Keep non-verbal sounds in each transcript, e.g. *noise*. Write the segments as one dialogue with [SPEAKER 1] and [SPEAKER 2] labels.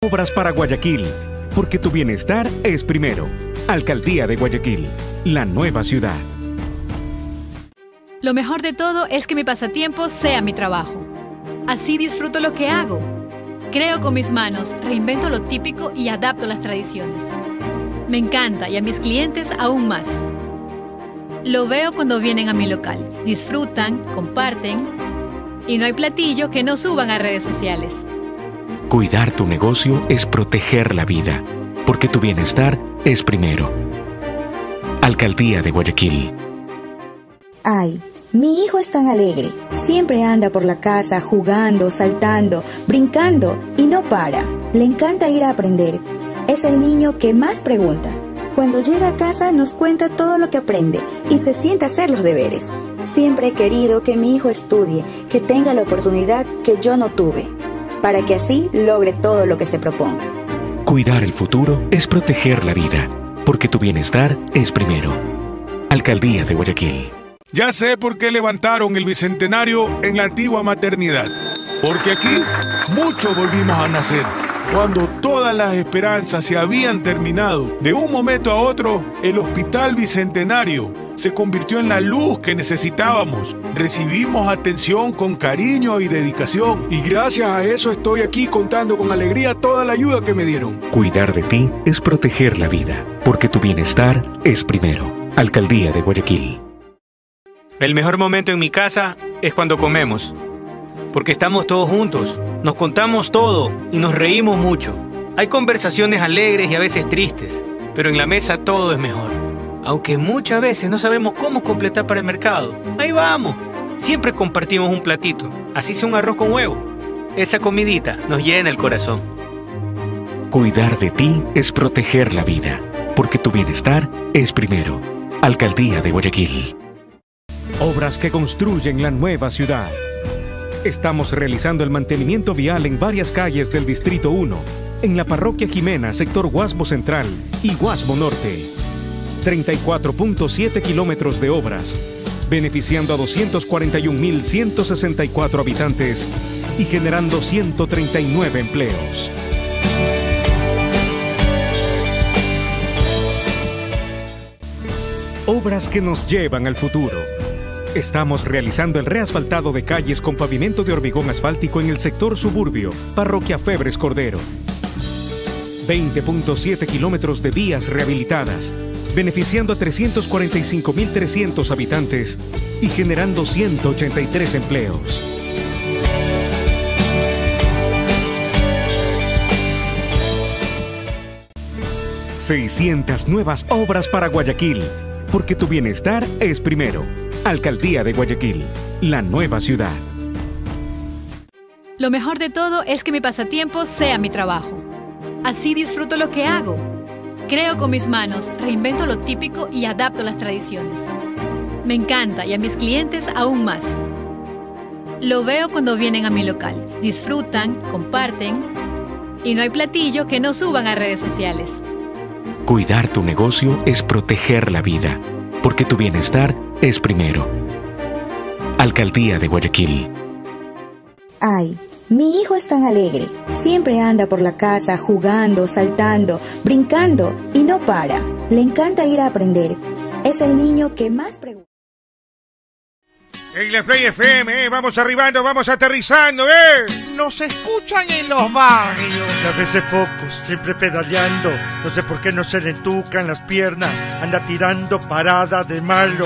[SPEAKER 1] Obras para Guayaquil, porque tu bienestar es primero. Alcaldía de Guayaquil, la nueva ciudad.
[SPEAKER 2] Lo mejor de todo es que mi pasatiempo sea mi trabajo. Así disfruto lo que hago. Creo con mis manos, reinvento lo típico y adapto las tradiciones. Me encanta y a mis clientes aún más. Lo veo cuando vienen a mi local. Disfrutan, comparten y no hay platillo que no suban a redes sociales.
[SPEAKER 1] Cuidar tu negocio es proteger la vida, porque tu bienestar es primero. Alcaldía de Guayaquil.
[SPEAKER 3] Ay, mi hijo es tan alegre. Siempre anda por la casa jugando, saltando, brincando y no para. Le encanta ir a aprender. Es el niño que más pregunta. Cuando llega a casa nos cuenta todo lo que aprende y se siente a hacer los deberes. Siempre he querido que mi hijo estudie, que tenga la oportunidad que yo no tuve, para que así logre todo lo que se proponga.
[SPEAKER 1] Cuidar el futuro es proteger la vida, porque tu bienestar es primero. Alcaldía de Guayaquil.
[SPEAKER 4] Ya sé por qué levantaron el bicentenario en la antigua maternidad. Porque aquí muchos volvimos a nacer. Cuando todas las esperanzas se habían terminado, de un momento a otro, el Hospital Bicentenario se convirtió en la luz que necesitábamos. Recibimos atención con cariño y dedicación.
[SPEAKER 5] Y gracias a eso estoy aquí contando con alegría toda la ayuda que me dieron.
[SPEAKER 1] Cuidar de ti es proteger la vida, porque tu bienestar es primero. Alcaldía de Guayaquil.
[SPEAKER 6] El mejor momento en mi casa es cuando comemos, porque estamos todos juntos, nos contamos todo y nos reímos mucho. Hay conversaciones alegres y a veces tristes, pero en la mesa todo es mejor. Aunque muchas veces no sabemos cómo completar para el mercado, ahí vamos. Siempre compartimos un platito, así sea un arroz con huevo. Esa comidita nos llena el corazón.
[SPEAKER 1] Cuidar de ti es proteger la vida, porque tu bienestar es primero. Alcaldía de Guayaquil. Obras que construyen la nueva ciudad. Estamos realizando el mantenimiento vial en varias calles del Distrito 1, en la Parroquia Jimena, sector Guasmo Central y Guasmo Norte. 34.7 kilómetros de obras, beneficiando a 241.164 habitantes y generando 139 empleos. Obras que nos llevan al futuro. Estamos realizando el reasfaltado de calles con pavimento de hormigón asfáltico en el sector suburbio, Parroquia Febres Cordero. 20.7 kilómetros de vías rehabilitadas, beneficiando a 345.300 habitantes y generando 183 empleos. ...600 nuevas obras para Guayaquil... ...porque tu bienestar es primero... Alcaldía de Guayaquil, la nueva ciudad.
[SPEAKER 2] Lo mejor de todo es que mi pasatiempo sea mi trabajo. Así disfruto lo que hago. Creo con mis manos, reinvento lo típico y adapto las tradiciones. Me encanta y a mis clientes aún más. Lo veo cuando vienen a mi local. Disfrutan, comparten y no hay platillo que no suban a redes sociales.
[SPEAKER 1] Cuidar tu negocio es proteger la vida, porque tu bienestar es primero. Alcaldía de Guayaquil.
[SPEAKER 3] Ay, mi hijo es tan alegre. Siempre anda por la casa jugando, saltando, brincando y no para. Le encanta ir a aprender. Es el niño que más pregunta.
[SPEAKER 4] Hey, la Play FM, eh, vamos arribando, vamos aterrizando, eh.
[SPEAKER 7] Nos escuchan en los barrios.
[SPEAKER 8] A veces focos, siempre pedaleando. No sé por qué no se le entucan las piernas. Anda tirando parada de malo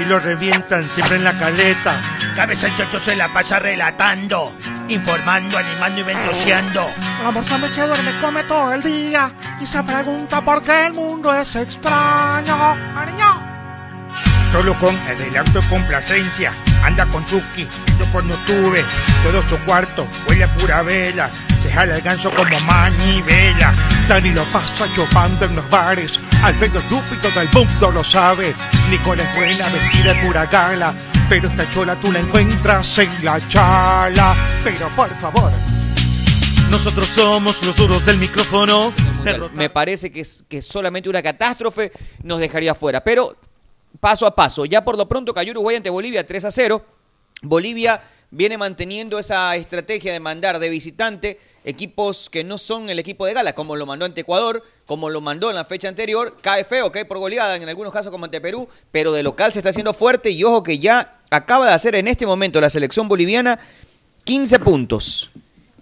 [SPEAKER 8] y lo revientan siempre en la caleta.
[SPEAKER 9] Cabeza el chocho se la pasa relatando, informando, animando y ventoseando.
[SPEAKER 7] La morsa me duerme, come todo el día y se pregunta por qué el mundo es extraño. Ariño
[SPEAKER 9] solo con adelanto y complacencia. Anda con Chucky, yo por no tuve, todo su cuarto huele a pura vela. Se jala el ganso como manivela.
[SPEAKER 8] Dani lo pasa chupando en los bares, Alfredo estúpido del mundo lo sabe. Nicole es buena, vestida de pura gala, pero esta chola tú la encuentras en la chala. Pero por favor, nosotros somos los duros del micrófono.
[SPEAKER 10] Me parece que, es, que solamente una catástrofe nos dejaría fuera, pero paso a paso. Ya por lo pronto cayó Uruguay ante Bolivia 3 a 0. Bolivia viene manteniendo esa estrategia de mandar de visitante equipos que no son el equipo de gala, como lo mandó ante Ecuador, como lo mandó en la fecha anterior, cae feo, cae por goleada en algunos casos como ante Perú, pero de local se está haciendo fuerte y ojo que ya acaba de hacer en este momento la selección boliviana 15 puntos.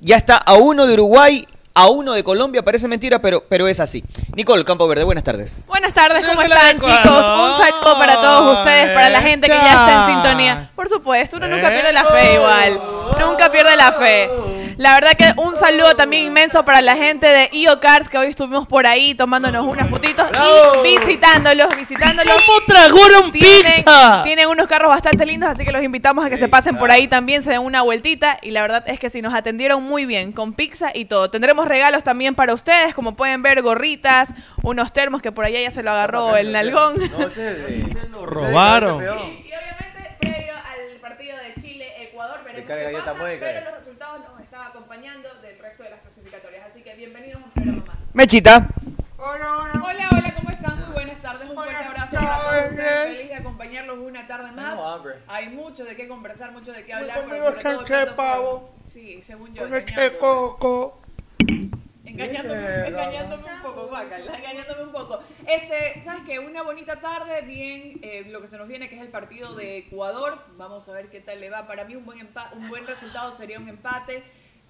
[SPEAKER 10] Ya está a uno de Uruguay, a uno de Colombia, parece mentira, pero, pero es así. Nicole Campo Verde, buenas tardes.
[SPEAKER 11] Buenas tardes, ¿cómo están chicos? Un saludo para todos ustedes, para la gente que ya está en sintonía. Por supuesto, uno nunca pierde la fe igual, nunca pierde la fe. La verdad que un saludo también inmenso para la gente de IO Cars que hoy estuvimos por ahí tomándonos unas fotitos y visitándolos, visitándolos.
[SPEAKER 12] ¿Cómo tragaron
[SPEAKER 11] Tienen-
[SPEAKER 12] pizza?
[SPEAKER 11] Tienen unos carros bastante lindos, así que los invitamos a que se pasen por ahí también, se den una vueltita. Y la verdad es que sí, nos atendieron muy bien, con pizza y todo. Tendremos regalos también para ustedes, como pueden ver, gorritas, unos termos que por allá ya se lo agarró el nalgón.
[SPEAKER 12] Robaron.
[SPEAKER 10] Mechita.
[SPEAKER 11] Hola, hola, ¿cómo están? Muy buenas tardes, un fuerte abrazo para todos ustedes. Feliz de acompañarlos una tarde más. Hay mucho de qué conversar, mucho de qué hablar. pero sobre todo
[SPEAKER 13] chanché
[SPEAKER 11] tanto fuego.
[SPEAKER 13] pavo.
[SPEAKER 11] Sí, según yo.
[SPEAKER 13] Con este
[SPEAKER 11] engañándome.
[SPEAKER 13] coco.
[SPEAKER 11] Engañándome, engañándome un poco, guácala, engañándome un poco. Este, ¿sabes qué? Una bonita tarde, bien, eh, lo que se nos viene que es el partido de Ecuador. Vamos a ver qué tal le va. Para mí un buen, empa- un buen resultado sería un empate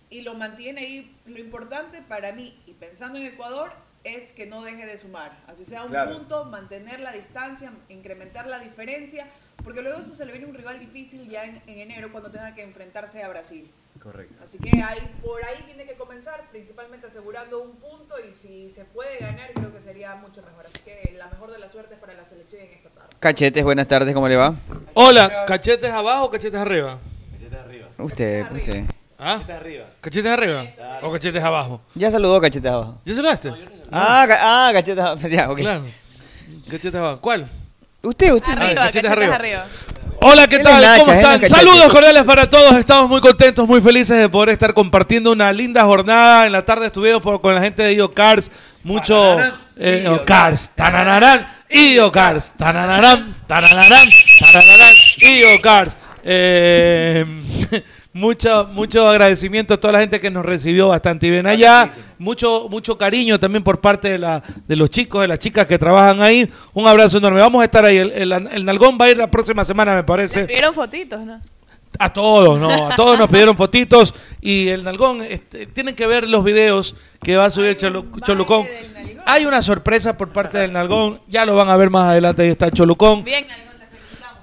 [SPEAKER 11] y lo mantiene ahí. Lo importante para mí, y pensando en Ecuador, es que no deje de sumar. Así sea un
[SPEAKER 14] Claro.
[SPEAKER 11] punto, mantener la distancia, incrementar la diferencia, porque luego eso se le viene un rival difícil ya en- en enero cuando tenga que enfrentarse a Brasil.
[SPEAKER 14] Correcto.
[SPEAKER 11] Así que ahí, por ahí tiene que comenzar, principalmente asegurando un punto y si se puede ganar, creo que sería mucho mejor. Así que la mejor de las suertes para la selección en este esta tarde.
[SPEAKER 10] Cachetes, buenas tardes, ¿cómo le va?
[SPEAKER 12] Hola, ¿cachetes abajo o cachetes arriba?
[SPEAKER 10] Usted, usted.
[SPEAKER 12] ¿Ah? Cachetes arriba. ¿Cachetes arriba? ¿O cachetes abajo?
[SPEAKER 10] Ya saludó Cachetes abajo.
[SPEAKER 12] ¿Ya saludaste?
[SPEAKER 10] Ah, ca- *laughs* ah, cachetes abajo. Ya, ok.
[SPEAKER 12] Claro. Cachetes abajo. ¿Cuál? Ah,
[SPEAKER 10] Usted, usted.
[SPEAKER 12] sabe. Hola, ¿qué
[SPEAKER 10] Él
[SPEAKER 12] tal?
[SPEAKER 10] es Nacha,
[SPEAKER 12] ¿Cómo
[SPEAKER 10] es
[SPEAKER 12] están?
[SPEAKER 10] Nacha.
[SPEAKER 12] Saludos cordiales para todos. Estamos muy contentos, muy felices de poder estar compartiendo una linda jornada. En la tarde estuvimos por- con la gente de IO Cars. Mucho. eh, IO Cars. Tananarán. IO Cars. Tananarán. Tananarán. Tananarán. IO Cars. Eh, *laughs* mucho, mucho agradecimiento a toda la gente que nos recibió bastante bien allá. Mucho, mucho cariño también por parte de, la, de los chicos, de las chicas que trabajan ahí. Un abrazo enorme. Vamos a estar ahí. El, el, el Nalgón va a ir la próxima semana, me parece.
[SPEAKER 11] Vieron fotitos, ¿no?
[SPEAKER 12] A todos, no, a todos nos pidieron fotitos y el Nalgón, este, tienen que ver los videos que va a subir Cholu- Cholucón. Hay una sorpresa por parte del Nalgón, ya lo van a ver más adelante, ahí está Cholucón.
[SPEAKER 11] Bien,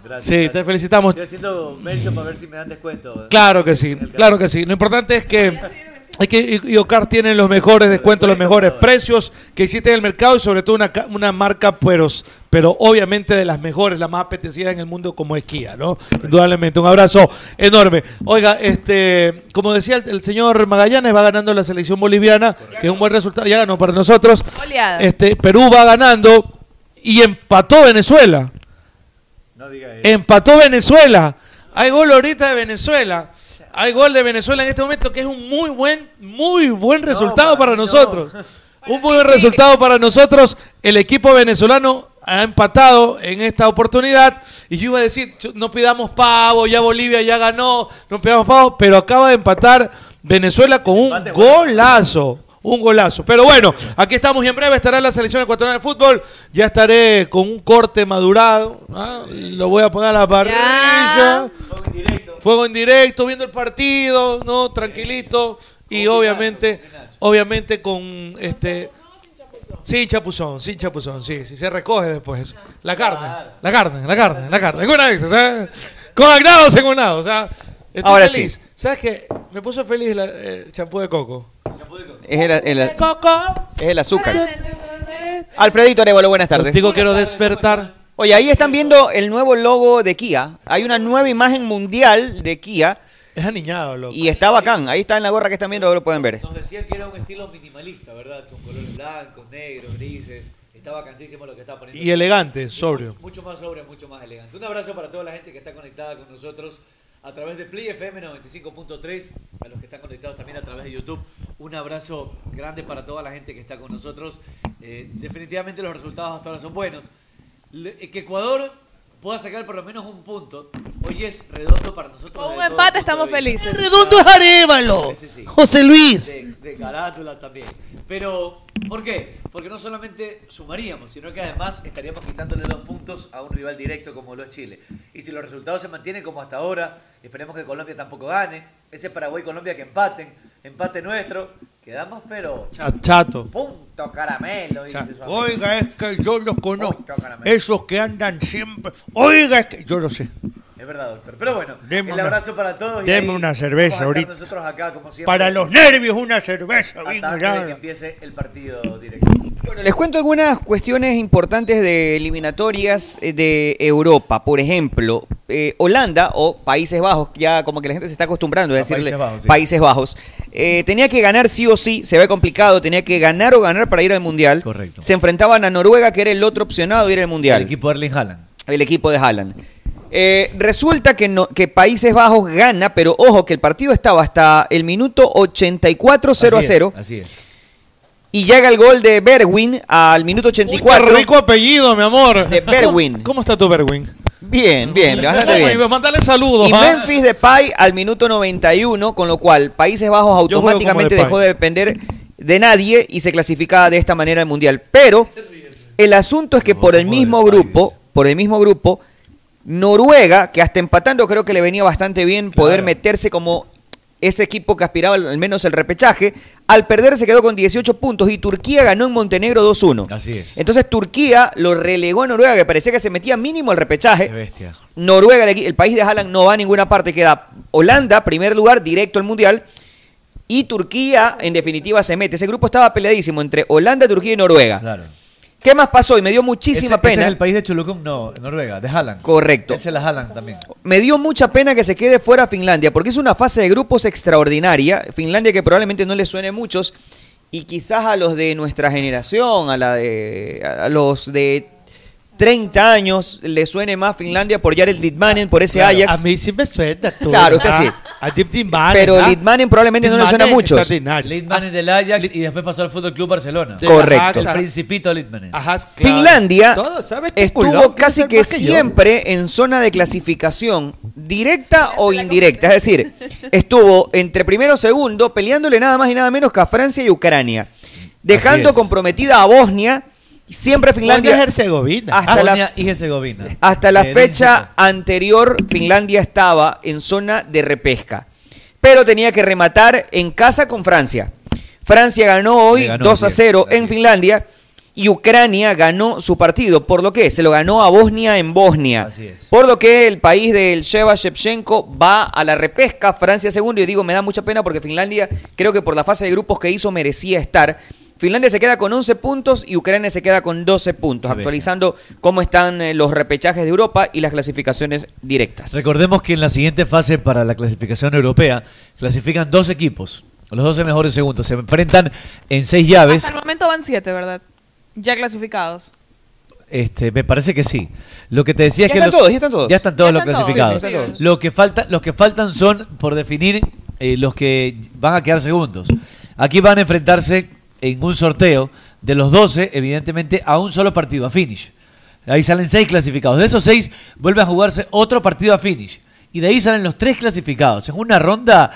[SPEAKER 15] Gracias.
[SPEAKER 12] Sí, te felicitamos.
[SPEAKER 15] Estoy haciendo mérito para ver si me dan descuento.
[SPEAKER 12] Claro que sí, claro que sí. Lo importante es que hay que Iocar tiene los mejores descuentos, los mejores precios que existen en el mercado y sobre todo una, ca- una marca pero, pero obviamente de las mejores, la más apetecida en el mundo como es Kia, ¿no? Indudablemente. Un abrazo enorme. Oiga, este, como decía el, el señor Magallanes va ganando la selección boliviana, que es un buen resultado, ya ganó para nosotros.
[SPEAKER 11] Goleada.
[SPEAKER 12] Este, Perú va ganando y empató Venezuela. Empató Venezuela. Hay gol ahorita de Venezuela. Hay gol de Venezuela en este momento que es un muy buen, muy buen resultado para, nosotros. Un muy buen resultado para nosotros. El equipo venezolano ha empatado en esta oportunidad. Y yo iba a decir, "Chu, no pidamos pavo, ya Bolivia ya ganó, no pidamos pavo, pero acaba de empatar Venezuela con un golazo. Un golazo. Pero bueno, aquí estamos y en breve estará la selección ecuatoriana de fútbol. Ya estaré con un corte madurado. ¿ah? Lo voy a poner a la parrilla. Fuego en directo, viendo el partido, ¿no? Tranquilito.
[SPEAKER 15] Eh,
[SPEAKER 12] Y obviamente, obviamente con este. Sin chapuzón, sin chapuzón, sí, sí, se recoge después. La carne, la carne, la carne, la carne. En una vez, o sea, con agnados en un lado, o sea. Estoy
[SPEAKER 10] Ahora
[SPEAKER 12] feliz. ¿Sabes qué? Me puso feliz la- el champú de coco.
[SPEAKER 10] Es el, el- el-
[SPEAKER 12] Coco.
[SPEAKER 10] es el azúcar. Alfredito Arevalo, buenas tardes.
[SPEAKER 12] Digo, quiero despertar.
[SPEAKER 10] Oye, ahí están viendo el nuevo logo de Kia. Hay una nueva imagen mundial de Kia.
[SPEAKER 12] Es aniñado, loco.
[SPEAKER 10] Y está bacán. Ahí está en la gorra que están viendo, lo pueden ver.
[SPEAKER 15] Nos decían que era un estilo minimalista, ¿verdad? Con colores blancos, negros, grises. Está vacancísimo lo que está poniendo.
[SPEAKER 12] Y elegante, sobrio.
[SPEAKER 15] Mucho más sobrio, mucho más elegante. Un abrazo para toda la gente que está conectada con nosotros a través de Play FM 95.3, a los que están conectados también a través de YouTube. Un abrazo grande para toda la gente que está con nosotros. Eh, definitivamente los resultados hasta ahora son buenos. Le- que eh, Ecuador pueda sacar por lo menos un punto, hoy es redondo para nosotros.
[SPEAKER 11] Con un
[SPEAKER 15] desde todo
[SPEAKER 11] empate
[SPEAKER 15] punto de
[SPEAKER 11] estamos
[SPEAKER 15] vista.
[SPEAKER 11] felices.
[SPEAKER 12] Redondo es Arevalo.
[SPEAKER 15] Sí, sí, sí.
[SPEAKER 12] José Luis.
[SPEAKER 15] De, de carátula también. Pero, ¿por qué? Porque no solamente sumaríamos, sino que además estaríamos quitándole dos puntos a un rival directo como lo es Chile. Y si los resultados se mantienen como hasta ahora, esperemos que Colombia tampoco gane. Ese Paraguay-Colombia que empaten, empate nuestro, quedamos pero
[SPEAKER 16] Chato. Chato.
[SPEAKER 12] Oh.
[SPEAKER 15] punto caramelo, dice su amigo.
[SPEAKER 12] Oiga, es que yo los conozco. Esos que andan siempre. Oiga, es que yo lo sé.
[SPEAKER 15] Es verdad, doctor. Pero bueno,
[SPEAKER 12] Deme
[SPEAKER 15] el
[SPEAKER 12] una-
[SPEAKER 15] abrazo para todos. y
[SPEAKER 12] deme
[SPEAKER 15] ahí
[SPEAKER 12] una cerveza
[SPEAKER 15] vamos a estar
[SPEAKER 12] ahorita.
[SPEAKER 15] Nosotros acá, como siempre,
[SPEAKER 12] Para los nervios, una cerveza.
[SPEAKER 15] hasta
[SPEAKER 12] bien
[SPEAKER 15] antes de
[SPEAKER 12] helada.
[SPEAKER 15] que empiece el partido directo.
[SPEAKER 10] Bueno, les cuento algunas cuestiones importantes de eliminatorias eh, de Europa. Por ejemplo, eh, Holanda o Países Bajos, ya como que la gente se está acostumbrando a
[SPEAKER 14] A
[SPEAKER 10] decirle
[SPEAKER 14] Países
[SPEAKER 10] Países
[SPEAKER 14] Bajos,
[SPEAKER 10] Bajos.
[SPEAKER 14] sí.
[SPEAKER 10] Eh, tenía que ganar sí o sí, se ve complicado, tenía que ganar o ganar para ir al Mundial. Correcto. Se enfrentaban a Noruega, que era el otro opcionado de ir al Mundial. El equipo de Erling Haaland. El equipo de Haaland. Eh, resulta que, no- que Países Bajos gana, pero ojo que el partido estaba hasta el minuto 84 0 a
[SPEAKER 15] Así es,
[SPEAKER 10] 0.
[SPEAKER 15] Así es.
[SPEAKER 10] Y llega el gol de Berwin al minuto 84.
[SPEAKER 16] qué rico apellido, mi amor.
[SPEAKER 10] De Berwin.
[SPEAKER 16] ¿Cómo está tu Berwin?
[SPEAKER 10] Bien, bien, bastante
[SPEAKER 16] Bueno,
[SPEAKER 10] bien.
[SPEAKER 16] y Mandale saludos.
[SPEAKER 10] Y
[SPEAKER 16] ¿ah?
[SPEAKER 10] Memphis Depay al minuto 91, con lo cual Países Bajos
[SPEAKER 16] Yo juego como
[SPEAKER 10] automáticamente
[SPEAKER 16] Depay.
[SPEAKER 10] dejó de depender de nadie y se clasificaba de esta manera al Mundial. Pero el asunto es que por el mismo grupo, por el mismo grupo, Noruega, que hasta empatando creo que le venía bastante bien poder meterse como ese equipo que aspiraba al al menos el repechaje, al perder se quedó con 18 puntos y Turquía ganó en Montenegro 2-1.
[SPEAKER 15] Así es.
[SPEAKER 10] Entonces Turquía lo relegó a Noruega, que parecía que se metía mínimo al repechaje.
[SPEAKER 15] Bestia.
[SPEAKER 10] Noruega, el, equi- el país de Haaland no va a ninguna parte, queda Holanda, primer lugar, directo al Mundial. Y Turquía, en definitiva, se mete. Ese grupo estaba peleadísimo entre Holanda, Turquía y Noruega.
[SPEAKER 15] Claro.
[SPEAKER 10] ¿Qué más pasó? Y me dio muchísima
[SPEAKER 15] Ese- ese
[SPEAKER 10] pena.
[SPEAKER 15] es el país de Cholucum, no, Noruega, de Haaland.
[SPEAKER 10] Correcto.
[SPEAKER 15] Él se la Haaland también.
[SPEAKER 10] Me dio mucha pena que se quede fuera Finlandia, porque es una fase de grupos extraordinaria. Finlandia que probablemente no le suene a muchos, y quizás a los de nuestra generación, a, la de, a los de 30 años, le suene más Finlandia por Jared Litmanen, por ese
[SPEAKER 16] Claro,
[SPEAKER 10] Ajax.
[SPEAKER 16] A mí sí me suena. tú,
[SPEAKER 10] Claro, usted
[SPEAKER 16] ¿verdad?
[SPEAKER 10] sí.
[SPEAKER 16] A Deep Dimane,
[SPEAKER 10] Pero
[SPEAKER 16] ¿verdad?
[SPEAKER 10] Litmanen probablemente no le suena a
[SPEAKER 16] Dimane
[SPEAKER 10] muchos.
[SPEAKER 16] extraordinario.
[SPEAKER 15] Litman Ah. del Ajax y después pasó al Fútbol Club Barcelona.
[SPEAKER 10] Del Correcto. Ajax.
[SPEAKER 15] El principito Litman.
[SPEAKER 10] Finlandia
[SPEAKER 15] Todo, ¿sabes? Ten
[SPEAKER 10] estuvo
[SPEAKER 15] cuidado, que
[SPEAKER 10] casi
[SPEAKER 15] ser
[SPEAKER 10] que
[SPEAKER 15] más que yo.
[SPEAKER 10] siempre en zona de clasificación, directa o indirecta. Es decir, estuvo entre primero y segundo peleándole nada más y nada menos que a Francia y Ucrania. Dejando
[SPEAKER 15] es.
[SPEAKER 10] comprometida a Bosnia, siempre Finlandia.
[SPEAKER 16] Bosnia y Herzegovina.
[SPEAKER 10] Hasta la-
[SPEAKER 15] Ah, Bosnia y Herzegovina.
[SPEAKER 10] Hasta la
[SPEAKER 15] Eh,
[SPEAKER 10] fecha anterior, Finlandia estaba en zona de repesca, pero tenía que rematar en casa con Francia. Francia ganó hoy
[SPEAKER 15] Le ganó,
[SPEAKER 10] 2 a
[SPEAKER 15] así es,
[SPEAKER 10] 0 en Finlandia y Ucrania ganó su partido, por lo que se lo ganó a Bosnia en Bosnia. Por lo que el país del Sheva Shevchenko va a la repesca, Francia segundo, y digo, me da mucha pena porque Finlandia, creo que por la fase de grupos que hizo, merecía estar. Finlandia se queda con 11 puntos y Ucrania se queda con 12 puntos, actualizando cómo están eh, los repechajes de Europa y las clasificaciones directas.
[SPEAKER 15] Recordemos que en la siguiente fase para la clasificación europea clasifican dos equipos. Los 12 mejores segundos se enfrentan en seis llaves.
[SPEAKER 11] Hasta el momento van siete, ¿verdad? Ya clasificados.
[SPEAKER 15] Este, me parece que sí. Lo que te decía
[SPEAKER 11] Ya
[SPEAKER 15] es que
[SPEAKER 11] están
[SPEAKER 15] los-
[SPEAKER 11] todos, ya están todos.
[SPEAKER 15] Ya están todos
[SPEAKER 11] Ya
[SPEAKER 15] los
[SPEAKER 11] están todos,
[SPEAKER 15] clasificados.
[SPEAKER 11] sí, sí, ya están todos.
[SPEAKER 15] Lo que falta, los que faltan son por definir eh, los que van a quedar segundos. Aquí van a enfrentarse en un sorteo de los 12, evidentemente, a un solo partido, a finish. Ahí salen seis clasificados. De esos seis vuelve a jugarse otro partido a finish. Y de ahí salen los tres clasificados. Es una ronda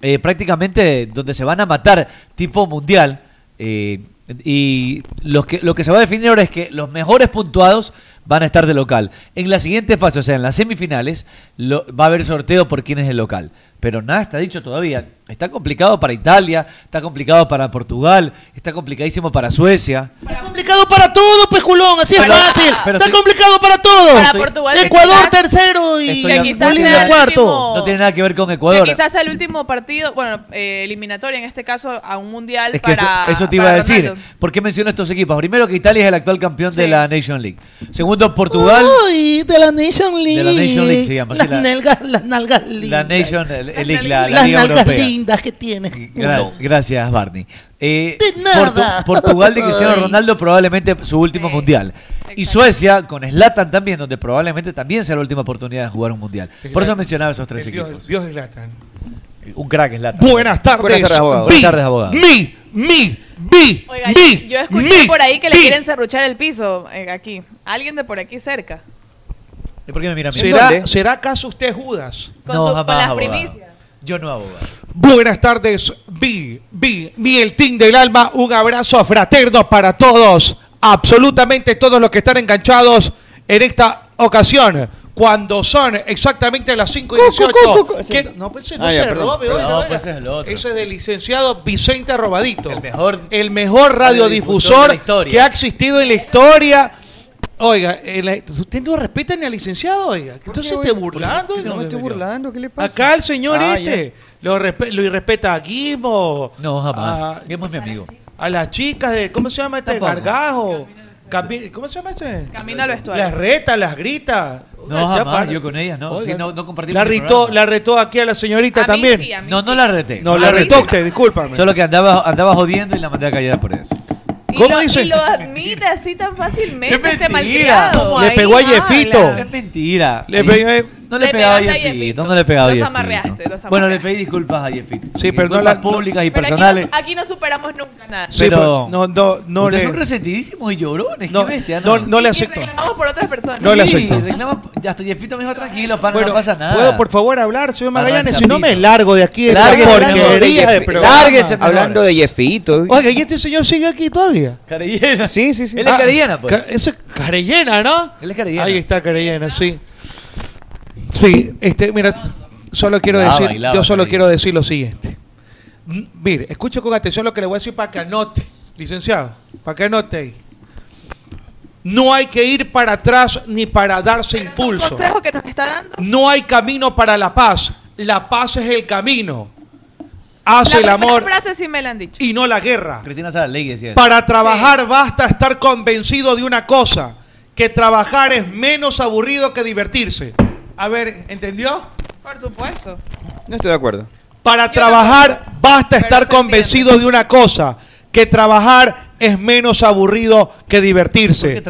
[SPEAKER 15] eh, prácticamente donde se van a matar tipo mundial. eh, y los que, lo que se va a definir ahora es que los mejores puntuados van a estar de local. En la siguiente fase, o sea, en las semifinales, lo- va a haber sorteo por quién es el local. Pero nada está dicho todavía. Está complicado para Italia, está complicado para Portugal, está complicadísimo para Suecia.
[SPEAKER 12] Complicado para todo, pejulón. Así es
[SPEAKER 15] Pero-
[SPEAKER 12] fácil.
[SPEAKER 15] pero
[SPEAKER 12] Está
[SPEAKER 15] sí.
[SPEAKER 12] complicado para todo.
[SPEAKER 11] Para Portugal, que
[SPEAKER 12] Ecuador
[SPEAKER 11] quizás-
[SPEAKER 12] tercero y
[SPEAKER 11] que quizás sea
[SPEAKER 12] Bolivia
[SPEAKER 11] el
[SPEAKER 12] cuarto.
[SPEAKER 11] último-
[SPEAKER 15] No tiene nada que ver con
[SPEAKER 11] Que
[SPEAKER 15] Ecuador.
[SPEAKER 11] quizás sea el último partido, bueno, eh, eliminatoria en este caso a un mundial
[SPEAKER 15] Es que eso-
[SPEAKER 11] para.
[SPEAKER 15] eso, te iba a
[SPEAKER 11] para
[SPEAKER 15] decir.
[SPEAKER 11] Ronaldo.
[SPEAKER 15] ¿Por qué menciono estos equipos? Primero que Italia es el actual campeón de la Nation League. Segundo, Portugal.
[SPEAKER 11] Uh.
[SPEAKER 12] Uy, de la Nation League.
[SPEAKER 15] De la Nation League se llama, sí,
[SPEAKER 12] Las,
[SPEAKER 15] la-
[SPEAKER 12] nalgas, las nalgas
[SPEAKER 15] La
[SPEAKER 12] lindas.
[SPEAKER 15] Nation el- el League, la, la
[SPEAKER 12] las
[SPEAKER 15] Liga
[SPEAKER 12] nalgas
[SPEAKER 15] Europea.
[SPEAKER 12] lindas que tiene.
[SPEAKER 15] Gra- Gracias, Barney. Eh,
[SPEAKER 12] De nada.
[SPEAKER 15] Portu- Portugal de Cristiano
[SPEAKER 12] Ay.
[SPEAKER 15] Ronaldo probablemente su último mundial. Y Suecia con Zlatan también, donde probablemente también sea la última oportunidad de jugar un mundial. Por eso mencionaba esos tres
[SPEAKER 5] El
[SPEAKER 15] equipos. Eh,
[SPEAKER 5] Dios, Dios es Zlatan.
[SPEAKER 15] Un crack Zlatan.
[SPEAKER 16] Buenas tardes.
[SPEAKER 15] Buenas tardes, abogado.
[SPEAKER 16] Mi, mi, mi,
[SPEAKER 11] Oiga,
[SPEAKER 16] mi,
[SPEAKER 11] yo, yo escuché
[SPEAKER 16] mi,
[SPEAKER 11] por ahí que le
[SPEAKER 16] mi.
[SPEAKER 11] quieren cerruchar el piso eh, aquí. Alguien de por aquí cerca.
[SPEAKER 15] ¿Y por qué me mira a mí?
[SPEAKER 12] ¿Será, ¿será acaso usted Judas?
[SPEAKER 15] Con No, su- con jamás, las abogado. primicias. Yo no abogo.
[SPEAKER 12] Buenas tardes, Vi, Vi, Vi, el team del alma. Un abrazo fraterno para todos, absolutamente todos los que están enganchados en esta ocasión. Cuando son exactamente las 5 y 18. que- No, pues ese no
[SPEAKER 15] Ah, ya,
[SPEAKER 12] se
[SPEAKER 15] perdón.
[SPEAKER 12] robe hoy,
[SPEAKER 15] No,
[SPEAKER 12] no,
[SPEAKER 15] pues ese es lo otro.
[SPEAKER 12] Ese es del licenciado Vicente Robadito. El
[SPEAKER 15] mejor,
[SPEAKER 12] el mejor
[SPEAKER 15] radiodifusor de
[SPEAKER 12] radiodifusor
[SPEAKER 15] la historia.
[SPEAKER 12] que ha existido en la historia. Oiga, eh, la- usted no respeta ni al licenciado, oiga. Entonces pues. esté burlando.
[SPEAKER 10] No me estoy burlando, ¿qué le pasa?
[SPEAKER 12] Acá el señor
[SPEAKER 10] Ah,
[SPEAKER 12] este lo, respe- lo irrespeta a Guimo.
[SPEAKER 15] No, jamás.
[SPEAKER 12] A,
[SPEAKER 15] Guimo es mi amigo.
[SPEAKER 12] A las chicas de, ¿cómo se llama este?
[SPEAKER 15] Tampoco.
[SPEAKER 12] Gargajo. Cami- ¿Cómo se llama ese?
[SPEAKER 11] Camina al vestuario.
[SPEAKER 12] Las reta, las grita.
[SPEAKER 15] No,
[SPEAKER 12] Oiga, ya
[SPEAKER 15] jamás,
[SPEAKER 12] para.
[SPEAKER 15] yo con ellas no.
[SPEAKER 12] Oiga,
[SPEAKER 15] Sí, no- no compartimos
[SPEAKER 12] La
[SPEAKER 15] el
[SPEAKER 12] retó,
[SPEAKER 15] programa.
[SPEAKER 12] la retó aquí a la señorita
[SPEAKER 15] A mí
[SPEAKER 12] también.
[SPEAKER 15] sí, a mí No, no sí. la reté.
[SPEAKER 12] No,
[SPEAKER 15] A
[SPEAKER 12] la
[SPEAKER 15] mí
[SPEAKER 12] retó
[SPEAKER 15] sí.
[SPEAKER 12] usted, discúlpame.
[SPEAKER 15] Solo que andaba, andaba jodiendo y la mandé a callar por eso.
[SPEAKER 11] Y lo, Y lo admite así tan fácilmente este malcriado.
[SPEAKER 15] Mentira.
[SPEAKER 11] Ahí habla.
[SPEAKER 15] Es mentira. Eh,
[SPEAKER 12] Le pegué-
[SPEAKER 15] No le,
[SPEAKER 11] Le
[SPEAKER 15] pegaba a
[SPEAKER 11] pegaste a
[SPEAKER 15] Jeffito. No le pegaba a
[SPEAKER 11] Los
[SPEAKER 15] Jeffito.
[SPEAKER 11] amarreaste, los
[SPEAKER 15] Bueno, le
[SPEAKER 11] amarreaste.
[SPEAKER 15] pedí disculpas a Jeffito.
[SPEAKER 12] Sí, perdón,
[SPEAKER 15] Disculpas
[SPEAKER 12] la-
[SPEAKER 15] públicas y
[SPEAKER 11] Pero aquí no-
[SPEAKER 15] personales.
[SPEAKER 11] Aquí no, superamos nunca nada.
[SPEAKER 15] Sí, pero-
[SPEAKER 12] no, no, no
[SPEAKER 15] Ustedes
[SPEAKER 12] le-
[SPEAKER 15] son resentidísimos y llorones.
[SPEAKER 12] No,
[SPEAKER 15] qué bestia,
[SPEAKER 12] no, no le acepto.
[SPEAKER 11] Reclamamos por otras personas.
[SPEAKER 12] No le
[SPEAKER 15] Sí,
[SPEAKER 12] acepto.
[SPEAKER 15] reclama- ya hasta Jeffito me dijo tranquilo, pana,
[SPEAKER 12] Bueno,
[SPEAKER 15] no pasa nada.
[SPEAKER 12] ¿Puedo por favor hablar, señor
[SPEAKER 15] Manuel
[SPEAKER 12] Magallanes? Si no me
[SPEAKER 15] Chapito.
[SPEAKER 12] largo de aquí de esta
[SPEAKER 15] Lárguese,
[SPEAKER 12] porquería de
[SPEAKER 15] lárguese,
[SPEAKER 12] programa.
[SPEAKER 15] lárguese, por
[SPEAKER 10] Hablando de Jeffito.
[SPEAKER 12] Oiga, ¿y este señor sigue aquí todavía?
[SPEAKER 15] Carellena.
[SPEAKER 10] Sí, sí, sí.
[SPEAKER 12] Ah,
[SPEAKER 15] pues.
[SPEAKER 12] ca- Eso es Carellena, ¿no?
[SPEAKER 15] Él es Carellena.
[SPEAKER 12] Ahí está Carellena, sí. Sí, este, mira, solo quiero
[SPEAKER 15] Lava,
[SPEAKER 12] decir,
[SPEAKER 15] y lava,
[SPEAKER 12] yo solo
[SPEAKER 15] Carellena.
[SPEAKER 12] quiero decir lo siguiente. Mm, Mire, escuche con atención lo que le voy a decir para que anote, licenciado, para que anote ahí. No hay que ir para atrás ni para darse impulso.
[SPEAKER 11] consejo que nos está dando.
[SPEAKER 12] No hay camino para la paz. La paz es el camino. Hace el
[SPEAKER 11] la primera
[SPEAKER 12] amor
[SPEAKER 11] frase sí me la han dicho.
[SPEAKER 12] y no la guerra.
[SPEAKER 15] Cristina Saralegui decía eso.
[SPEAKER 12] Para trabajar basta estar convencido de una cosa, que trabajar es menos aburrido que divertirse. A ver, ¿entendió?
[SPEAKER 11] Por supuesto.
[SPEAKER 10] No estoy de acuerdo.
[SPEAKER 12] Para trabajar basta estar convencido de una cosa, que trabajar es menos aburrido que divertirse.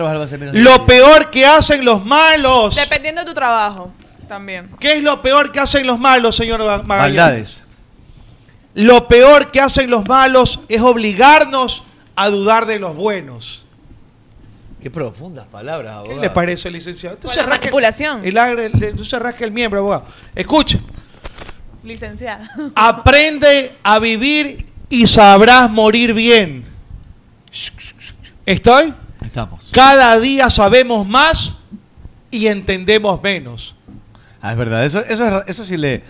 [SPEAKER 12] Lo peor que hacen los malos.
[SPEAKER 11] Dependiendo de tu trabajo también.
[SPEAKER 12] ¿Qué es lo peor que hacen los malos, señor Ma- Magallanes?
[SPEAKER 15] Maldades.
[SPEAKER 12] Lo peor que hacen los malos es obligarnos a dudar de los buenos.
[SPEAKER 15] Qué profundas palabras, abogado.
[SPEAKER 12] ¿Qué le parece, licenciado? Usted se rasca el-
[SPEAKER 11] manipulación.
[SPEAKER 12] El, agre- le- usted se rasca el miembro, abogado. Escuche,
[SPEAKER 11] Licenciada.
[SPEAKER 12] aprende a vivir y sabrás morir bien. ¿Estoy?
[SPEAKER 15] Estamos.
[SPEAKER 12] Cada día sabemos más y entendemos menos.
[SPEAKER 15] Ah, es verdad. Eso, eso, es ra- eso, sí le,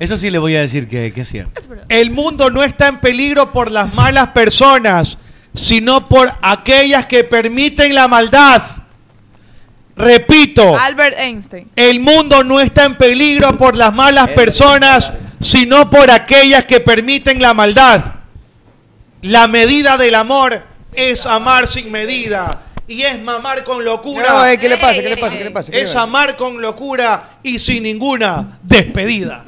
[SPEAKER 15] eso sí le voy a decir que, que es cierto.
[SPEAKER 12] El mundo no está en peligro por las malas personas, sino por aquellas que permiten la maldad. Repito,
[SPEAKER 11] Albert Einstein.
[SPEAKER 12] el mundo no está en peligro por las malas personas, sino por aquellas que permiten la maldad. La medida del amor es amar sin medida y es mamar con locura.
[SPEAKER 10] No, eh, ¿qué le pasa? ¿Qué le pasa? ¿Qué le pasa? ¿Qué le
[SPEAKER 12] Es
[SPEAKER 10] pasa?
[SPEAKER 12] amar con locura y sin ninguna despedida.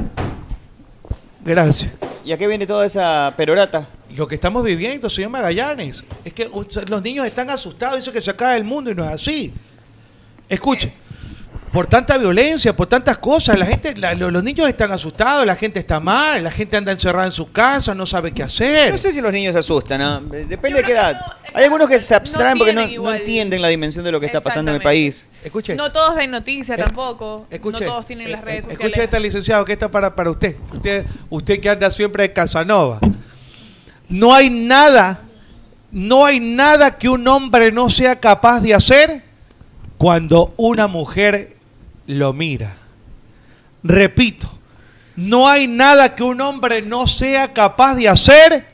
[SPEAKER 12] Gracias.
[SPEAKER 10] ¿Y a qué viene toda esa perorata?
[SPEAKER 12] Lo que estamos viviendo, señor Magallanes, es que o sea, los niños están asustados, dicen que se acaba el mundo y no es así. Escuche, por tanta violencia, por tantas cosas, la gente, la- lo- los niños están asustados, la gente está mal, la gente anda encerrada en sus casas, no sabe qué hacer.
[SPEAKER 10] No sé si los niños se asustan, ¿ah? depende de qué edad. Hay algunos que se abstraen porque no,
[SPEAKER 11] tienen
[SPEAKER 10] no
[SPEAKER 11] igual.
[SPEAKER 10] entienden la dimensión de lo que está pasando en el país.
[SPEAKER 12] Escuche,
[SPEAKER 11] No todos ven noticias tampoco.
[SPEAKER 12] Eh, escuche, Eh,
[SPEAKER 11] no todos tienen las redes sociales.
[SPEAKER 12] escuche esta licenciado, que está para, para usted. usted. Usted que anda siempre de Casanova. No hay nada, no hay nada que un hombre no sea capaz de hacer cuando una mujer lo mira. Repito, no hay nada que un hombre no sea capaz de hacer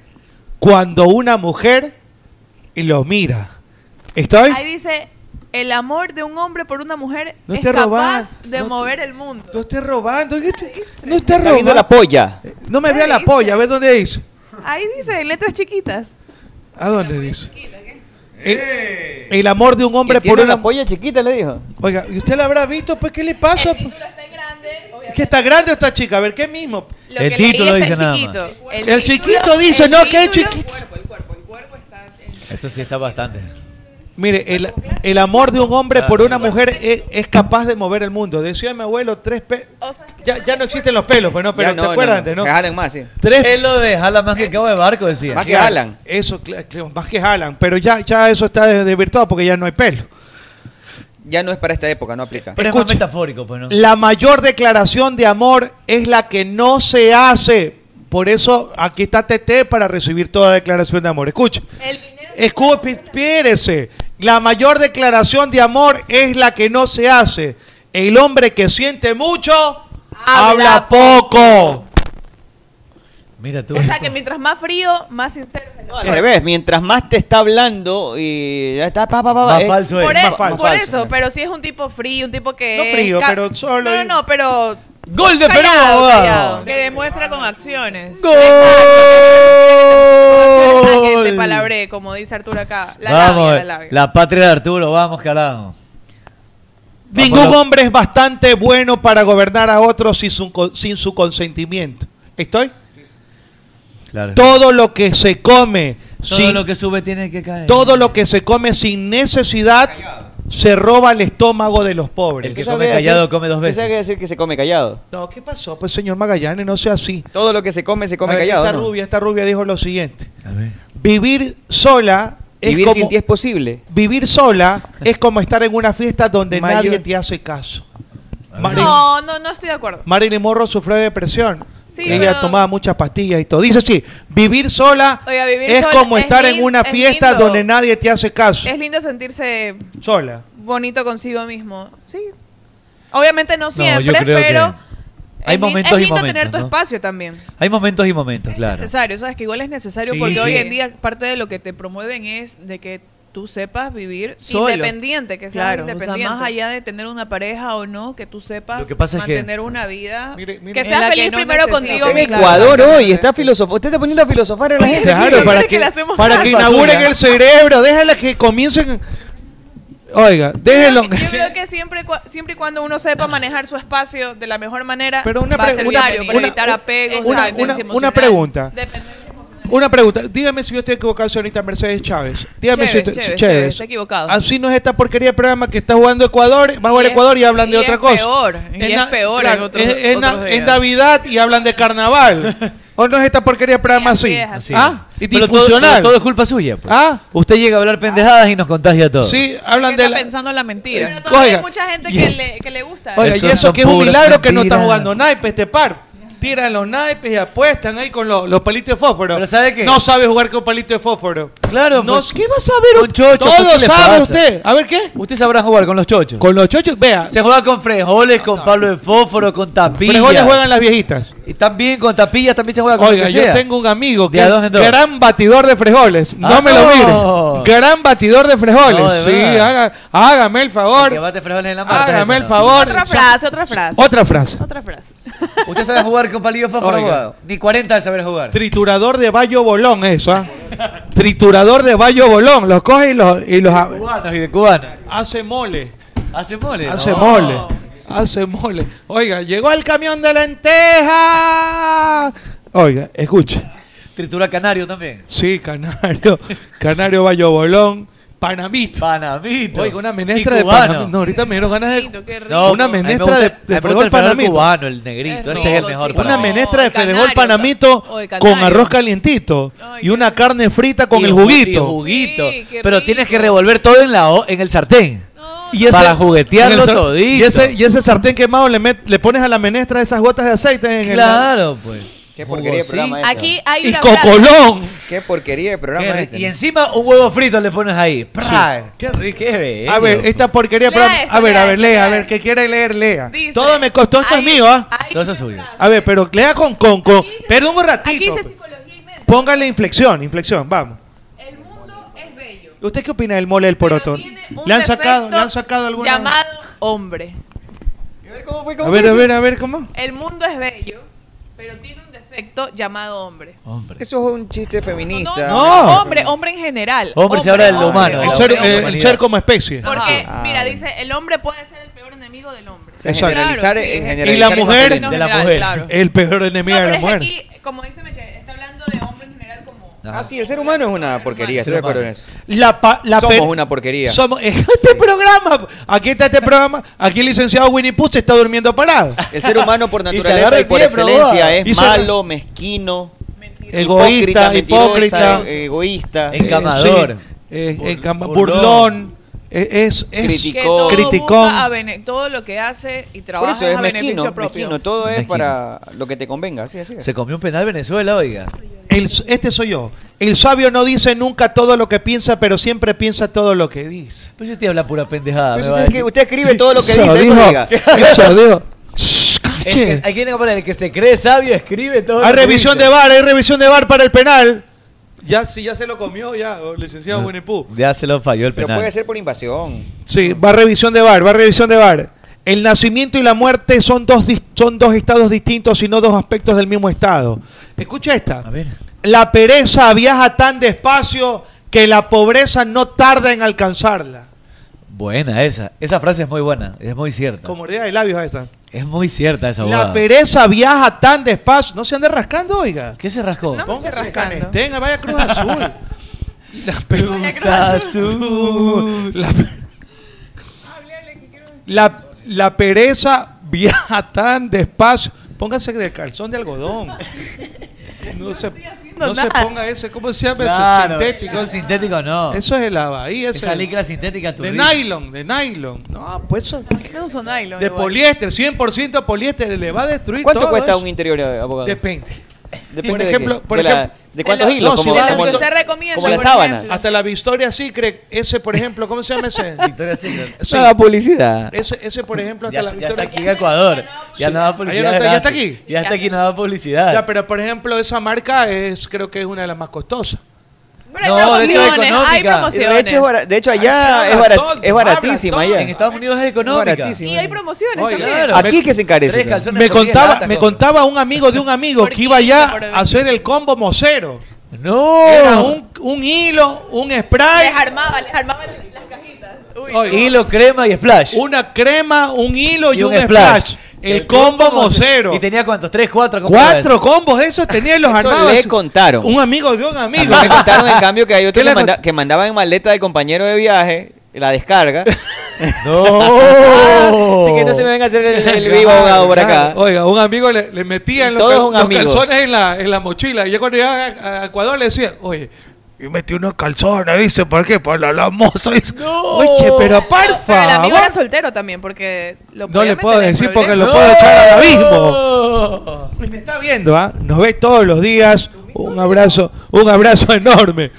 [SPEAKER 12] cuando una mujer lo mira. ¿Estoy?
[SPEAKER 11] Ahí dice, el amor de un hombre por una mujer
[SPEAKER 12] No
[SPEAKER 11] es
[SPEAKER 12] te
[SPEAKER 11] capaz
[SPEAKER 12] robás,
[SPEAKER 11] de
[SPEAKER 12] no te-
[SPEAKER 11] mover el mundo.
[SPEAKER 12] No esté robando. ¿qué te- No esté
[SPEAKER 10] Está viendo
[SPEAKER 12] robando.
[SPEAKER 10] la polla.
[SPEAKER 12] No me vea la polla, a ver dónde dice.
[SPEAKER 11] Ahí dice, en letras chiquitas.
[SPEAKER 12] ¿A dónde dice? El,
[SPEAKER 10] ¡Eh!
[SPEAKER 12] el amor de un hombre por una
[SPEAKER 10] polla chiquita, le dijo.
[SPEAKER 12] Oiga, ¿y usted la habrá visto? Pues, ¿qué le pasa? Es que está grande o está chica. A ver, ¿qué mismo?
[SPEAKER 11] Lo que leí está en chiquito.
[SPEAKER 12] El, chiquito dice,
[SPEAKER 11] el
[SPEAKER 12] no, que es
[SPEAKER 11] título-
[SPEAKER 12] chiquito.
[SPEAKER 15] Eso sí está bastante.
[SPEAKER 12] Mire, el, el amor de un hombre por una mujer es, es capaz de mover el mundo. Decía mi abuelo, tres pe- ya, ya no existen los pelos,
[SPEAKER 15] Ah,
[SPEAKER 12] pues no, pero
[SPEAKER 10] Ya
[SPEAKER 12] ¿te acuerdas? No,
[SPEAKER 10] Se jalan más, sí.
[SPEAKER 12] Tres
[SPEAKER 15] Pelo de jala más que cabo de barco, decía.
[SPEAKER 10] Más que jalan.
[SPEAKER 12] Eso, cl- cl- más que jalan. Pero ya, ya eso está de- desvirtuado porque ya no hay pelo.
[SPEAKER 10] ya no es para esta época, no aplica.
[SPEAKER 15] Pero es más metafórico, pues, ¿no?
[SPEAKER 12] La mayor declaración de amor es la que no se hace. Por eso aquí está TT para recibir toda declaración de amor. Escucha. Escuche, espérese. La mayor declaración de amor es la que no se hace. El hombre que siente mucho habla, poco.
[SPEAKER 15] Mira
[SPEAKER 10] *laughs*
[SPEAKER 15] tú.
[SPEAKER 11] O sea que mientras más frío, más sincero. es el amor.
[SPEAKER 10] Al revés, mientras más te está hablando y ya está, pa, pa, pa,
[SPEAKER 15] Más
[SPEAKER 10] eh,
[SPEAKER 15] falso
[SPEAKER 11] Por, e-
[SPEAKER 10] más
[SPEAKER 11] por
[SPEAKER 10] falso.
[SPEAKER 11] eso, pero si es un tipo frío, un tipo que.
[SPEAKER 10] No
[SPEAKER 11] es
[SPEAKER 10] frío,
[SPEAKER 11] ca-
[SPEAKER 10] pero solo-
[SPEAKER 11] No, no, no, pero.
[SPEAKER 15] ¡Gol de Perú,
[SPEAKER 11] callado,
[SPEAKER 15] abogado!
[SPEAKER 11] callado, Que demuestra con acciones.
[SPEAKER 15] ¡Gol!
[SPEAKER 11] Te palabré, como dice Arturo acá. La
[SPEAKER 15] vamos, eh,
[SPEAKER 11] labia, la labia.
[SPEAKER 15] patria de Arturo, vamos, carajo.
[SPEAKER 12] Ningún hombre es bastante bueno para gobernar a otros sin su, con- sin su consentimiento. ¿Estoy?
[SPEAKER 15] Claro.
[SPEAKER 12] Todo lo que se come,
[SPEAKER 15] Todo
[SPEAKER 12] sin,
[SPEAKER 15] lo que sube tiene que caer.
[SPEAKER 12] todo lo que se come sin necesidad se roba el estómago de los pobres.
[SPEAKER 10] Eso quiere decir- Eso quiere decir que se come callado.
[SPEAKER 12] No, ¿qué pasó? Pues señor Magallanes, no sea así.
[SPEAKER 10] Todo lo que se come, se come
[SPEAKER 12] A ver,
[SPEAKER 10] callado.
[SPEAKER 12] Esta
[SPEAKER 10] ¿no?
[SPEAKER 12] rubia, esta rubia dijo lo siguiente. Vivir sola es
[SPEAKER 10] Vivir
[SPEAKER 12] como
[SPEAKER 10] sin ti es posible.
[SPEAKER 12] vivir sola es como estar en una fiesta donde
[SPEAKER 10] Mayor-
[SPEAKER 12] nadie te hace caso. Marilyn,
[SPEAKER 11] No, no, no estoy de acuerdo.
[SPEAKER 12] Marilyn Monroe sufrió de depresión.
[SPEAKER 11] Sí,
[SPEAKER 12] Ella
[SPEAKER 11] pero-
[SPEAKER 12] tomaba muchas pastillas y todo. Dice así, vivir sola
[SPEAKER 11] Oiga, vivir
[SPEAKER 12] es
[SPEAKER 11] sola
[SPEAKER 12] como
[SPEAKER 11] es
[SPEAKER 12] estar en
[SPEAKER 11] lin-
[SPEAKER 12] una
[SPEAKER 11] es
[SPEAKER 12] fiesta
[SPEAKER 11] lindo.
[SPEAKER 12] donde nadie te hace caso.
[SPEAKER 11] Es lindo sentirse
[SPEAKER 12] Sola.
[SPEAKER 11] bonito consigo mismo. Sí. Obviamente no siempre,
[SPEAKER 15] yo creo
[SPEAKER 11] pero
[SPEAKER 15] que hay
[SPEAKER 11] es, lin-
[SPEAKER 15] momentos
[SPEAKER 11] es
[SPEAKER 15] y
[SPEAKER 11] lindo
[SPEAKER 15] momentos,
[SPEAKER 11] tener tu
[SPEAKER 15] ¿no?
[SPEAKER 11] espacio también.
[SPEAKER 15] Hay momentos y momentos, claro.
[SPEAKER 11] Necesario, sabes que igual es necesario
[SPEAKER 15] Sí,
[SPEAKER 11] porque
[SPEAKER 15] sí.
[SPEAKER 11] hoy en día parte de lo que te promueven es de que tú sepas vivir
[SPEAKER 14] Solo.
[SPEAKER 11] independiente, que seas
[SPEAKER 14] Claro, o sea,
[SPEAKER 11] independiente.
[SPEAKER 14] más
[SPEAKER 11] más allá de tener una pareja o no, que tú sepas
[SPEAKER 10] Lo que pasa es que- mantener
[SPEAKER 11] mantener una vida,
[SPEAKER 14] que
[SPEAKER 11] que
[SPEAKER 14] seas
[SPEAKER 11] seas
[SPEAKER 14] la que
[SPEAKER 11] feliz
[SPEAKER 14] feliz no
[SPEAKER 11] primero
[SPEAKER 14] primero
[SPEAKER 11] contigo
[SPEAKER 14] necesitas.
[SPEAKER 10] En Ecuador hoy está filosofando. Usted está poniendo a filosofar a la gente.
[SPEAKER 12] Claro, para que, para que inauguren el cerebro, déjala que comiencen. Oiga, déjenlo.
[SPEAKER 11] Yo creo que siempre, cua- siempre y cuando uno sepa manejar su espacio de la mejor manera,
[SPEAKER 12] Pero una
[SPEAKER 11] va a
[SPEAKER 12] pre-
[SPEAKER 11] ser
[SPEAKER 12] una-
[SPEAKER 11] sabio
[SPEAKER 12] una-
[SPEAKER 11] para evitar apegos,
[SPEAKER 12] una- una-
[SPEAKER 11] dependencia
[SPEAKER 12] una
[SPEAKER 11] emocional.
[SPEAKER 12] pregunta.
[SPEAKER 11] Dependencia-
[SPEAKER 12] Una pregunta, dígame si yo estoy equivocado, señorita Mercedes Chávez. Dígame
[SPEAKER 11] Chévez,
[SPEAKER 12] si estoy
[SPEAKER 11] Chévez,
[SPEAKER 12] Chévez.
[SPEAKER 11] Chévez, está equivocado.
[SPEAKER 12] Así no es esta porquería de programa que está jugando Ecuador, va a jugar
[SPEAKER 11] Y es-
[SPEAKER 12] Ecuador y hablan de
[SPEAKER 11] y
[SPEAKER 12] otra
[SPEAKER 11] es
[SPEAKER 12] cosa.
[SPEAKER 11] peor, y es
[SPEAKER 12] na-
[SPEAKER 11] peor en otros-
[SPEAKER 12] es, es na-
[SPEAKER 11] otros
[SPEAKER 12] es
[SPEAKER 11] días.
[SPEAKER 12] Navidad y hablan de
[SPEAKER 11] *laughs*
[SPEAKER 12] carnaval. ¿O no es esta porquería de programa así?
[SPEAKER 15] Así
[SPEAKER 12] ¿Ah?
[SPEAKER 15] es.
[SPEAKER 12] Y
[SPEAKER 15] Pero todo-
[SPEAKER 12] disfuncional.
[SPEAKER 15] pero Todo, es culpa suya. pues.
[SPEAKER 12] ¿Ah?
[SPEAKER 15] Usted llega a hablar pendejadas y nos contagia todo.
[SPEAKER 12] Sí, hablan
[SPEAKER 11] que
[SPEAKER 12] de
[SPEAKER 11] está
[SPEAKER 12] la...
[SPEAKER 11] pensando en la mentira. Pero
[SPEAKER 12] todavía Oiga.
[SPEAKER 11] hay mucha gente que le, que le gusta.
[SPEAKER 12] Oiga,
[SPEAKER 15] Esos
[SPEAKER 12] y eso
[SPEAKER 15] son
[SPEAKER 12] que es un
[SPEAKER 15] puras
[SPEAKER 12] milagro que no está
[SPEAKER 15] mentiras.
[SPEAKER 12] jugando naipes este par. Tiran los naipes y apuestan ahí con los, los palitos de fósforo. ¿Pero sabe qué? No sabe jugar con palitos de fósforo.
[SPEAKER 15] Claro,
[SPEAKER 12] No,
[SPEAKER 15] pues,
[SPEAKER 12] ¿Qué va a saber
[SPEAKER 15] Con chocho,
[SPEAKER 12] Todo
[SPEAKER 15] ¿qué le
[SPEAKER 12] sabe
[SPEAKER 15] pasa?
[SPEAKER 12] usted. A ver qué.
[SPEAKER 15] Usted sabrá jugar con los chochos.
[SPEAKER 12] Con los chochos, vea.
[SPEAKER 15] Se juega con frejoles, con palo de fósforo, con tapillas.
[SPEAKER 12] Frejoles juegan las viejitas.
[SPEAKER 15] Y también con tapillas también se juega con
[SPEAKER 12] Oiga,
[SPEAKER 15] lo que
[SPEAKER 12] yo
[SPEAKER 15] sea.
[SPEAKER 12] tengo un amigo que
[SPEAKER 15] De a
[SPEAKER 12] es
[SPEAKER 15] dos en dos.
[SPEAKER 12] gran batidor de frijoles. No
[SPEAKER 15] Ah,
[SPEAKER 12] me
[SPEAKER 15] no.
[SPEAKER 12] lo mire. Gran batidor de frijoles.
[SPEAKER 15] No, de
[SPEAKER 12] sí,
[SPEAKER 15] verdad.
[SPEAKER 12] haga- hágame el favor.
[SPEAKER 15] Que bate frijoles en la mano.
[SPEAKER 12] Hágame el
[SPEAKER 15] Entonces, no.
[SPEAKER 12] favor.
[SPEAKER 11] Otra frase, otra frase.
[SPEAKER 12] Otra frase.
[SPEAKER 11] Otra frase.
[SPEAKER 15] Usted sabe jugar con palillo de fósforo,
[SPEAKER 12] Oiga.
[SPEAKER 15] abogado. Ni 40 de saber jugar.
[SPEAKER 12] Triturador de Bayo Bolón, eso, ¿ah? Triturador de Bayo Bolón. Los coge y los. Y los
[SPEAKER 15] cubanos y de cubanos.
[SPEAKER 12] Hace mole.
[SPEAKER 15] Hace mole.
[SPEAKER 12] Hace
[SPEAKER 15] no.
[SPEAKER 12] mole. Hace mole. Oiga, llegó el camión de lenteja. Oiga, escuche.
[SPEAKER 15] Tritura canario también.
[SPEAKER 12] Sí, *laughs* Canario. Canario Bayo Bolón. Panamito.
[SPEAKER 15] Panamito.
[SPEAKER 12] Oiga, una
[SPEAKER 15] Y
[SPEAKER 12] menestra de
[SPEAKER 15] cubano.
[SPEAKER 12] panamito. No, ahorita me dieron ganas de.
[SPEAKER 15] No,
[SPEAKER 12] una
[SPEAKER 15] a mí me
[SPEAKER 12] menestra
[SPEAKER 15] gusta-
[SPEAKER 12] de,
[SPEAKER 15] a mí
[SPEAKER 12] de
[SPEAKER 15] me gusta
[SPEAKER 12] frijol
[SPEAKER 15] el frijol
[SPEAKER 12] panamito.
[SPEAKER 15] cubano, el negrito. ese es el mejor. para
[SPEAKER 12] Una
[SPEAKER 15] mí.
[SPEAKER 12] menestra de
[SPEAKER 11] canario,
[SPEAKER 12] frijol panamito
[SPEAKER 11] o de
[SPEAKER 12] con
[SPEAKER 11] canario.
[SPEAKER 12] arroz calientito y una carne frita con
[SPEAKER 15] Y
[SPEAKER 12] el
[SPEAKER 15] ju- y
[SPEAKER 12] juguito.
[SPEAKER 15] juguito. Pero tienes que revolver todo en la o- en el sartén.
[SPEAKER 12] Y ese-
[SPEAKER 15] para juguetearlo
[SPEAKER 12] en el sar-
[SPEAKER 15] todito.
[SPEAKER 12] Y ese, y ese sartén quemado le, met- le pones a la menestra esas gotas de aceite. En el-
[SPEAKER 15] Claro, pues.
[SPEAKER 10] Qué porquería de programa este.
[SPEAKER 11] Aquí hay
[SPEAKER 12] Y
[SPEAKER 11] una
[SPEAKER 12] cocolón.
[SPEAKER 10] Qué porquería de programa
[SPEAKER 15] Qué
[SPEAKER 10] este.
[SPEAKER 15] rico. Y encima un huevo frito le pones ahí. ¡Pra! Qué rico. Qué bello.
[SPEAKER 12] A ver, esta porquería.
[SPEAKER 15] Lea
[SPEAKER 12] pero-
[SPEAKER 15] esto,
[SPEAKER 12] a ver,
[SPEAKER 15] lea
[SPEAKER 12] a ver,
[SPEAKER 15] esto,
[SPEAKER 12] lea, a
[SPEAKER 15] lea
[SPEAKER 12] ver, que quiere leer, lea.
[SPEAKER 11] Dice,
[SPEAKER 12] todo me costó, esto es mío, ¿ah?
[SPEAKER 15] Todo eso es suyo.
[SPEAKER 12] A ver, pero lea con. con, con perdón un ratito. Póngale inflexión, inflexión, vamos. ¿Usted qué opina del mole del porotón?
[SPEAKER 11] un
[SPEAKER 12] ¿Le han sacado,
[SPEAKER 11] defecto
[SPEAKER 12] le han sacado alguna?
[SPEAKER 11] Llamado hombre.
[SPEAKER 12] a ver, a ver, a ver, ¿cómo?
[SPEAKER 11] El mundo es bello, pero tiene un defecto llamado hombre.
[SPEAKER 10] Eso es un chiste feminista.
[SPEAKER 12] No.
[SPEAKER 11] Hombre, hombre en general.
[SPEAKER 10] Hombre, se habla del humano,
[SPEAKER 12] El
[SPEAKER 10] de la
[SPEAKER 12] ser,
[SPEAKER 10] humanidad.
[SPEAKER 12] eh, el ser como especie.
[SPEAKER 11] Porque,
[SPEAKER 10] Ah,
[SPEAKER 11] mira,
[SPEAKER 10] bueno.
[SPEAKER 11] dice, el hombre puede ser el peor enemigo del hombre.
[SPEAKER 10] O sea, generalizar
[SPEAKER 11] Claro, sí,
[SPEAKER 10] en
[SPEAKER 11] es-
[SPEAKER 10] generalizar
[SPEAKER 12] y la
[SPEAKER 10] es
[SPEAKER 12] mujer,
[SPEAKER 10] masculino.
[SPEAKER 11] claro.
[SPEAKER 12] el peor enemigo
[SPEAKER 11] No,
[SPEAKER 12] de
[SPEAKER 11] pero
[SPEAKER 12] la
[SPEAKER 11] es
[SPEAKER 12] mujer.
[SPEAKER 11] aquí, como dice Meche, está hablando de hombre en general como...
[SPEAKER 10] Ah, sí, el ser humano es una porquería, estoy de acuerdo
[SPEAKER 12] *laughs*
[SPEAKER 10] en eso.
[SPEAKER 12] La pa- la
[SPEAKER 10] Somos
[SPEAKER 12] per-
[SPEAKER 10] una porquería.
[SPEAKER 12] Somos *laughs* este programa. Aquí está este programa. Aquí el licenciado Winnie Pooh se está durmiendo parado.
[SPEAKER 10] El ser humano por
[SPEAKER 12] Y se
[SPEAKER 10] naturaleza
[SPEAKER 12] agarra
[SPEAKER 10] y,
[SPEAKER 12] el
[SPEAKER 10] por
[SPEAKER 12] pie, bro,
[SPEAKER 10] excelencia
[SPEAKER 12] va. Y
[SPEAKER 10] es
[SPEAKER 12] se-
[SPEAKER 10] malo, mezquino,
[SPEAKER 12] Egoísta,
[SPEAKER 10] hipócrita, mentirosa, eh,
[SPEAKER 12] hipócrita.
[SPEAKER 10] egoísta.
[SPEAKER 12] Eh, sí. Eh, encama- burlón. Es, es
[SPEAKER 11] Que todo,
[SPEAKER 12] criticón.
[SPEAKER 11] busca a bene- todo lo que hace y
[SPEAKER 10] Por
[SPEAKER 11] trabaja
[SPEAKER 10] eso es
[SPEAKER 11] a beneficio
[SPEAKER 10] mezquino,
[SPEAKER 11] propio.
[SPEAKER 10] mezquino, todo es
[SPEAKER 15] Mezquino.
[SPEAKER 10] para lo que te convenga, así, así es.
[SPEAKER 15] Se comió un penal Venezuela, oiga.
[SPEAKER 12] El- este soy yo. El sabio no dice nunca todo lo que piensa, pero siempre piensa todo lo que dice.
[SPEAKER 15] Pues yo te habla pura pendejada.
[SPEAKER 12] Pues
[SPEAKER 15] me va a
[SPEAKER 12] usted
[SPEAKER 15] decir.
[SPEAKER 12] que- usted escribe todo lo que
[SPEAKER 15] Eso
[SPEAKER 12] dice, eso
[SPEAKER 15] dijo.
[SPEAKER 12] diga. Eso
[SPEAKER 10] *laughs*
[SPEAKER 12] dijo.
[SPEAKER 15] El que- Aquí tiene que poner el que se cree sabio, escribe todo.
[SPEAKER 12] Hay
[SPEAKER 15] lo que
[SPEAKER 12] revisión
[SPEAKER 15] dice.
[SPEAKER 12] de bar, hay revisión de bar para el penal. Ya, si ya se lo comió, ya, o licenciado Winipú.
[SPEAKER 15] Ya se lo falló el
[SPEAKER 10] Pero
[SPEAKER 15] penal.
[SPEAKER 10] puede ser por invasión.
[SPEAKER 12] Sí, va revisión de bar, va revisión de bar. El nacimiento y la muerte son dos, dis- son dos estados distintos y no dos aspectos del mismo estado. Escucha esta. La pereza viaja tan despacio que la pobreza no tarda en alcanzarla.
[SPEAKER 15] Buena esa. Esa frase es muy buena. Es muy cierta.
[SPEAKER 12] Como mordida de labios esta.
[SPEAKER 15] Es muy cierta esa
[SPEAKER 12] La
[SPEAKER 15] abogada.
[SPEAKER 12] pereza viaja tan despacio. No se ande rascando, oiga.
[SPEAKER 15] ¿Qué se rascó?
[SPEAKER 12] Póngase canestén, vaya Cruz Azul. la
[SPEAKER 15] pelusa azul.
[SPEAKER 12] La, pe- la, la pereza viaja tan despacio. Póngase de calzón de algodón. No se, no se
[SPEAKER 15] nada.
[SPEAKER 12] ponga eso. ¿Cómo se llama
[SPEAKER 15] Claro,
[SPEAKER 12] eso? Sintético.
[SPEAKER 15] eso sintético no.
[SPEAKER 12] Eso es de la bahía. Eso
[SPEAKER 15] Esa
[SPEAKER 12] es
[SPEAKER 15] licra sintética
[SPEAKER 12] de
[SPEAKER 15] turrita.
[SPEAKER 12] nylon, de nylon. No, pues eso.
[SPEAKER 11] No son nylon.
[SPEAKER 12] De
[SPEAKER 11] igual.
[SPEAKER 12] poliéster, 100% poliéster, le va a destruir
[SPEAKER 10] ¿Cuánto
[SPEAKER 12] todo
[SPEAKER 10] cuesta
[SPEAKER 12] eso.
[SPEAKER 10] un interior, eh, abogado?
[SPEAKER 12] Depende.
[SPEAKER 10] Depende
[SPEAKER 12] por
[SPEAKER 10] de qué,
[SPEAKER 12] ejemplo, por
[SPEAKER 10] de la-
[SPEAKER 12] ejemplo,
[SPEAKER 10] ¿de cuántos hilos?
[SPEAKER 12] si
[SPEAKER 10] Como-
[SPEAKER 12] de la-
[SPEAKER 10] como-
[SPEAKER 12] lo que
[SPEAKER 10] usted
[SPEAKER 11] recomienda,
[SPEAKER 10] como las
[SPEAKER 12] por
[SPEAKER 10] sábanas.
[SPEAKER 12] ejemplo. Hasta la Victoria Secret, ese por ejemplo, ¿cómo se llama ese?
[SPEAKER 15] *laughs* Victoria Secret.
[SPEAKER 12] Sí.
[SPEAKER 10] publicidad.
[SPEAKER 12] Ese, ese por ejemplo, hasta
[SPEAKER 15] Ya,
[SPEAKER 12] la
[SPEAKER 15] ya
[SPEAKER 12] Victoria
[SPEAKER 15] está aquí en Ecuador. Ya no da publicidad.
[SPEAKER 12] Ah, ya no está- ya
[SPEAKER 15] gratis.
[SPEAKER 12] está aquí.
[SPEAKER 15] Ya está aquí, no da publicidad.
[SPEAKER 12] Ya, pero por ejemplo, esa marca es creo que es una de las más costosas.
[SPEAKER 11] Pero hay promociones, hay promociones.
[SPEAKER 10] De hecho, es bara- de hecho, allá
[SPEAKER 12] Habla
[SPEAKER 10] es, bara-
[SPEAKER 12] todo,
[SPEAKER 10] es baratísima.
[SPEAKER 15] habla todo.
[SPEAKER 10] Allá.
[SPEAKER 15] En Estados Unidos es
[SPEAKER 10] económica.
[SPEAKER 11] Y hay promociones también.
[SPEAKER 10] Aquí que se encarece.
[SPEAKER 15] Tres calzones
[SPEAKER 12] Me
[SPEAKER 15] por diez
[SPEAKER 12] contaba,
[SPEAKER 15] latas,
[SPEAKER 12] me
[SPEAKER 15] compra.
[SPEAKER 12] contaba un amigo de un amigo que iba allá a hacer el combo mocero.
[SPEAKER 15] No.
[SPEAKER 12] Era un, un hilo, un spray.
[SPEAKER 11] Les armaba, les armaba las cajitas. Uy,
[SPEAKER 15] Hilo, crema y splash.
[SPEAKER 12] Una crema, un hilo y, un, splash. El, combo mocero.
[SPEAKER 15] ¿Y tenía cuántos? ¿Tres, cuatro? ¿Cómo era
[SPEAKER 12] Cuatro
[SPEAKER 15] eso?
[SPEAKER 12] combos esos tenía los
[SPEAKER 10] Eso
[SPEAKER 12] armados.
[SPEAKER 10] le contaron.
[SPEAKER 12] Un amigo de un amigo.
[SPEAKER 10] A mí
[SPEAKER 12] *laughs*
[SPEAKER 10] me contaron, en cambio, que hay
[SPEAKER 12] ¿Qué
[SPEAKER 10] otros
[SPEAKER 12] le
[SPEAKER 10] que, manda- que mandaban en maleta del compañero de viaje la descarga.
[SPEAKER 12] ¡No!
[SPEAKER 10] Así que no se me venga a hacer el, el vivo abogado por acá.
[SPEAKER 12] Oiga, un amigo le, le metía en los,
[SPEAKER 10] Todo
[SPEAKER 12] cal-
[SPEAKER 10] es un
[SPEAKER 12] los
[SPEAKER 10] amigo.
[SPEAKER 12] calzones en la, en la mochila. Y yo cuando llegaba a, a Ecuador le decía, oye, yo metí unos calzones, dice, ¿por qué? Para la, la moza. Dice, Oye, pero por
[SPEAKER 11] Pero el amigo era
[SPEAKER 12] favor.
[SPEAKER 11] soltero también, porque lo
[SPEAKER 12] No
[SPEAKER 11] podía
[SPEAKER 12] le
[SPEAKER 11] meter
[SPEAKER 12] puedo
[SPEAKER 11] en
[SPEAKER 12] decir porque
[SPEAKER 11] problemas.
[SPEAKER 12] lo puedo echar al abismo. Y me está viendo, ¿ah? Nos ve todos los días. Un abrazo, un abrazo *laughs* enorme.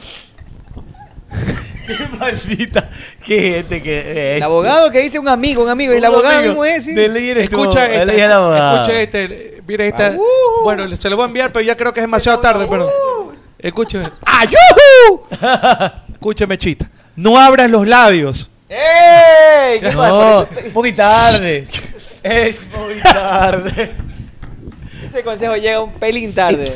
[SPEAKER 15] Maldita. Qué gente que es.
[SPEAKER 10] El abogado que dice un amigo, un amigo. Y el abogado mismo es. sí. *laughs*
[SPEAKER 12] Escucha esta, escucha este, mira esta. Bueno, se lo voy a enviar, pero ya creo que es demasiado tarde, pero uh-huh. escucha. *laughs* ¡Ayuhu! Escúchame, chita. No abras los labios.
[SPEAKER 10] ¡Ey! ¿Qué pasa?
[SPEAKER 15] No,
[SPEAKER 10] Por eso-
[SPEAKER 12] *laughs*
[SPEAKER 15] muy tarde. Es muy tarde.
[SPEAKER 10] *laughs* Ese consejo llega un pelín tarde.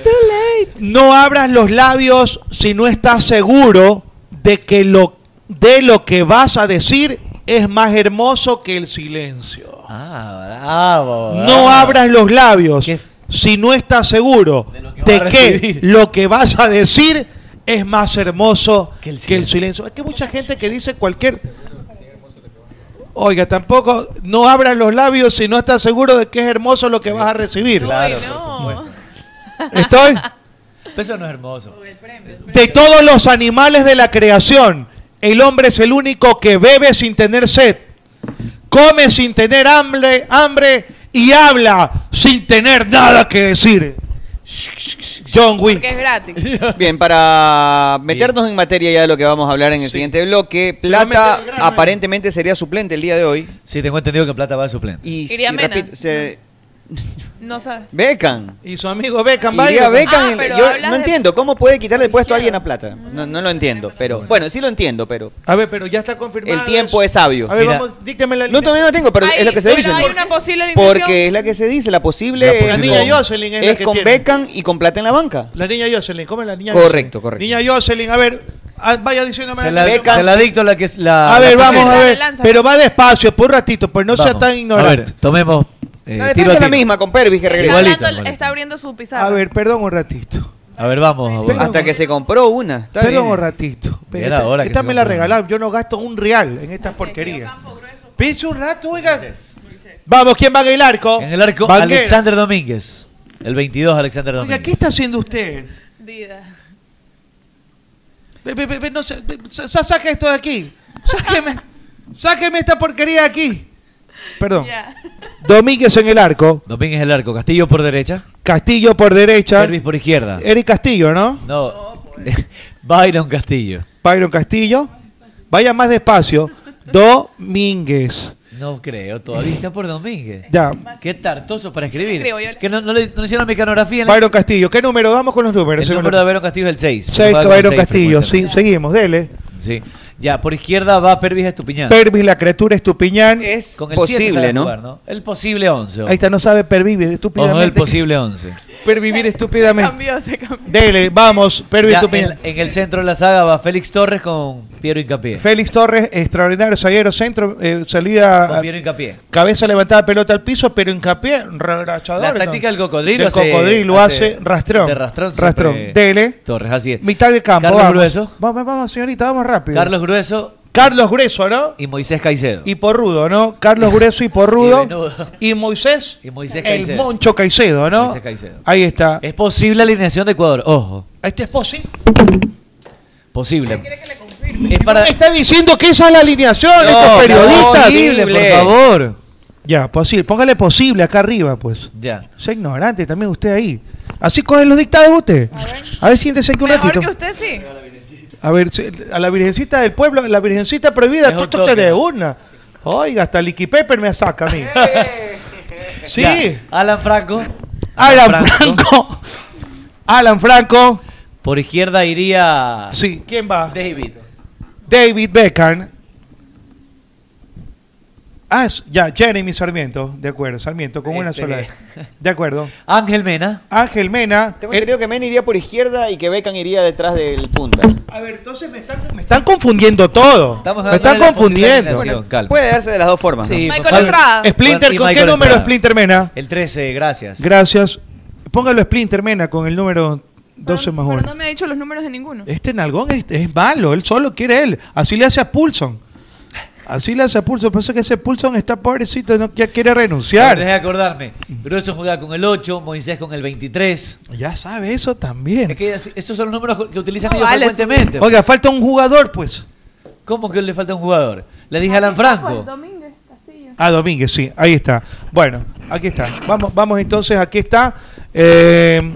[SPEAKER 12] No abras los labios si no estás seguro de que lo de lo que vas a decir es más hermoso que el silencio.
[SPEAKER 15] Ah, bravo.
[SPEAKER 12] No abras los labios si no estás seguro de
[SPEAKER 15] vas a
[SPEAKER 12] que
[SPEAKER 15] recibir.
[SPEAKER 12] lo que vas a decir es más hermoso que el silencio. Es que mucha gente que dice cualquier... Oiga, tampoco no abras los labios si no estás seguro de que es hermoso lo que vas a recibir.
[SPEAKER 15] Claro,
[SPEAKER 12] Estoy
[SPEAKER 15] Pero eso no es hermoso.
[SPEAKER 12] de todos los animales de la creación, el hombre es el único que bebe sin tener sed, come sin tener hambre, hambre y habla sin tener nada que decir. John Wick.
[SPEAKER 11] Porque es
[SPEAKER 12] *laughs*
[SPEAKER 11] gratis.
[SPEAKER 10] Bien, para meternos en materia ya de lo que vamos a hablar en el siguiente bloque, Plata
[SPEAKER 12] ¿eh?
[SPEAKER 10] aparentemente sería suplente el día de hoy.
[SPEAKER 15] Sí, tengo entendido que Plata va de suplente.
[SPEAKER 10] Y,
[SPEAKER 11] Iría
[SPEAKER 10] y
[SPEAKER 11] Mena.
[SPEAKER 10] repito, se-
[SPEAKER 11] No sabes.
[SPEAKER 10] Beckham.
[SPEAKER 12] Y su amigo Beckham
[SPEAKER 10] Iría
[SPEAKER 12] baila.
[SPEAKER 10] Beckham
[SPEAKER 11] Ah,
[SPEAKER 10] en-
[SPEAKER 11] pero
[SPEAKER 10] yo
[SPEAKER 11] hablas
[SPEAKER 10] no
[SPEAKER 11] de- Mm.
[SPEAKER 10] entiendo, ¿cómo puede quitarle el puesto a alguien a Plata? No, no lo entiendo, pero bueno, sí lo entiendo, pero
[SPEAKER 12] A ver, pero ya está confirmado.
[SPEAKER 10] el tiempo es sabio.
[SPEAKER 12] A ver, vamos, dígame la
[SPEAKER 10] No, todavía no tengo, pero es lo que se
[SPEAKER 11] pero
[SPEAKER 10] dice.
[SPEAKER 11] hay una posible alineación.
[SPEAKER 10] Porque es la que se dice, la posible,
[SPEAKER 12] La posible.
[SPEAKER 10] es
[SPEAKER 12] La niña
[SPEAKER 10] con-
[SPEAKER 12] Jocelyn es la
[SPEAKER 10] es
[SPEAKER 12] que
[SPEAKER 10] con
[SPEAKER 12] tiene.
[SPEAKER 10] Beckham y con Plata en la banca.
[SPEAKER 12] La niña Jocelyn, ¿cómo es la niña
[SPEAKER 10] Correcto,
[SPEAKER 12] Jocelyn?
[SPEAKER 10] correcto.
[SPEAKER 12] Niña Jocelyn, a ver, ah, vaya diciéndome.
[SPEAKER 15] Se la,
[SPEAKER 12] Beckham.
[SPEAKER 15] se la dicto la que es la.
[SPEAKER 12] a ver,
[SPEAKER 15] la-
[SPEAKER 12] vamos a
[SPEAKER 11] Dale,
[SPEAKER 12] ver.
[SPEAKER 11] lánzame.
[SPEAKER 12] Pero va despacio, por un ratito, pues no sea
[SPEAKER 15] Vamos.
[SPEAKER 12] tan ignorante.
[SPEAKER 15] A ver, tomemos. eh,
[SPEAKER 10] La
[SPEAKER 15] tiro
[SPEAKER 10] defensa
[SPEAKER 15] a
[SPEAKER 10] es la
[SPEAKER 15] tiro.
[SPEAKER 10] misma con Pervis que
[SPEAKER 11] Está,
[SPEAKER 10] regresa.
[SPEAKER 11] hablando-
[SPEAKER 15] igualito.
[SPEAKER 11] está abriendo su pizarra.
[SPEAKER 12] A ver, perdón un ratito.
[SPEAKER 15] A ver, vamos. abogado.
[SPEAKER 10] Hasta que se compró una. Está
[SPEAKER 12] Perdón
[SPEAKER 10] bien.
[SPEAKER 12] un ratito.
[SPEAKER 15] Ya era hora que
[SPEAKER 12] esta
[SPEAKER 15] se
[SPEAKER 12] me la
[SPEAKER 15] lo-
[SPEAKER 12] regalaron. Yo no gasto un real en estas porquerías. Piense un rato, oiga. Vamos, ¿quién va en el arco?
[SPEAKER 15] En el arco,
[SPEAKER 12] Banguera.
[SPEAKER 15] Alexander Domínguez. El 22, Alexander Domínguez.
[SPEAKER 12] Oiga, ¿qué está haciendo usted?
[SPEAKER 11] Dida.
[SPEAKER 12] Ve, ve, ve, ve, no, sé, ve, sa- sa- saca esto de aquí. Sáqueme. Sáqueme esta porquería de aquí. Perdón.
[SPEAKER 11] Ya.
[SPEAKER 12] Domínguez en el arco.
[SPEAKER 15] Domínguez el arco. Castillo por derecha.
[SPEAKER 12] Castillo por derecha.
[SPEAKER 15] Pervis por izquierda.
[SPEAKER 12] Eric Castillo, ¿no? *laughs*
[SPEAKER 15] No. Byron Castillo.
[SPEAKER 12] Byron Castillo. Vaya más despacio. Domínguez.
[SPEAKER 15] No creo, todavía está por Domínguez.
[SPEAKER 12] Ya.
[SPEAKER 15] Qué tartoso para escribir.
[SPEAKER 11] Creo, yo-
[SPEAKER 15] Que no, no le no le hicieron mecanografía. en la-
[SPEAKER 12] Byron Castillo. ¿Qué número? Vamos con los números.
[SPEAKER 15] El número de Byron Castillo es el 6.
[SPEAKER 12] Seis, Byron Castillo. Sí, seguimos, dele.
[SPEAKER 15] Sí. Ya, por izquierda va Pervis Estupiñán.
[SPEAKER 12] Pervis, la criatura Estupiñán.
[SPEAKER 15] Es Con el siete sabe jugar, El posible 11.
[SPEAKER 12] Ahí está, no sabe Pervis
[SPEAKER 15] Ojo, el
[SPEAKER 12] estúpidamente.
[SPEAKER 15] posible 11.
[SPEAKER 12] Pervivir estúpidamente.
[SPEAKER 11] Cambió, se cambió.
[SPEAKER 12] Dele, vamos, Pervis
[SPEAKER 15] Ya,
[SPEAKER 12] Estupiñán.
[SPEAKER 15] en, en el centro de la saga va Félix Torres con Piero Incapié.
[SPEAKER 12] Félix Torres, extraordinario zaguero, centro, eh, salida,
[SPEAKER 15] Con Piero Incapié.
[SPEAKER 12] cabeza levantada, pelota al piso, pero hincapié,
[SPEAKER 15] La
[SPEAKER 12] rachador.
[SPEAKER 15] táctica del cocodrilo.
[SPEAKER 12] Del
[SPEAKER 15] hace-
[SPEAKER 12] cocodrilo hace, rastrón.
[SPEAKER 15] De rastrón.
[SPEAKER 12] Rastrón.
[SPEAKER 15] siempre
[SPEAKER 12] Dele.
[SPEAKER 15] Torres, así es.
[SPEAKER 12] Mitad de campo.
[SPEAKER 15] Carlos
[SPEAKER 12] vamos.
[SPEAKER 15] Grueso.
[SPEAKER 12] Vamos, vamos, señorita, vamos rápido.
[SPEAKER 15] Carlos Grueso
[SPEAKER 12] Carlos Grueso, ¿no?
[SPEAKER 15] y Moisés Caicedo.
[SPEAKER 12] Y Porrudo, ¿no? Carlos
[SPEAKER 15] *laughs*
[SPEAKER 12] Grueso y Porrudo.
[SPEAKER 15] Benudo.
[SPEAKER 12] y, Moisés.
[SPEAKER 15] Y Moisés
[SPEAKER 12] el
[SPEAKER 15] Caicedo.
[SPEAKER 12] Moncho Caicedo, ¿no?
[SPEAKER 15] Moisés Caicedo.
[SPEAKER 12] Ahí está.
[SPEAKER 15] Es posible alineación de Ecuador. Ojo.
[SPEAKER 12] Este es Posi.
[SPEAKER 15] Posible. Es para.
[SPEAKER 12] Está diciendo que esa es la alineación, esos periodistas.
[SPEAKER 15] Posible, por favor.
[SPEAKER 12] Ya, posible. Póngale posible acá arriba, pues.
[SPEAKER 15] Ya.
[SPEAKER 12] Sea ignorante también usted ahí. Así coge los dictados usted. A ver, siéntese aquí un
[SPEAKER 11] Mejor
[SPEAKER 12] ratito.
[SPEAKER 11] que usted sí.
[SPEAKER 12] A ver, se- a la virgencita del pueblo, la virgencita prohibida,
[SPEAKER 15] Es
[SPEAKER 12] tú
[SPEAKER 15] un
[SPEAKER 12] tú tenés
[SPEAKER 15] toque.
[SPEAKER 12] una. Oiga, hasta Liqui Pepper me saca a mí. sí.
[SPEAKER 15] Ya. Alan Franco.
[SPEAKER 12] Alan Franco. Alan Franco.
[SPEAKER 15] Por izquierda iría.
[SPEAKER 12] Sí. ¿Quién va?
[SPEAKER 15] David.
[SPEAKER 12] David Beckham. Ah, es- ya, Jeremy Sarmiento. De acuerdo, Sarmiento, con una
[SPEAKER 15] Este.
[SPEAKER 12] sola. De acuerdo.
[SPEAKER 15] *laughs* Ángel Mena.
[SPEAKER 12] Ángel Mena. eh,
[SPEAKER 10] Tengo entendido que Men iría por izquierda y que Beckham iría detrás del punta.
[SPEAKER 12] A ver, entonces me están, me están confundiendo todo.
[SPEAKER 15] Estamos
[SPEAKER 12] me están
[SPEAKER 15] dándole la
[SPEAKER 12] confundiendo.
[SPEAKER 15] posible alineación, calma.
[SPEAKER 10] Puede darse de las dos formas.
[SPEAKER 15] Sí,
[SPEAKER 11] Michael
[SPEAKER 15] por favor.
[SPEAKER 11] Estrada.
[SPEAKER 12] Splinter,
[SPEAKER 15] Y
[SPEAKER 12] ¿con qué
[SPEAKER 15] Michael
[SPEAKER 12] número
[SPEAKER 15] Estrada.
[SPEAKER 12] Splinter Mena?
[SPEAKER 15] El 13, gracias.
[SPEAKER 12] Gracias. Póngalo Splinter Mena con el número 12
[SPEAKER 11] Pero-
[SPEAKER 12] más
[SPEAKER 11] Pero no
[SPEAKER 12] 1.
[SPEAKER 11] me ha dicho los números de ninguno.
[SPEAKER 12] Este nalgón es, es malo, él solo quiere él. Así le hace a Pulson. Así le hace a Pulson. Pasa que ese Pulson está pobrecito, no, ya quiere
[SPEAKER 15] Deja de
[SPEAKER 12] renunciar.
[SPEAKER 15] acordarme. Grueso jugaba con el 8, Moisés con el 23.
[SPEAKER 12] Ya sabe eso también.
[SPEAKER 15] Es que así- estos son los números que utilizan
[SPEAKER 11] No
[SPEAKER 15] ellos
[SPEAKER 11] vale eso.
[SPEAKER 15] frecuentemente.
[SPEAKER 12] Oiga, falta un jugador, pues.
[SPEAKER 15] ¿Cómo que le falta un jugador? Le dije a Alan Franco.
[SPEAKER 11] Domínguez, Castillo.
[SPEAKER 12] Ah, Domínguez, sí, ahí está. Bueno, aquí está. Vamos, vamos entonces, aquí está eh,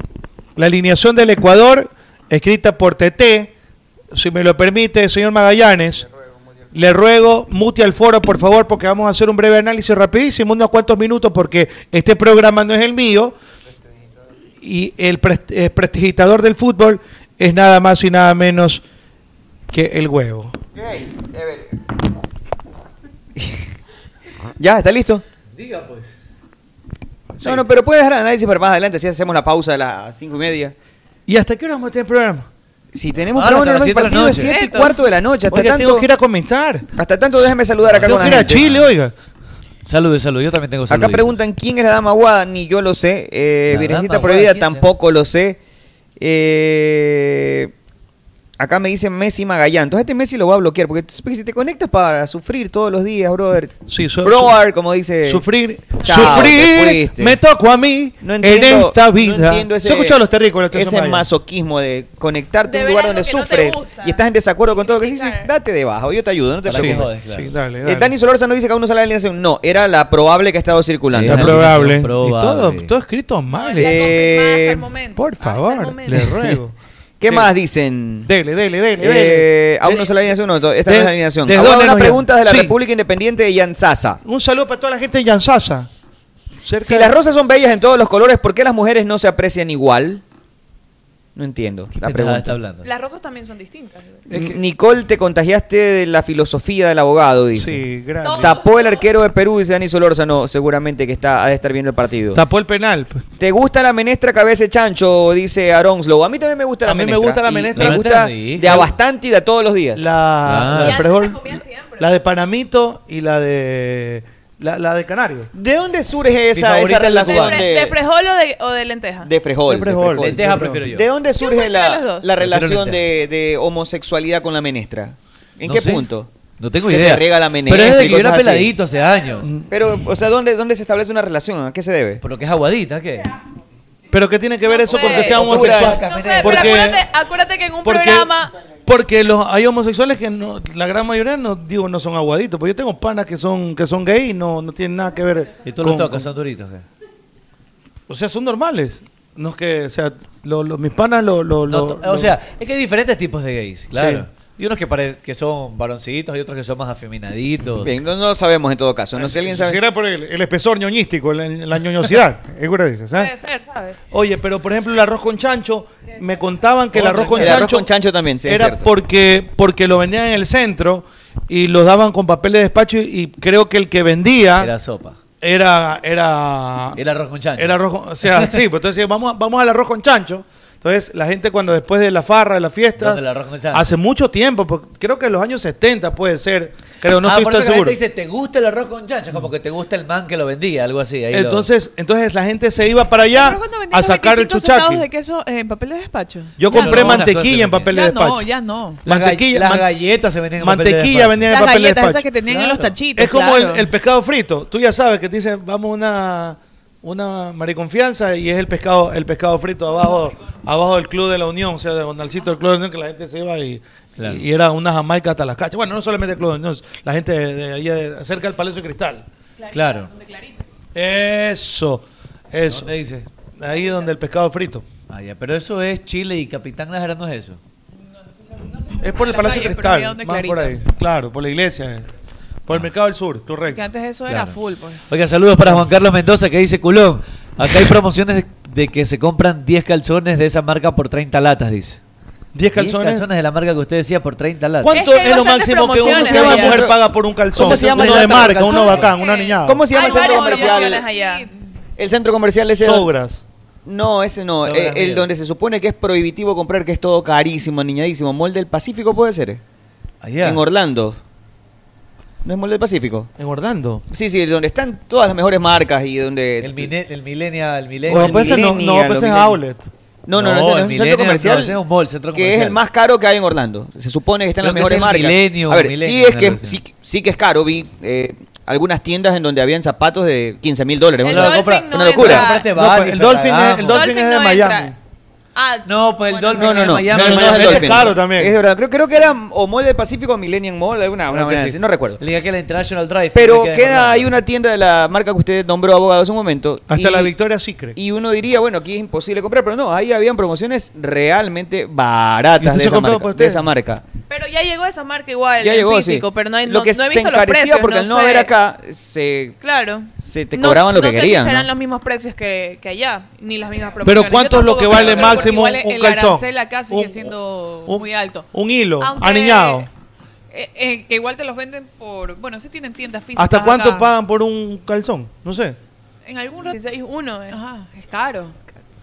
[SPEAKER 12] la alineación del Ecuador, escrita por TT. Si me lo permite, señor Magallanes, le ruego, mute al foro, por favor, porque vamos a hacer un breve análisis rapidísimo, unos cuantos minutos, porque este programa no es el mío. Y el pres- eh, prestigitador del fútbol es nada más y nada menos que el huevo.
[SPEAKER 10] Ya, ¿está listo?
[SPEAKER 15] Diga pues.
[SPEAKER 10] No, no, pero puede dejar el análisis para más adelante, así hacemos la pausa de las cinco y media.
[SPEAKER 12] ¿Y hasta qué hora vamos a tener el programa?
[SPEAKER 10] Si tenemos
[SPEAKER 15] Ah,
[SPEAKER 10] programa
[SPEAKER 15] hasta las
[SPEAKER 10] normal, el
[SPEAKER 15] siete
[SPEAKER 10] partido es
[SPEAKER 15] de la noche.
[SPEAKER 10] 7 y cuarto de la noche. Hasta,
[SPEAKER 12] Oiga, tengo
[SPEAKER 10] tanto,
[SPEAKER 12] que ir a comentar.
[SPEAKER 10] hasta tanto déjeme saludar acá
[SPEAKER 12] Tengo
[SPEAKER 10] con
[SPEAKER 12] que
[SPEAKER 10] la
[SPEAKER 12] ir a
[SPEAKER 10] gente.
[SPEAKER 12] Chile, oiga.
[SPEAKER 15] Saludos, saludos. Yo también tengo saludos.
[SPEAKER 10] Acá preguntan quién es la dama guada, ni yo lo sé. Eh,
[SPEAKER 15] La
[SPEAKER 10] Virgencita
[SPEAKER 15] dama guada,
[SPEAKER 10] prohibida
[SPEAKER 15] ¿quién será?
[SPEAKER 10] tampoco lo sé. Eh, acá me dicen Messi Magallán. Entonces este Messi lo va a bloquear, porque si te conectas para sufrir todos los días, brother.
[SPEAKER 12] Sí, su-
[SPEAKER 10] Brother, como
[SPEAKER 12] su-
[SPEAKER 10] dice.
[SPEAKER 12] sufrir,
[SPEAKER 10] Chao, te
[SPEAKER 12] sufrir,
[SPEAKER 10] fuiste.
[SPEAKER 12] me tocó a mí
[SPEAKER 10] No
[SPEAKER 12] en
[SPEAKER 10] entiendo,
[SPEAKER 12] esta
[SPEAKER 10] no
[SPEAKER 12] vida.
[SPEAKER 10] entiendo ese,
[SPEAKER 12] ¿Se ha escuchado los terrícolas? esta
[SPEAKER 10] ese
[SPEAKER 12] semana?
[SPEAKER 10] masoquismo de conectarte a un
[SPEAKER 11] De ver
[SPEAKER 10] lugar
[SPEAKER 11] algo
[SPEAKER 10] donde
[SPEAKER 11] que no te
[SPEAKER 10] sufres
[SPEAKER 11] gusta.
[SPEAKER 10] y estás en desacuerdo con todo lo que sí, sí,
[SPEAKER 11] Criticar.
[SPEAKER 10] date de baja, yo te ayudo, no te
[SPEAKER 15] Para que
[SPEAKER 10] preocupes.
[SPEAKER 15] jodes, claro.
[SPEAKER 12] Sí, dale,
[SPEAKER 10] Eh,
[SPEAKER 12] dale.
[SPEAKER 10] Dani Solórzano dice que aún no sale la alineación. No, era la probable que ha estado circulando.
[SPEAKER 12] Está
[SPEAKER 15] Dani-
[SPEAKER 12] probable.
[SPEAKER 15] Probable.
[SPEAKER 12] Y todo, todo escrito mal.
[SPEAKER 11] Ya
[SPEAKER 10] Eh,
[SPEAKER 11] confirmada hasta el momento.
[SPEAKER 12] Por
[SPEAKER 11] Hasta el
[SPEAKER 12] favor,
[SPEAKER 11] momento.
[SPEAKER 12] le ruego.
[SPEAKER 10] *laughs* ¿Qué
[SPEAKER 12] Sí.
[SPEAKER 10] más dicen?
[SPEAKER 12] Dele, dele, dele, dele.
[SPEAKER 10] Eh, aún no sale la alineación. No, to- esta
[SPEAKER 12] De-
[SPEAKER 10] no es la alineación.
[SPEAKER 12] ¿desde
[SPEAKER 10] Ahora
[SPEAKER 12] dónde
[SPEAKER 10] unas
[SPEAKER 12] nos
[SPEAKER 10] preguntas de
[SPEAKER 12] llaman?
[SPEAKER 10] la
[SPEAKER 12] Sí.
[SPEAKER 10] República Independiente de Yansasa.
[SPEAKER 12] Un saludo para toda la gente de Yansasa. Cerca
[SPEAKER 10] Si
[SPEAKER 12] de-
[SPEAKER 10] las rosas son bellas en todos los colores, ¿por qué las mujeres no se aprecian igual? No entiendo la
[SPEAKER 15] Nada, está
[SPEAKER 10] pregunta.
[SPEAKER 15] hablando.
[SPEAKER 11] Las rosas también son distintas.
[SPEAKER 12] Es que-
[SPEAKER 10] Nicole, te contagiaste de la filosofía del abogado, dice.
[SPEAKER 12] Sí, grande.
[SPEAKER 11] Todo.
[SPEAKER 10] Tapó el arquero de Perú, dice Dani Solórzano, seguramente que está, ha de estar viendo el partido.
[SPEAKER 12] Tapó el penal. pues.
[SPEAKER 10] ¿Te gusta la menestra cabeza de chancho? Dice Aronslow. A mí también me gusta la
[SPEAKER 12] A mí me
[SPEAKER 10] menestra.
[SPEAKER 12] gusta la
[SPEAKER 10] Y
[SPEAKER 12] menestra.
[SPEAKER 10] Me
[SPEAKER 15] No
[SPEAKER 10] gusta
[SPEAKER 15] entendí.
[SPEAKER 10] de a bastante y de a todos los días.
[SPEAKER 12] La,
[SPEAKER 15] Ah.
[SPEAKER 12] la
[SPEAKER 11] Y
[SPEAKER 12] de
[SPEAKER 11] antes
[SPEAKER 12] frijol-
[SPEAKER 11] se comía siempre.
[SPEAKER 12] la de Panamito y la de la, la de Canario.
[SPEAKER 10] ¿De dónde surge
[SPEAKER 15] Mi
[SPEAKER 10] esa,
[SPEAKER 15] favorita
[SPEAKER 10] esa
[SPEAKER 15] es la
[SPEAKER 11] ¿De,
[SPEAKER 10] relación
[SPEAKER 11] fre-
[SPEAKER 10] de,
[SPEAKER 11] de frejol o de, o de lenteja?
[SPEAKER 10] de frejol?
[SPEAKER 12] De frejol.
[SPEAKER 15] Lenteja prefiero yo.
[SPEAKER 10] ¿De dónde surge
[SPEAKER 11] prefiero las
[SPEAKER 10] la,
[SPEAKER 11] dos.
[SPEAKER 10] la
[SPEAKER 15] Prefiero
[SPEAKER 10] relación de,
[SPEAKER 15] lenteja.
[SPEAKER 10] de homosexualidad con la menestra? ¿En
[SPEAKER 15] No
[SPEAKER 10] qué
[SPEAKER 15] sé.
[SPEAKER 10] punto?
[SPEAKER 15] No tengo
[SPEAKER 10] Se te
[SPEAKER 15] idea.
[SPEAKER 10] riega la
[SPEAKER 15] Pero
[SPEAKER 10] menestra
[SPEAKER 15] es
[SPEAKER 10] y
[SPEAKER 15] de que yo
[SPEAKER 10] cosas
[SPEAKER 15] era
[SPEAKER 10] así. Mm.
[SPEAKER 15] peladito hace años.
[SPEAKER 10] Pero, o sea, ¿dónde, ¿dónde se establece una relación? ¿A qué se debe?
[SPEAKER 15] Por lo que es aguadita, ¿qué?
[SPEAKER 12] Pero ¿qué tiene que ver eso
[SPEAKER 11] sé.
[SPEAKER 12] porque sea
[SPEAKER 11] Postura.
[SPEAKER 12] homosexual?
[SPEAKER 11] No sé, pero
[SPEAKER 12] Porque-
[SPEAKER 11] acuérdate, acuérdate que en un
[SPEAKER 12] porque-
[SPEAKER 11] programa
[SPEAKER 12] Porque los, hay homosexuales que no, la gran mayoría no digo no son aguaditos, porque yo tengo panas que son que son gay y no, no tienen nada que ver.
[SPEAKER 15] Y tú los tocas, son duritos. eh. ¿qué?
[SPEAKER 12] O sea, son normales. No es que, o sea, lo- lo- mis panas lo, lo-
[SPEAKER 15] No,
[SPEAKER 12] lo-
[SPEAKER 15] to-
[SPEAKER 12] lo-
[SPEAKER 15] o sea, es que hay diferentes tipos de gays, claro.
[SPEAKER 12] Sí.
[SPEAKER 15] Y unos que, pare- que son varoncitos y otros que son más afeminaditos.
[SPEAKER 10] Bien, no, no lo sabemos en todo caso. No sé si alguien sabe.
[SPEAKER 12] Será por el, el espesor ñoñístico, la, la
[SPEAKER 11] *laughs*
[SPEAKER 12] ñoñosidad. Es que dices, ¿ah?
[SPEAKER 11] puede ser, ¿sabes?
[SPEAKER 12] Oye, pero por ejemplo el arroz con chancho, me contaban que el arroz con
[SPEAKER 10] El
[SPEAKER 12] chancho
[SPEAKER 10] arroz con chancho también, sí, es
[SPEAKER 12] era
[SPEAKER 10] cierto.
[SPEAKER 12] porque porque lo vendían en el centro y los daban con papel de despacho y, y creo que el que vendía
[SPEAKER 15] Era sopa.
[SPEAKER 12] era era
[SPEAKER 15] era arroz con chancho.
[SPEAKER 12] Era arroz, con- o sea, sí, pues entonces vamos vamos al arroz con chancho. Entonces, la gente cuando después de la farra, de las fiestas,
[SPEAKER 15] ¿Dónde el arroz con chancho?
[SPEAKER 12] hace mucho tiempo, porque creo que en los años 70 puede ser, creo, no
[SPEAKER 15] Ah,
[SPEAKER 12] estoy
[SPEAKER 15] por eso
[SPEAKER 12] tan
[SPEAKER 15] que la
[SPEAKER 12] seguro.
[SPEAKER 15] gente dice, ¿te gusta el arroz con chancho? Como que te gusta el man que lo vendía, algo así. ahí lo-
[SPEAKER 12] Entonces, entonces la gente se iba para allá
[SPEAKER 11] Pero cuando vendían
[SPEAKER 12] a
[SPEAKER 11] los
[SPEAKER 12] sacar el
[SPEAKER 11] 25
[SPEAKER 12] chuchaqui.
[SPEAKER 11] centavos de queso eh, en papel de despacho.
[SPEAKER 12] Yo
[SPEAKER 11] Ya
[SPEAKER 12] compré
[SPEAKER 11] no.
[SPEAKER 12] mantequilla en papel de
[SPEAKER 11] Ya
[SPEAKER 12] despacho.
[SPEAKER 11] no, ya no.
[SPEAKER 15] Las, ga-
[SPEAKER 12] mantequilla-
[SPEAKER 15] las
[SPEAKER 12] man-
[SPEAKER 15] galletas se vendían en papel de
[SPEAKER 12] Mantequilla
[SPEAKER 15] despacho.
[SPEAKER 12] vendían en
[SPEAKER 11] Las
[SPEAKER 12] papel de
[SPEAKER 11] galletas
[SPEAKER 12] despacho.
[SPEAKER 11] esas que tenían en los tachitos.
[SPEAKER 12] Es como
[SPEAKER 11] claro.
[SPEAKER 12] el, el pescado frito. Tú ya sabes que te dicen, vamos a una una mariconfianza y es el pescado el pescado frito abajo abajo del club de la Unión, o sea, de Donalcito del club de la Unión que la gente se iba y
[SPEAKER 15] Claro.
[SPEAKER 12] y era una jamaica hasta las cachas. Bueno, no solamente el club de la Unión, la gente de, de allá de- cerca del Palacio de Cristal.
[SPEAKER 15] Claro.
[SPEAKER 12] Eso. Eso.
[SPEAKER 15] ¿Dónde dice?
[SPEAKER 12] Ahí donde el pescado frito.
[SPEAKER 15] Ah, ya, pero eso es Chile y Capitán Nájera no es eso.
[SPEAKER 12] Es por el
[SPEAKER 11] La
[SPEAKER 12] Palacio
[SPEAKER 11] calle, pero
[SPEAKER 12] Cristal,
[SPEAKER 11] mira dónde
[SPEAKER 12] más por ahí.
[SPEAKER 11] Clarita.
[SPEAKER 12] Claro, por la iglesia. eh.
[SPEAKER 15] Ah.
[SPEAKER 12] Por el Mercado del Sur,
[SPEAKER 11] Que
[SPEAKER 12] correcto.
[SPEAKER 11] antes eso era
[SPEAKER 15] Claro.
[SPEAKER 11] full, pues.
[SPEAKER 15] Oiga, saludos para Juan Carlos Mendoza que dice, culón, acá hay promociones de, de que se compran 10 calzones de esa marca por 30 latas, dice.
[SPEAKER 12] 10 calzones.
[SPEAKER 15] de la marca que usted decía por 30 latas.
[SPEAKER 12] ¿Cuánto
[SPEAKER 11] Es
[SPEAKER 12] es,
[SPEAKER 11] que hay
[SPEAKER 12] lo
[SPEAKER 11] bastantes
[SPEAKER 12] máximo que uno
[SPEAKER 11] promociones
[SPEAKER 12] que una
[SPEAKER 11] allá.
[SPEAKER 12] mujer paga por un calzón?
[SPEAKER 10] ¿Cómo se llama
[SPEAKER 12] uno
[SPEAKER 10] el
[SPEAKER 12] de
[SPEAKER 10] otro
[SPEAKER 12] marca,
[SPEAKER 10] calzón? Eh,
[SPEAKER 12] uno bacán, una niñada.
[SPEAKER 10] ¿Cómo se llama
[SPEAKER 11] Hay
[SPEAKER 10] el centro
[SPEAKER 11] varias
[SPEAKER 10] comercial?
[SPEAKER 11] promociones allá.
[SPEAKER 10] El centro comercial es el.
[SPEAKER 12] Sobras.
[SPEAKER 10] No, ese no.
[SPEAKER 15] Sobras
[SPEAKER 10] eh, el
[SPEAKER 15] mías.
[SPEAKER 10] donde se supone que es prohibitivo comprar, que es todo carísimo, niñadísimo. Mall del Pacífico puede ser. eh?
[SPEAKER 15] Allá.
[SPEAKER 10] En Orlando. ¿No es Mall del Pacífico?
[SPEAKER 12] En Orlando.
[SPEAKER 10] Sí, sí, donde están todas las mejores marcas y donde.
[SPEAKER 15] El, mine- el Millennial, el
[SPEAKER 10] Eh,
[SPEAKER 15] Millennial.
[SPEAKER 10] el Millennial,
[SPEAKER 12] pues
[SPEAKER 10] lo
[SPEAKER 12] es
[SPEAKER 10] Millennial.
[SPEAKER 12] outlet.
[SPEAKER 10] No, no, no,
[SPEAKER 15] No,
[SPEAKER 10] no, es
[SPEAKER 15] el
[SPEAKER 10] un centro
[SPEAKER 15] Millennial,
[SPEAKER 10] comercial.
[SPEAKER 15] no, ese es un mall, centro
[SPEAKER 10] Que es el
[SPEAKER 15] comercial.
[SPEAKER 10] más caro que hay en Orlando. Se supone que están
[SPEAKER 15] Creo
[SPEAKER 10] las
[SPEAKER 15] que es
[SPEAKER 10] mejores
[SPEAKER 15] el
[SPEAKER 10] marcas.
[SPEAKER 15] Millennium,
[SPEAKER 10] A ver, sí
[SPEAKER 15] Millennium,
[SPEAKER 10] es que
[SPEAKER 15] algo así.
[SPEAKER 10] sí, sí que es caro, vi eh, algunas tiendas en donde habían zapatos de 15 mil dólares.
[SPEAKER 11] El
[SPEAKER 10] Una,
[SPEAKER 11] Dolphin
[SPEAKER 10] compra- una
[SPEAKER 11] no entra.
[SPEAKER 10] locura.
[SPEAKER 15] Cómprate
[SPEAKER 12] No, pues,
[SPEAKER 15] varios,
[SPEAKER 12] el Dolphin es,
[SPEAKER 15] Ferragamo.
[SPEAKER 12] el Dolphin es de
[SPEAKER 11] no entra.
[SPEAKER 12] Miami.
[SPEAKER 11] Ah,
[SPEAKER 15] No, pues el
[SPEAKER 11] Bueno,
[SPEAKER 15] Dolphin
[SPEAKER 10] No, no,
[SPEAKER 15] es de
[SPEAKER 10] no.
[SPEAKER 15] Miami.
[SPEAKER 10] no, no,
[SPEAKER 12] Miami
[SPEAKER 10] es
[SPEAKER 12] es
[SPEAKER 10] el Dolphin.
[SPEAKER 12] caro también.
[SPEAKER 10] Es de verdad. Creo, creo que era o Mall del Pacífico o Millennium Mall, alguna una,
[SPEAKER 15] Creo que
[SPEAKER 10] una-
[SPEAKER 15] sí.
[SPEAKER 10] no recuerdo.
[SPEAKER 15] Le diga que la International Drive.
[SPEAKER 10] Pero
[SPEAKER 15] que queda en
[SPEAKER 10] queda
[SPEAKER 15] Orlando.
[SPEAKER 10] hay una tienda de la marca que usted nombró abogado hace un momento.
[SPEAKER 12] Hasta
[SPEAKER 10] y-
[SPEAKER 12] la Victoria Secret.
[SPEAKER 10] Y uno diría, bueno, aquí es imposible comprar, pero no, ahí habían promociones realmente baratas
[SPEAKER 12] Entonces
[SPEAKER 10] de esa,
[SPEAKER 12] compró
[SPEAKER 10] marca,
[SPEAKER 12] por
[SPEAKER 10] de
[SPEAKER 12] usted.
[SPEAKER 10] esa marca.
[SPEAKER 11] Pero ya llegó esa marca igual.
[SPEAKER 10] ya
[SPEAKER 11] en
[SPEAKER 10] llegó,
[SPEAKER 11] físico,
[SPEAKER 10] sí.
[SPEAKER 11] Pero no, hay-
[SPEAKER 10] lo
[SPEAKER 11] no,
[SPEAKER 10] que
[SPEAKER 11] no he
[SPEAKER 10] se
[SPEAKER 11] visto los
[SPEAKER 10] encarecía
[SPEAKER 11] precios.
[SPEAKER 10] porque al no
[SPEAKER 11] sé.
[SPEAKER 10] haber acá, se,
[SPEAKER 11] Claro.
[SPEAKER 10] se te
[SPEAKER 11] No-
[SPEAKER 10] cobraban lo
[SPEAKER 11] no
[SPEAKER 10] que
[SPEAKER 11] sé si
[SPEAKER 10] querían.
[SPEAKER 11] serán
[SPEAKER 10] ¿no?
[SPEAKER 11] los mismos precios que, que allá, ni las mismas promociones.
[SPEAKER 12] Pero ¿cuánto
[SPEAKER 11] Yo
[SPEAKER 12] es lo
[SPEAKER 11] tampoco
[SPEAKER 12] que
[SPEAKER 11] creo,
[SPEAKER 12] vale
[SPEAKER 11] porque
[SPEAKER 12] máximo
[SPEAKER 11] igual
[SPEAKER 12] un
[SPEAKER 11] el
[SPEAKER 12] calzón?
[SPEAKER 11] arancel acá sigue
[SPEAKER 12] Un-
[SPEAKER 11] siendo
[SPEAKER 12] un-
[SPEAKER 11] muy alto.
[SPEAKER 12] Un hilo,
[SPEAKER 11] Aunque-
[SPEAKER 12] aniñado.
[SPEAKER 11] Eh, eh, que igual te los venden por... Bueno, sí tienen tiendas físicas
[SPEAKER 12] ¿Hasta cuánto
[SPEAKER 11] acá.
[SPEAKER 12] pagan por un calzón? No sé.
[SPEAKER 11] En algún rato 16, uno. eh. Ajá, es caro.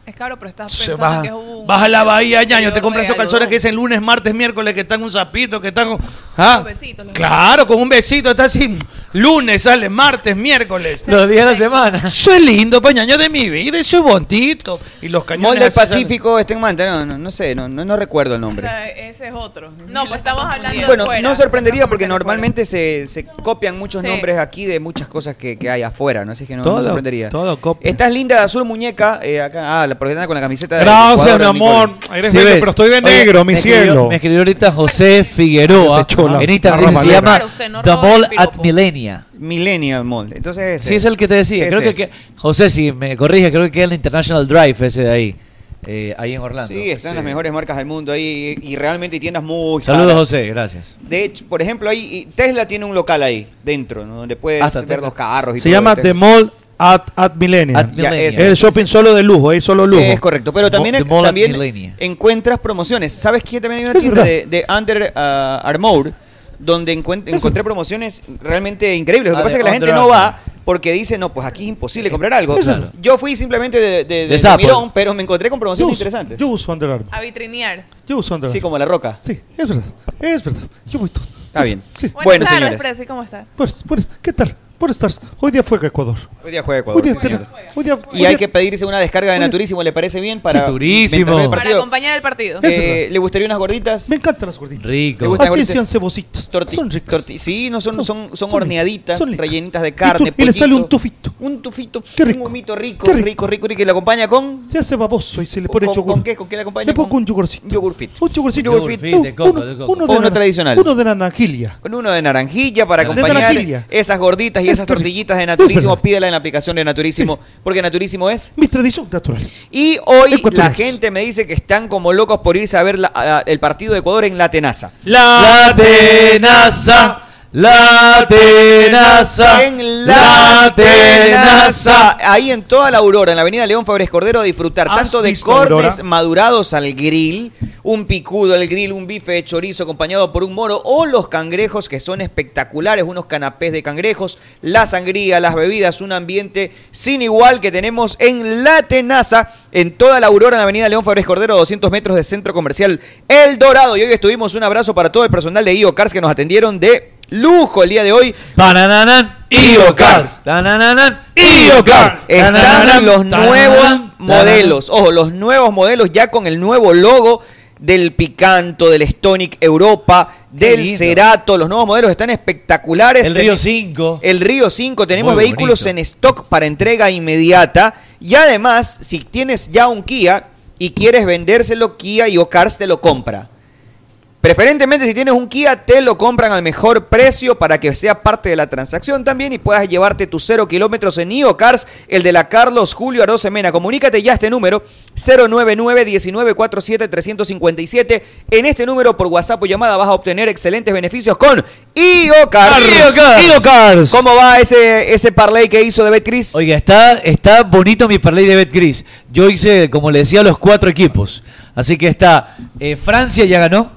[SPEAKER 11] Es caro, pero estás
[SPEAKER 12] Se
[SPEAKER 11] pensando
[SPEAKER 12] baja,
[SPEAKER 11] que es un...
[SPEAKER 12] baja la bahía, ñaño. Te
[SPEAKER 11] interior
[SPEAKER 12] compras
[SPEAKER 11] de
[SPEAKER 12] esos calzones
[SPEAKER 11] algodón.
[SPEAKER 12] que dicen lunes, martes, miércoles, que están un zapito, que están. con- ¿Ah?
[SPEAKER 11] Los besitos, los
[SPEAKER 12] claro, con un besito. Está así. Lunes sale, martes, miércoles.
[SPEAKER 15] Los días de la semana.
[SPEAKER 12] Eso es lindo, pañaño de mi vida. Eso es bonito. Y los cañones.
[SPEAKER 10] Mall del
[SPEAKER 12] así salen.
[SPEAKER 10] Pacífico, este en Manta, no, no, no sé, no, no, no recuerdo el
[SPEAKER 11] O
[SPEAKER 10] nombre.
[SPEAKER 11] sea, ese es otro. No, pues estamos hablando de
[SPEAKER 10] Bueno,
[SPEAKER 11] fuera,
[SPEAKER 10] no sorprendería
[SPEAKER 11] centros
[SPEAKER 10] porque
[SPEAKER 11] comerciales fuera.
[SPEAKER 10] normalmente se, se copian muchos
[SPEAKER 11] Sí.
[SPEAKER 10] nombres aquí de muchas cosas que, que hay afuera, ¿no? Así que no, no
[SPEAKER 12] Todo,
[SPEAKER 10] sorprendería.
[SPEAKER 12] todo copia.
[SPEAKER 10] Estás linda de azul muñeca, eh, acá, ah, la propietaria con la camiseta de
[SPEAKER 12] Gracias,
[SPEAKER 10] Ecuador,
[SPEAKER 12] mi
[SPEAKER 10] Nicole.
[SPEAKER 12] amor. Eres
[SPEAKER 15] Sí,
[SPEAKER 12] bello,
[SPEAKER 15] ves.
[SPEAKER 12] pero estoy de
[SPEAKER 15] Oye,
[SPEAKER 12] negro, mi
[SPEAKER 15] me escribió-
[SPEAKER 12] cielo.
[SPEAKER 15] me escribió ahorita José Figueroa.
[SPEAKER 12] Te chola.
[SPEAKER 15] En Instagram dice, se
[SPEAKER 12] Arrama
[SPEAKER 15] llama
[SPEAKER 11] Claro, usted no
[SPEAKER 15] The
[SPEAKER 11] roba
[SPEAKER 15] Mall
[SPEAKER 11] el
[SPEAKER 15] at
[SPEAKER 11] piropo.
[SPEAKER 15] Millenia.
[SPEAKER 10] Millennial Mall. Entonces, ese
[SPEAKER 15] Sí, es el que te decía. Creo
[SPEAKER 10] Ese
[SPEAKER 15] que,
[SPEAKER 10] es.
[SPEAKER 15] que- José, si me corrige, creo que queda en la International Drive ese de ahí. eh, ahí en Orlando.
[SPEAKER 10] Sí, están las mejores marcas del mundo ahí y realmente hay tiendas muy
[SPEAKER 15] Saludos,
[SPEAKER 10] caras.
[SPEAKER 15] José. Gracias.
[SPEAKER 10] De hecho, por ejemplo, ahí y Tesla tiene un local ahí dentro, ¿no? donde puedes
[SPEAKER 15] Hasta
[SPEAKER 10] ver
[SPEAKER 15] Tesla.
[SPEAKER 10] los carros y
[SPEAKER 12] Ah, Se
[SPEAKER 10] todo
[SPEAKER 12] llama
[SPEAKER 10] de
[SPEAKER 12] The
[SPEAKER 10] Tesla.
[SPEAKER 12] Mall at, at Millennium.
[SPEAKER 15] At
[SPEAKER 10] Ya,
[SPEAKER 15] Millenia.
[SPEAKER 10] es-
[SPEAKER 12] el shopping solo de lujo, es solo
[SPEAKER 10] Sí,
[SPEAKER 12] lujo.
[SPEAKER 10] es correcto, pero
[SPEAKER 15] The
[SPEAKER 10] también,
[SPEAKER 15] Mall- The Mall at
[SPEAKER 10] también
[SPEAKER 15] Millenia.
[SPEAKER 10] encuentras promociones. ¿Sabes qué? También hay una
[SPEAKER 12] Es
[SPEAKER 10] tienda de,
[SPEAKER 12] verdad.
[SPEAKER 10] de Under ah, Armour donde encuent- encontré promociones realmente increíbles. Lo que
[SPEAKER 15] Ah,
[SPEAKER 10] pasa es
[SPEAKER 15] de
[SPEAKER 10] que la gente
[SPEAKER 15] Under
[SPEAKER 10] no
[SPEAKER 15] Armour. Eh,
[SPEAKER 10] va porque dice, no, pues aquí es imposible comprar algo.
[SPEAKER 15] Claro.
[SPEAKER 10] Yo fui simplemente de, de, de- de
[SPEAKER 15] sapo.
[SPEAKER 10] mirón, pero me encontré con promociones
[SPEAKER 12] Yo uso-
[SPEAKER 10] interesantes.
[SPEAKER 12] Yo uso Under Armour.
[SPEAKER 11] A vitrinear.
[SPEAKER 12] Yo uso Under
[SPEAKER 10] Sí,
[SPEAKER 12] Armour.
[SPEAKER 10] como la roca.
[SPEAKER 12] Sí, es verdad. Es verdad. Yo voy todo.
[SPEAKER 10] Está bien.
[SPEAKER 12] Sí.
[SPEAKER 11] Buenas
[SPEAKER 10] Bueno,
[SPEAKER 11] tardes,
[SPEAKER 10] señores.
[SPEAKER 11] Presi, ¿cómo estás?
[SPEAKER 12] Pues, pues, ¿qué tal? Buenas tardes. Hoy día fue Ecuador.
[SPEAKER 10] Hoy día juega Ecuador.
[SPEAKER 12] Hoy día
[SPEAKER 10] sí, señor.
[SPEAKER 12] será- hoy día- hoy
[SPEAKER 10] Y hay
[SPEAKER 12] día-
[SPEAKER 10] que pedirse una descarga de Naturísimo, ¿le parece bien? Para
[SPEAKER 15] Naturísimo.
[SPEAKER 10] mientras ve el
[SPEAKER 11] Para
[SPEAKER 10] partido.
[SPEAKER 11] acompañar el partido.
[SPEAKER 10] Eh, ¿Le gustaría unas gorditas? Me
[SPEAKER 12] encantan las gorditas.
[SPEAKER 10] ¿Le
[SPEAKER 15] Rico.
[SPEAKER 10] gustan
[SPEAKER 12] Así
[SPEAKER 10] gorditas?
[SPEAKER 12] sean cebositos.
[SPEAKER 10] Torti-
[SPEAKER 12] Son ricas.
[SPEAKER 10] torti- sí, no son, son,
[SPEAKER 12] Son-
[SPEAKER 10] son,
[SPEAKER 12] son
[SPEAKER 10] horneaditas,
[SPEAKER 12] ricas, son ricas.
[SPEAKER 10] rellenitas de
[SPEAKER 12] Y tú-
[SPEAKER 10] carne.
[SPEAKER 12] y le sale un
[SPEAKER 10] pollito,
[SPEAKER 12] tufito.
[SPEAKER 10] Un tufito.
[SPEAKER 12] Qué rico.
[SPEAKER 10] Un humito rico,
[SPEAKER 12] Qué
[SPEAKER 10] rico, rico, rico, Y que lo acompaña con.
[SPEAKER 12] Se hace baboso y se le
[SPEAKER 10] ¿Con,
[SPEAKER 12] pone
[SPEAKER 10] con,
[SPEAKER 12] yogur.
[SPEAKER 10] qué? ¿Con qué le acompaña?
[SPEAKER 12] Le pongo un yogurcito.
[SPEAKER 10] Yogur fit.
[SPEAKER 12] Un yogurcito.
[SPEAKER 10] Yogur fit.
[SPEAKER 12] Un- uno, uno de
[SPEAKER 10] Uno
[SPEAKER 12] naran-
[SPEAKER 10] tradicional.
[SPEAKER 12] Uno de naranjilla.
[SPEAKER 10] Con uno de naranjilla para
[SPEAKER 12] De
[SPEAKER 10] acompañar
[SPEAKER 12] naranjilla.
[SPEAKER 10] esas gorditas y esas tortillitas de Naturísimo. Pídela en la aplicación de Naturísimo, porque Naturísimo es.
[SPEAKER 12] Mi tradición natural.
[SPEAKER 10] Y hoy la
[SPEAKER 12] Ecuatorianos.
[SPEAKER 10] gente me dice que están como locos por irse a ver la- a- el partido de Ecuador en la tenaza.
[SPEAKER 15] La tenaza, la tenaza,
[SPEAKER 10] En
[SPEAKER 15] la tenaza.
[SPEAKER 10] Ahí en toda la Aurora, en la avenida León Fabres Cordero, a disfrutar
[SPEAKER 15] Ah,
[SPEAKER 12] ¿Has
[SPEAKER 10] tanto de
[SPEAKER 12] visto,
[SPEAKER 10] cortes
[SPEAKER 12] Aurora?
[SPEAKER 10] madurados al grill, un picudo al grill, un bife de chorizo acompañado por un moro o los cangrejos que son espectaculares, unos canapés de cangrejos, la sangría, las bebidas, un ambiente sin igual que tenemos en La Tenaza, en toda la Aurora, en la avenida León Fabres Cordero, 200 metros de centro comercial El Dorado. Y hoy estuvimos un abrazo para todo el personal de IO Cars que nos atendieron de lujo el día de hoy.
[SPEAKER 15] Banananan, IOCARS. Banananan, IOCARS.
[SPEAKER 10] Están los nuevos modelos. Ojo, los nuevos modelos ya con el nuevo logo del Picanto, del Stonic Europa, del
[SPEAKER 15] lindo.
[SPEAKER 10] Cerato. Los nuevos modelos están espectaculares.
[SPEAKER 15] El Río
[SPEAKER 10] Teni-
[SPEAKER 15] 5.
[SPEAKER 10] El Río 5. Tenemos
[SPEAKER 15] Muy
[SPEAKER 10] vehículos en stock para entrega inmediata. Y además, si tienes ya un Kia y quieres vendérselo, Kia y Ocars te lo compra. Preferentemente si tienes un Kia te lo compran al mejor precio para que sea parte de la transacción también y puedas llevarte tus cero kilómetros en IOCARS, el de la Carlos Julio Aroce Mena. Comunícate ya a este número 099-1947-357. En este número por WhatsApp o llamada vas a obtener excelentes beneficios con IOCARS.
[SPEAKER 15] IOCars. IOCars.
[SPEAKER 10] ¿Cómo va ese, ese parlay que hizo de Betcris?
[SPEAKER 15] Oiga, está, está bonito mi parlay de Betcris. Yo hice, como le decía, los cuatro equipos. Así que está, eh, Francia ya ganó,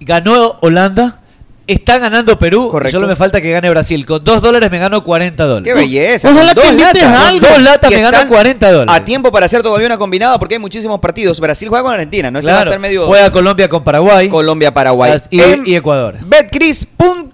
[SPEAKER 15] ganó Holanda, está ganando Perú,
[SPEAKER 10] Correcto.
[SPEAKER 15] solo me falta que gane Brasil. Con dos dólares me gano 40 dólares.
[SPEAKER 10] Qué belleza.
[SPEAKER 15] Ojalá
[SPEAKER 10] Con
[SPEAKER 15] que invites
[SPEAKER 10] con
[SPEAKER 15] algo. Dos latas
[SPEAKER 10] que
[SPEAKER 15] me gana
[SPEAKER 10] están Ah,
[SPEAKER 15] 40 dólares.
[SPEAKER 10] A tiempo para hacer todavía una combinada porque hay muchísimos partidos. Brasil juega con Argentina, no se va a
[SPEAKER 15] Claro,
[SPEAKER 10] estar medio
[SPEAKER 15] juega Colombia con Paraguay.
[SPEAKER 10] Colombia, Paraguay.
[SPEAKER 15] Y,
[SPEAKER 10] En-
[SPEAKER 15] y Ecuador. Punto
[SPEAKER 10] Betcris.com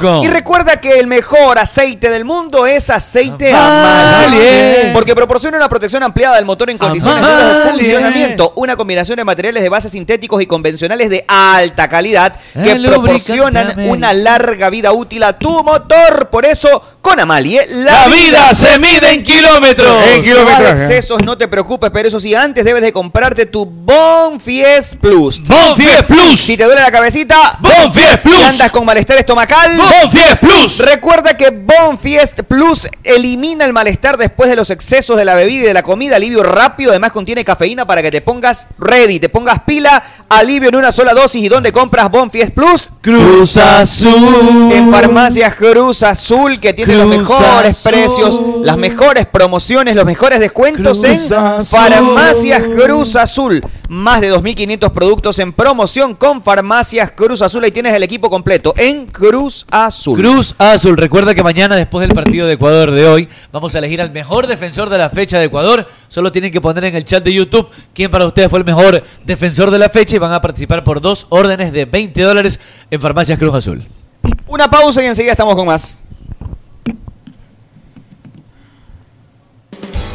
[SPEAKER 15] com.
[SPEAKER 10] Y recuerda que el mejor aceite del mundo es aceite
[SPEAKER 15] Ah,
[SPEAKER 10] Amalie. Porque proporciona una protección ampliada del motor en condiciones duras de
[SPEAKER 15] Amalie.
[SPEAKER 10] funcionamiento. Una combinación de materiales de bases sintéticos y convencionales de alta calidad que
[SPEAKER 15] El lubricante
[SPEAKER 10] proporcionan
[SPEAKER 15] Amalie.
[SPEAKER 10] una larga vida útil a tu motor. Por eso, con Amalie,
[SPEAKER 15] La vida se mide en kilómetros. En
[SPEAKER 10] kilómetros.
[SPEAKER 15] kilómetros.
[SPEAKER 10] excesos, no te preocupes, pero eso sí, antes debes de comprarte tu Bonfies Plus.
[SPEAKER 15] Bonfies Plus.
[SPEAKER 10] Si te duele la cabecita,
[SPEAKER 15] Bonfies Plus.
[SPEAKER 10] Si andas con malestar estomacal,
[SPEAKER 15] Bonfies Plus.
[SPEAKER 10] Recuerda que Bonfiest Plus elimina el malestar después de los excesos de la bebida y de la comida. Alivio rápido, además contiene cafeína para que te pongas ready, te pongas pila. Alivio en una sola dosis. ¿Y dónde compras Bonfiest Plus?
[SPEAKER 15] Cruz Azul.
[SPEAKER 10] En farmacias Cruz Azul, que tiene los
[SPEAKER 15] Cruz
[SPEAKER 10] mejores
[SPEAKER 15] Azul.
[SPEAKER 10] precios, las mejores promociones, los mejores descuentos
[SPEAKER 15] Cruz
[SPEAKER 10] en
[SPEAKER 15] Azul.
[SPEAKER 10] farmacias Cruz Azul. Más de 2.500 productos en promoción con farmacias Cruz Azul. Ahí tienes el equipo completo en Cruz Azul.
[SPEAKER 15] Cruz Azul, recuerda que mañana después del partido de Ecuador de hoy vamos a elegir al mejor defensor de la fecha de Ecuador. Solo tienen que poner en el chat de YouTube quién para ustedes fue el mejor defensor de la fecha y van a participar por dos órdenes de 20 dólares en Farmacias Cruz Azul.
[SPEAKER 10] Una pausa y enseguida estamos con más.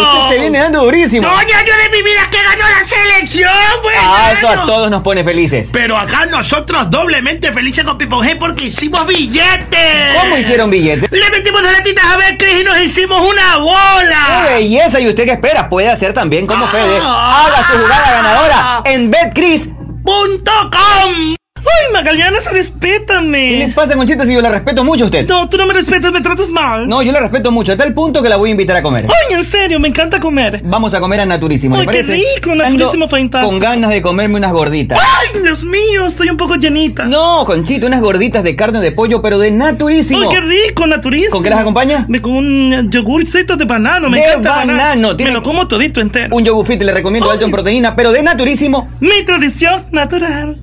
[SPEAKER 17] Usted se viene dando durísimo.
[SPEAKER 18] Dos años de mi vida que ganó la selección, güey.
[SPEAKER 17] Ah, eso
[SPEAKER 18] hermano.
[SPEAKER 17] a todos nos pone felices.
[SPEAKER 18] Pero acá nosotros doblemente felices con Pipo G porque hicimos billetes.
[SPEAKER 17] ¿Cómo hicieron billetes?
[SPEAKER 18] Le metimos las latitas a ver, Cris, y nos hicimos una bola.
[SPEAKER 17] ¡Qué belleza! ¿Y usted qué espera? Puede hacer también como
[SPEAKER 18] Ah.
[SPEAKER 17] Fede. Haga su jugada ganadora en BetCris.com.
[SPEAKER 18] ¡Uy, Magaliana, respétame!
[SPEAKER 17] ¿Qué le pasa, Conchita, si yo la respeto mucho a usted?
[SPEAKER 18] No, tú no me respetas, me tratas mal.
[SPEAKER 17] No, yo la respeto mucho, a tal punto que la voy a invitar a comer.
[SPEAKER 18] Ay, en serio, me encanta comer.
[SPEAKER 17] Vamos a comer a Naturísimo, ¿le
[SPEAKER 18] Ay, qué
[SPEAKER 17] parece?
[SPEAKER 18] rico,
[SPEAKER 17] Ando
[SPEAKER 18] Naturísimo, fantástico.
[SPEAKER 17] Con ganas de comerme unas gorditas.
[SPEAKER 18] ¡Ay, Dios mío! Estoy un poco llenita.
[SPEAKER 17] No, Conchita, unas gorditas de carne de pollo, pero de Naturísimo.
[SPEAKER 18] ¡Ay, qué rico, naturísimo!
[SPEAKER 17] ¿Con qué las acompaña?
[SPEAKER 18] Me- Con un yogurcito de banano, me
[SPEAKER 17] de
[SPEAKER 18] encanta el
[SPEAKER 17] banano.
[SPEAKER 18] Me lo como todito entero.
[SPEAKER 17] Un yogurfit le recomiendo alto en proteína, pero de naturísimo.
[SPEAKER 18] Mi tradición natural.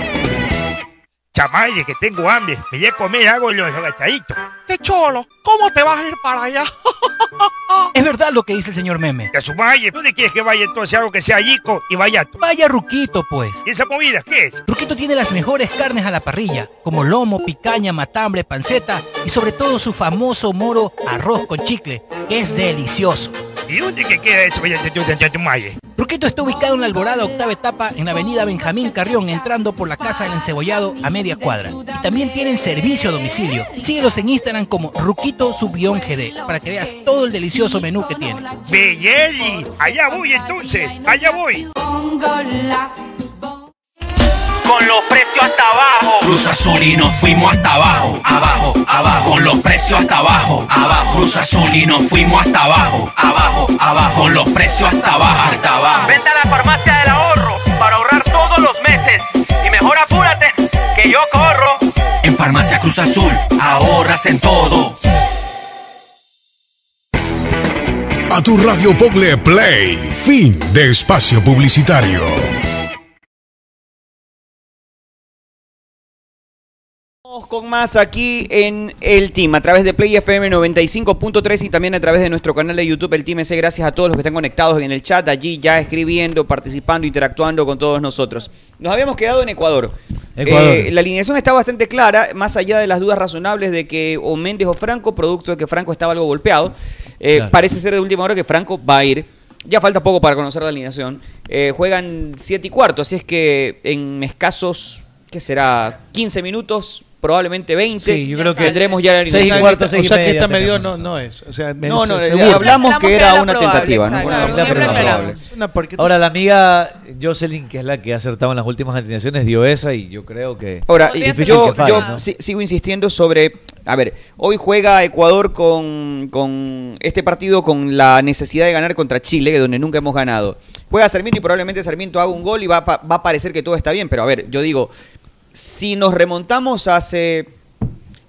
[SPEAKER 9] Chamaye, que tengo hambre. Me voy a comer algo los agachaditos.
[SPEAKER 7] ¡Qué cholo! ¿Cómo te vas a ir para allá? *laughs*
[SPEAKER 9] Es verdad lo que dice el señor Meme. Ya su valle, ¿dónde quieres que vaya entonces algo que sea yico y vaya? Vaya Ruquito, pues. ¿Y esa comida qué es?
[SPEAKER 19] Ruquito tiene las mejores carnes a la parrilla, como lomo, picaña, matambre, panceta y sobre todo su famoso moro arroz con chicle, que es delicioso.
[SPEAKER 9] ¿Y dónde que queda eso, vaya de- de- de- de- de- maye?
[SPEAKER 19] Ruquito está ubicado en la Alborada Octava Etapa en la avenida Benjamín Carrión, entrando por la Casa del Encebollado a media cuadra. Y también tienen servicio a domicilio. Síguelos en Instagram como Ruquito Subión GD para que veas todo el delicioso menú que tiene.
[SPEAKER 9] Belleli, allá voy entonces, allá voy.
[SPEAKER 18] Con los precios hasta abajo.
[SPEAKER 14] Cruz Azul y nos fuimos hasta abajo, abajo, abajo, con los precios hasta abajo, abajo. Cruz Azul y nos fuimos hasta abajo, abajo, abajo, con los precios hasta abajo, hasta abajo.
[SPEAKER 18] Vente a la farmacia del ahorro para ahorrar todos los meses. Y mejor apúrate, que yo corro.
[SPEAKER 14] En Farmacia Cruz Azul, ahorras en todo.
[SPEAKER 20] A tu radio Poble Play, fin de espacio publicitario.
[SPEAKER 10] Vamos con más aquí en el Team a través de Play FM 95.3 y también a través de nuestro canal de YouTube el Team S. Gracias a todos los que están conectados en el chat allí ya escribiendo, participando, interactuando con todos nosotros. Nos habíamos quedado en Ecuador.
[SPEAKER 15] Ecuador.
[SPEAKER 10] Eh, la alineación está bastante clara, más allá de las dudas razonables de que o Méndez o Franco, producto de que Franco estaba algo golpeado, eh,
[SPEAKER 15] Claro.
[SPEAKER 10] parece ser de última hora que Franco va a ir. Ya falta poco para conocer la alineación. Eh, juegan 7 y cuarto, así es que en escasos, ¿qué será? 15 minutos, probablemente 20.
[SPEAKER 12] Sí, yo creo que
[SPEAKER 10] tendremos ya la
[SPEAKER 12] seis y
[SPEAKER 10] alineación.
[SPEAKER 12] cuarto, seis y O sea que media esta media tenemos, no es. O sea,
[SPEAKER 10] No, no,
[SPEAKER 12] seguro.
[SPEAKER 10] ya hablamos que era una
[SPEAKER 12] probable,
[SPEAKER 10] tentativa, ¿no?
[SPEAKER 12] exacto.
[SPEAKER 10] Una
[SPEAKER 12] Claro,
[SPEAKER 10] tentativa
[SPEAKER 12] siempre
[SPEAKER 10] probable.
[SPEAKER 12] Una porquería.
[SPEAKER 15] Ahora, la amiga Jocelyn, que es la que ha acertado en las últimas alineaciones, dio esa y yo creo que.
[SPEAKER 10] Ahora,
[SPEAKER 15] difícil
[SPEAKER 10] yo,
[SPEAKER 15] que falle,
[SPEAKER 10] yo
[SPEAKER 15] ¿no?
[SPEAKER 10] si- sigo insistiendo sobre. A ver, hoy juega Ecuador con, con este partido con la necesidad de ganar contra Chile, que donde nunca hemos ganado. Juega Sarmiento y probablemente Sarmiento haga un gol y va, a pa- va a parecer que todo está bien, pero a ver, yo digo, si nos remontamos hace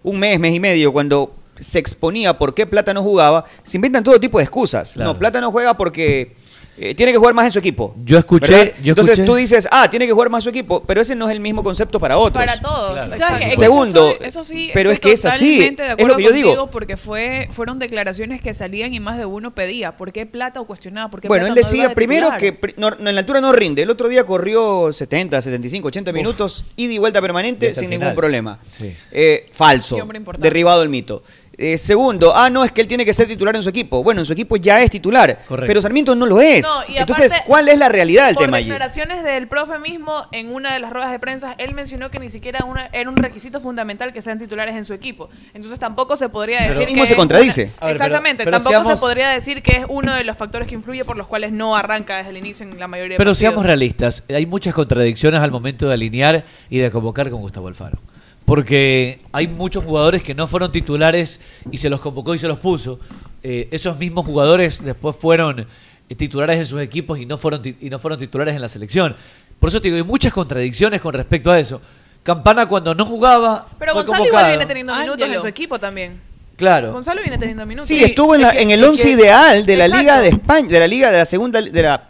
[SPEAKER 10] un mes, mes y medio, cuando se exponía por qué Plata no jugaba, se inventan todo tipo de excusas. No, Plata no juega porque eh, tiene que jugar más en su equipo.
[SPEAKER 15] Yo escuché-
[SPEAKER 10] ¿verdad?
[SPEAKER 15] yo
[SPEAKER 10] Entonces
[SPEAKER 15] escuché-
[SPEAKER 10] tú dices, ah, tiene que jugar más su equipo, pero ese no es el mismo concepto para otros.
[SPEAKER 11] Para todos.
[SPEAKER 10] Claro.
[SPEAKER 11] ¿Sabes qué?
[SPEAKER 10] Segundo,
[SPEAKER 11] Eso estoy- eso sí,
[SPEAKER 10] pero
[SPEAKER 11] estoy
[SPEAKER 10] es que es así.
[SPEAKER 11] totalmente de
[SPEAKER 10] Es
[SPEAKER 11] acuerdo
[SPEAKER 10] lo que yo digo.
[SPEAKER 11] contigo Porque fue, fueron declaraciones que salían y más de uno pedía. ¿Por qué plata o cuestionaba? ¿Por qué
[SPEAKER 10] Bueno, él
[SPEAKER 11] Plata no iba
[SPEAKER 10] decía
[SPEAKER 11] de
[SPEAKER 10] primero
[SPEAKER 11] titular?
[SPEAKER 10] que pri- no- no, en la altura no rinde. El otro día corrió 70, 75, 80 minutos, ida y vuelta
[SPEAKER 15] Y
[SPEAKER 10] permanente
[SPEAKER 15] hasta
[SPEAKER 10] sin
[SPEAKER 15] el
[SPEAKER 10] ningún
[SPEAKER 15] final.
[SPEAKER 10] problema.
[SPEAKER 15] Sí.
[SPEAKER 10] Eh, falso.
[SPEAKER 15] Y hombre importante.
[SPEAKER 10] Derribado el mito. Eh, segundo, ah, no, es que él tiene que ser titular en su equipo. Bueno, en su equipo ya es titular,
[SPEAKER 15] Correcto.
[SPEAKER 10] pero Sarmiento no lo es.
[SPEAKER 11] No, y
[SPEAKER 10] Entonces,
[SPEAKER 11] aparte,
[SPEAKER 10] ¿cuál es la realidad del
[SPEAKER 11] Por
[SPEAKER 10] tema allí?
[SPEAKER 11] declaraciones del profe mismo en una de las ruedas de prensa, él mencionó que ni siquiera una- era un requisito fundamental que sean titulares en su equipo. Entonces tampoco se podría
[SPEAKER 10] Pero-
[SPEAKER 11] decir que
[SPEAKER 10] mismo se
[SPEAKER 11] es
[SPEAKER 10] contradice. A
[SPEAKER 11] una-
[SPEAKER 10] ver, pero-
[SPEAKER 11] exactamente,
[SPEAKER 10] pero
[SPEAKER 11] tampoco
[SPEAKER 10] seamos-
[SPEAKER 11] se podría decir que es uno de los factores que influye por los cuales no arranca desde el inicio en la mayoría de
[SPEAKER 15] Pero
[SPEAKER 11] partidos.
[SPEAKER 15] seamos realistas, hay muchas contradicciones al momento de alinear y de convocar con Gustavo Alfaro. Porque hay muchos jugadores que no fueron titulares y se los convocó y se los puso. Eh, esos mismos jugadores después fueron eh, titulares en sus equipos y no fueron ti- y no fueron titulares en la selección. Por eso te digo, hay muchas contradicciones con respecto a eso. Campana cuando no jugaba
[SPEAKER 11] Pero
[SPEAKER 15] fue
[SPEAKER 11] Gonzalo
[SPEAKER 15] convocado.
[SPEAKER 11] igual viene teniendo minutos en su equipo también.
[SPEAKER 15] Claro.
[SPEAKER 11] Gonzalo viene teniendo minutos.
[SPEAKER 10] Sí, estuvo en, la- en el
[SPEAKER 11] es
[SPEAKER 10] once
[SPEAKER 11] que-
[SPEAKER 10] ideal de la
[SPEAKER 11] Exacto.
[SPEAKER 10] Liga de España, de la Liga de la segunda, de la, de la,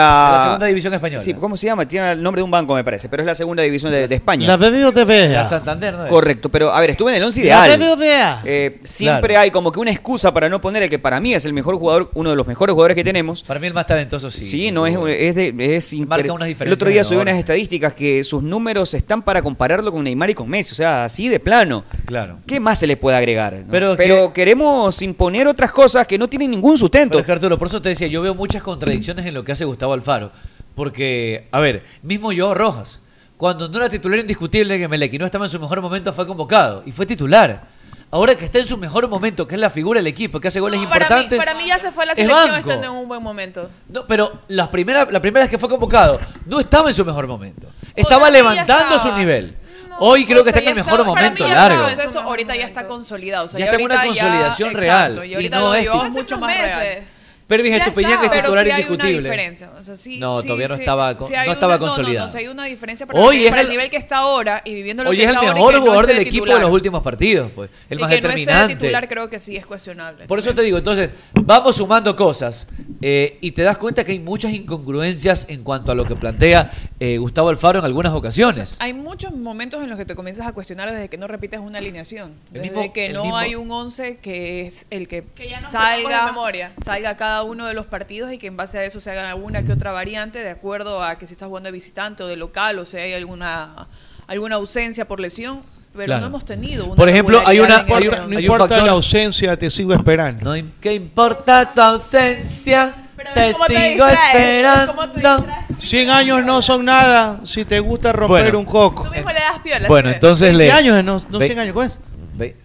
[SPEAKER 15] De la segunda división española.
[SPEAKER 10] Sí, ¿cómo se llama? Tiene el nombre de un banco, me parece, pero es la segunda división de, de España.
[SPEAKER 21] La BBVA.
[SPEAKER 15] La Santander, ¿no es?
[SPEAKER 10] Correcto, pero a ver, estuve en el 11
[SPEAKER 21] La
[SPEAKER 10] ideal.
[SPEAKER 15] E
[SPEAKER 21] BBVA.
[SPEAKER 10] Eh, siempre
[SPEAKER 15] Claro.
[SPEAKER 10] hay como que una excusa para no poner el que para mí es el mejor jugador, uno de los mejores jugadores que tenemos.
[SPEAKER 15] Para mí el más talentoso sí.
[SPEAKER 10] Sí, no es, es, de- es incre-
[SPEAKER 15] Marca unas
[SPEAKER 10] El otro día
[SPEAKER 15] diferencias
[SPEAKER 10] subí unas
[SPEAKER 15] enormes.
[SPEAKER 10] estadísticas que sus números están para compararlo con Neymar y con Messi, o sea, así de plano.
[SPEAKER 15] Claro.
[SPEAKER 10] ¿Qué más se le puede agregar? no?
[SPEAKER 15] Pero
[SPEAKER 10] queremos imponer otras cosas que no tienen ningún sustento.
[SPEAKER 15] Pero es que, Arturo, por eso te decía, yo veo muchas contradicciones en lo que hace Gustavo Alfaro. Porque, a ver, mismo yo, Rojas, cuando no era titular indiscutible que Melec y no estaba en su mejor momento, fue convocado y fue titular. Ahora que está en su mejor momento, que es la figura del equipo, que hace goles
[SPEAKER 11] Para mí,
[SPEAKER 15] importantes.
[SPEAKER 11] para mí ya se fue la
[SPEAKER 15] es
[SPEAKER 11] selección
[SPEAKER 15] banco.
[SPEAKER 11] estando en un buen momento.
[SPEAKER 15] No, pero las primeras, la primera vez que fue convocado, no estaba en su mejor momento. Estaba levantando su nivel. Hoy creo que está en el mejor momento, largo.
[SPEAKER 11] Entonces, eso ahorita ya está consolidado. o sea,
[SPEAKER 15] Ya está en una
[SPEAKER 11] ahorita ya-
[SPEAKER 15] consolidación
[SPEAKER 11] exacto,
[SPEAKER 15] real,
[SPEAKER 11] Y
[SPEAKER 15] y
[SPEAKER 11] ahorita
[SPEAKER 15] no
[SPEAKER 11] lo
[SPEAKER 15] es
[SPEAKER 11] dio
[SPEAKER 15] tipo-
[SPEAKER 11] mucho más real.
[SPEAKER 15] Pero dije,
[SPEAKER 11] Ya
[SPEAKER 15] tu Peña
[SPEAKER 11] está,
[SPEAKER 15] que es
[SPEAKER 11] pero
[SPEAKER 15] titular
[SPEAKER 11] sí hay una
[SPEAKER 15] indiscutible.
[SPEAKER 11] diferencia, o sea, sí-
[SPEAKER 15] no,
[SPEAKER 11] sí,
[SPEAKER 15] todavía no
[SPEAKER 11] sí,
[SPEAKER 15] estaba, con-
[SPEAKER 11] sí hay
[SPEAKER 15] no estaba
[SPEAKER 11] una- no, no,
[SPEAKER 15] consolidado.
[SPEAKER 11] No, sí hay una diferencia para,
[SPEAKER 15] Hoy
[SPEAKER 11] lo que-
[SPEAKER 15] es
[SPEAKER 11] para el,
[SPEAKER 15] el-
[SPEAKER 11] nivel que está ahora y viviendo lo
[SPEAKER 15] Hoy
[SPEAKER 11] que
[SPEAKER 15] es el
[SPEAKER 11] está ahora y
[SPEAKER 15] mejor
[SPEAKER 11] que no
[SPEAKER 15] jugador
[SPEAKER 11] esté
[SPEAKER 15] del
[SPEAKER 11] de
[SPEAKER 15] equipo de
[SPEAKER 11] titular.
[SPEAKER 15] los últimos partidos, pues. El
[SPEAKER 11] Y
[SPEAKER 15] más
[SPEAKER 11] que No esté de
[SPEAKER 15] determinante.
[SPEAKER 11] titular creo que sí es cuestionable.
[SPEAKER 15] Por eso te digo, entonces, vamos sumando cosas eh, y te das cuenta que hay muchas incongruencias en cuanto a lo que plantea eh, Gustavo Alfaro en algunas ocasiones.
[SPEAKER 11] Hay muchos momentos en los que te comienzas a cuestionar desde que no repites una alineación,
[SPEAKER 15] El
[SPEAKER 11] desde
[SPEAKER 15] mismo-
[SPEAKER 11] que
[SPEAKER 15] el
[SPEAKER 11] no
[SPEAKER 15] mismo-
[SPEAKER 11] hay un 11 que es el que,
[SPEAKER 22] no se va por la
[SPEAKER 11] salga salga cada uno de los partidos y que en base a eso se haga alguna que otra variante de acuerdo a que si estás jugando de visitante o de local o si hay alguna alguna ausencia por lesión, pero
[SPEAKER 12] Claro.
[SPEAKER 11] no hemos tenido una
[SPEAKER 12] Por ejemplo, hay una-
[SPEAKER 11] regularidad en
[SPEAKER 12] hay
[SPEAKER 11] eso.
[SPEAKER 12] un- No importa la ausencia, te sigo esperando.
[SPEAKER 15] ¿Qué importa tu ausencia?
[SPEAKER 11] Te
[SPEAKER 12] ¿cómo te
[SPEAKER 15] sigo
[SPEAKER 12] distraes?
[SPEAKER 15] esperando.
[SPEAKER 12] 100 años no son nada si te gusta romper
[SPEAKER 15] Bueno.
[SPEAKER 12] un coco.
[SPEAKER 11] mismo le das piola,
[SPEAKER 15] Bueno,
[SPEAKER 11] ¿sí?
[SPEAKER 15] entonces le.
[SPEAKER 12] 20 años, no, no
[SPEAKER 15] Ve-
[SPEAKER 12] 100 años, ¿cómo es?
[SPEAKER 15] ve-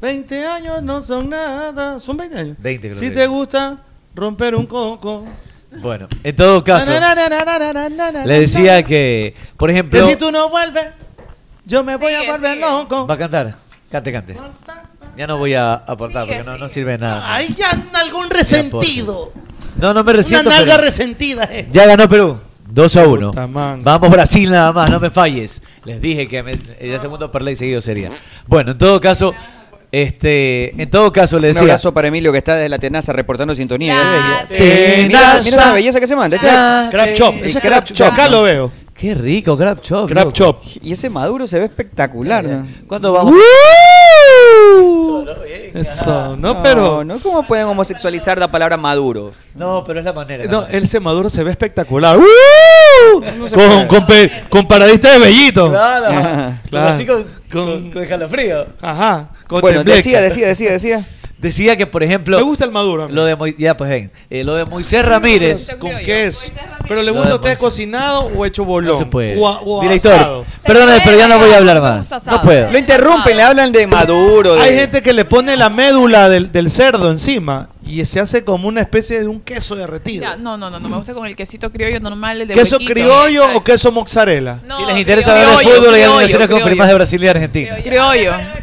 [SPEAKER 12] 20 años no son nada, son 20 años.
[SPEAKER 15] 20 creo
[SPEAKER 12] si
[SPEAKER 15] que
[SPEAKER 12] te
[SPEAKER 15] es.
[SPEAKER 12] gusta romper un
[SPEAKER 15] ¿Ah,
[SPEAKER 12] coco.
[SPEAKER 15] Bueno, en todo caso,
[SPEAKER 12] Na, na, na, na, na, na, na, na,
[SPEAKER 15] le decía que, por
[SPEAKER 12] Que
[SPEAKER 15] ejemplo,
[SPEAKER 12] si tú no vuelves, yo me voy a volver loco.
[SPEAKER 15] va a cantar. Cante, cante. Ya no voy a aportar porque no, no sirve de nada.
[SPEAKER 21] Ahí ya anda algún resentido.
[SPEAKER 15] No, no
[SPEAKER 21] Una
[SPEAKER 15] me resiento.
[SPEAKER 21] nalga
[SPEAKER 15] pero-
[SPEAKER 21] resentida. eh.
[SPEAKER 15] Ya ganó Perú. 2 a 1. Vamos Brasil nada más, no me falles. Les dije que me- el segundo parlay seguido sería. Bueno, en todo caso, este, en todo caso le
[SPEAKER 10] Un
[SPEAKER 15] decía.
[SPEAKER 10] abrazo para Emilio que está desde la Tenaza reportando sintonía.
[SPEAKER 15] Tenaza.
[SPEAKER 10] Mira, mira esa belleza que se manda. este-
[SPEAKER 15] La Crab Chop.
[SPEAKER 10] El
[SPEAKER 15] Ese
[SPEAKER 10] Crab
[SPEAKER 15] Crab
[SPEAKER 10] Chop.
[SPEAKER 15] Chop. Acá lo veo. Qué rico, crab chop.
[SPEAKER 10] Crab
[SPEAKER 12] chop.
[SPEAKER 10] Y ese maduro se ve espectacular. ¿no?
[SPEAKER 15] ¿Cuándo vamos?
[SPEAKER 12] Eso, no, pero.
[SPEAKER 10] No, ¿cómo pueden homosexualizar la palabra maduro?
[SPEAKER 15] No, pero es la manera.
[SPEAKER 12] No, el semaduro se ve espectacular.
[SPEAKER 15] No se
[SPEAKER 12] Con,
[SPEAKER 15] puede.
[SPEAKER 12] con, pe- con paradista de bellito. Ah.
[SPEAKER 15] Claro.
[SPEAKER 12] Claro.
[SPEAKER 15] Así con, con, con escalofrío.
[SPEAKER 12] Ajá. con
[SPEAKER 15] Bueno,
[SPEAKER 12] tembleque.
[SPEAKER 15] decía, decía,
[SPEAKER 10] decía, decía.
[SPEAKER 15] Decía que, por ejemplo. Me gusta
[SPEAKER 12] el maduro.
[SPEAKER 15] Lo de, Mo- ya, pues ven. eh, lo de Moisés Ramírez.
[SPEAKER 12] ¿Con qué es? Pero le
[SPEAKER 15] Lo
[SPEAKER 12] gusta a
[SPEAKER 15] de
[SPEAKER 12] usted cocinado o hecho bolón.
[SPEAKER 15] No se puede.
[SPEAKER 12] O a- o asado.
[SPEAKER 15] Director, perdóname, pero ya no voy a hablar más. No puedo.
[SPEAKER 10] Lo interrumpen, le hablan de maduro. de-
[SPEAKER 12] Hay gente que le pone la médula del, del cerdo encima y se hace como una especie de un queso derretido.
[SPEAKER 11] Ya, no, no, no, no me gusta con el quesito criollo normal, el de
[SPEAKER 12] ¿Queso
[SPEAKER 11] huequito.
[SPEAKER 12] criollo o queso mozzarella?
[SPEAKER 11] No,
[SPEAKER 15] Si les interesa
[SPEAKER 11] criollo,
[SPEAKER 15] hablar de fútbol, hay
[SPEAKER 11] criollo,
[SPEAKER 15] animaciones
[SPEAKER 11] criollo.
[SPEAKER 15] confirmadas de Brasil y Argentina.
[SPEAKER 11] Criollo,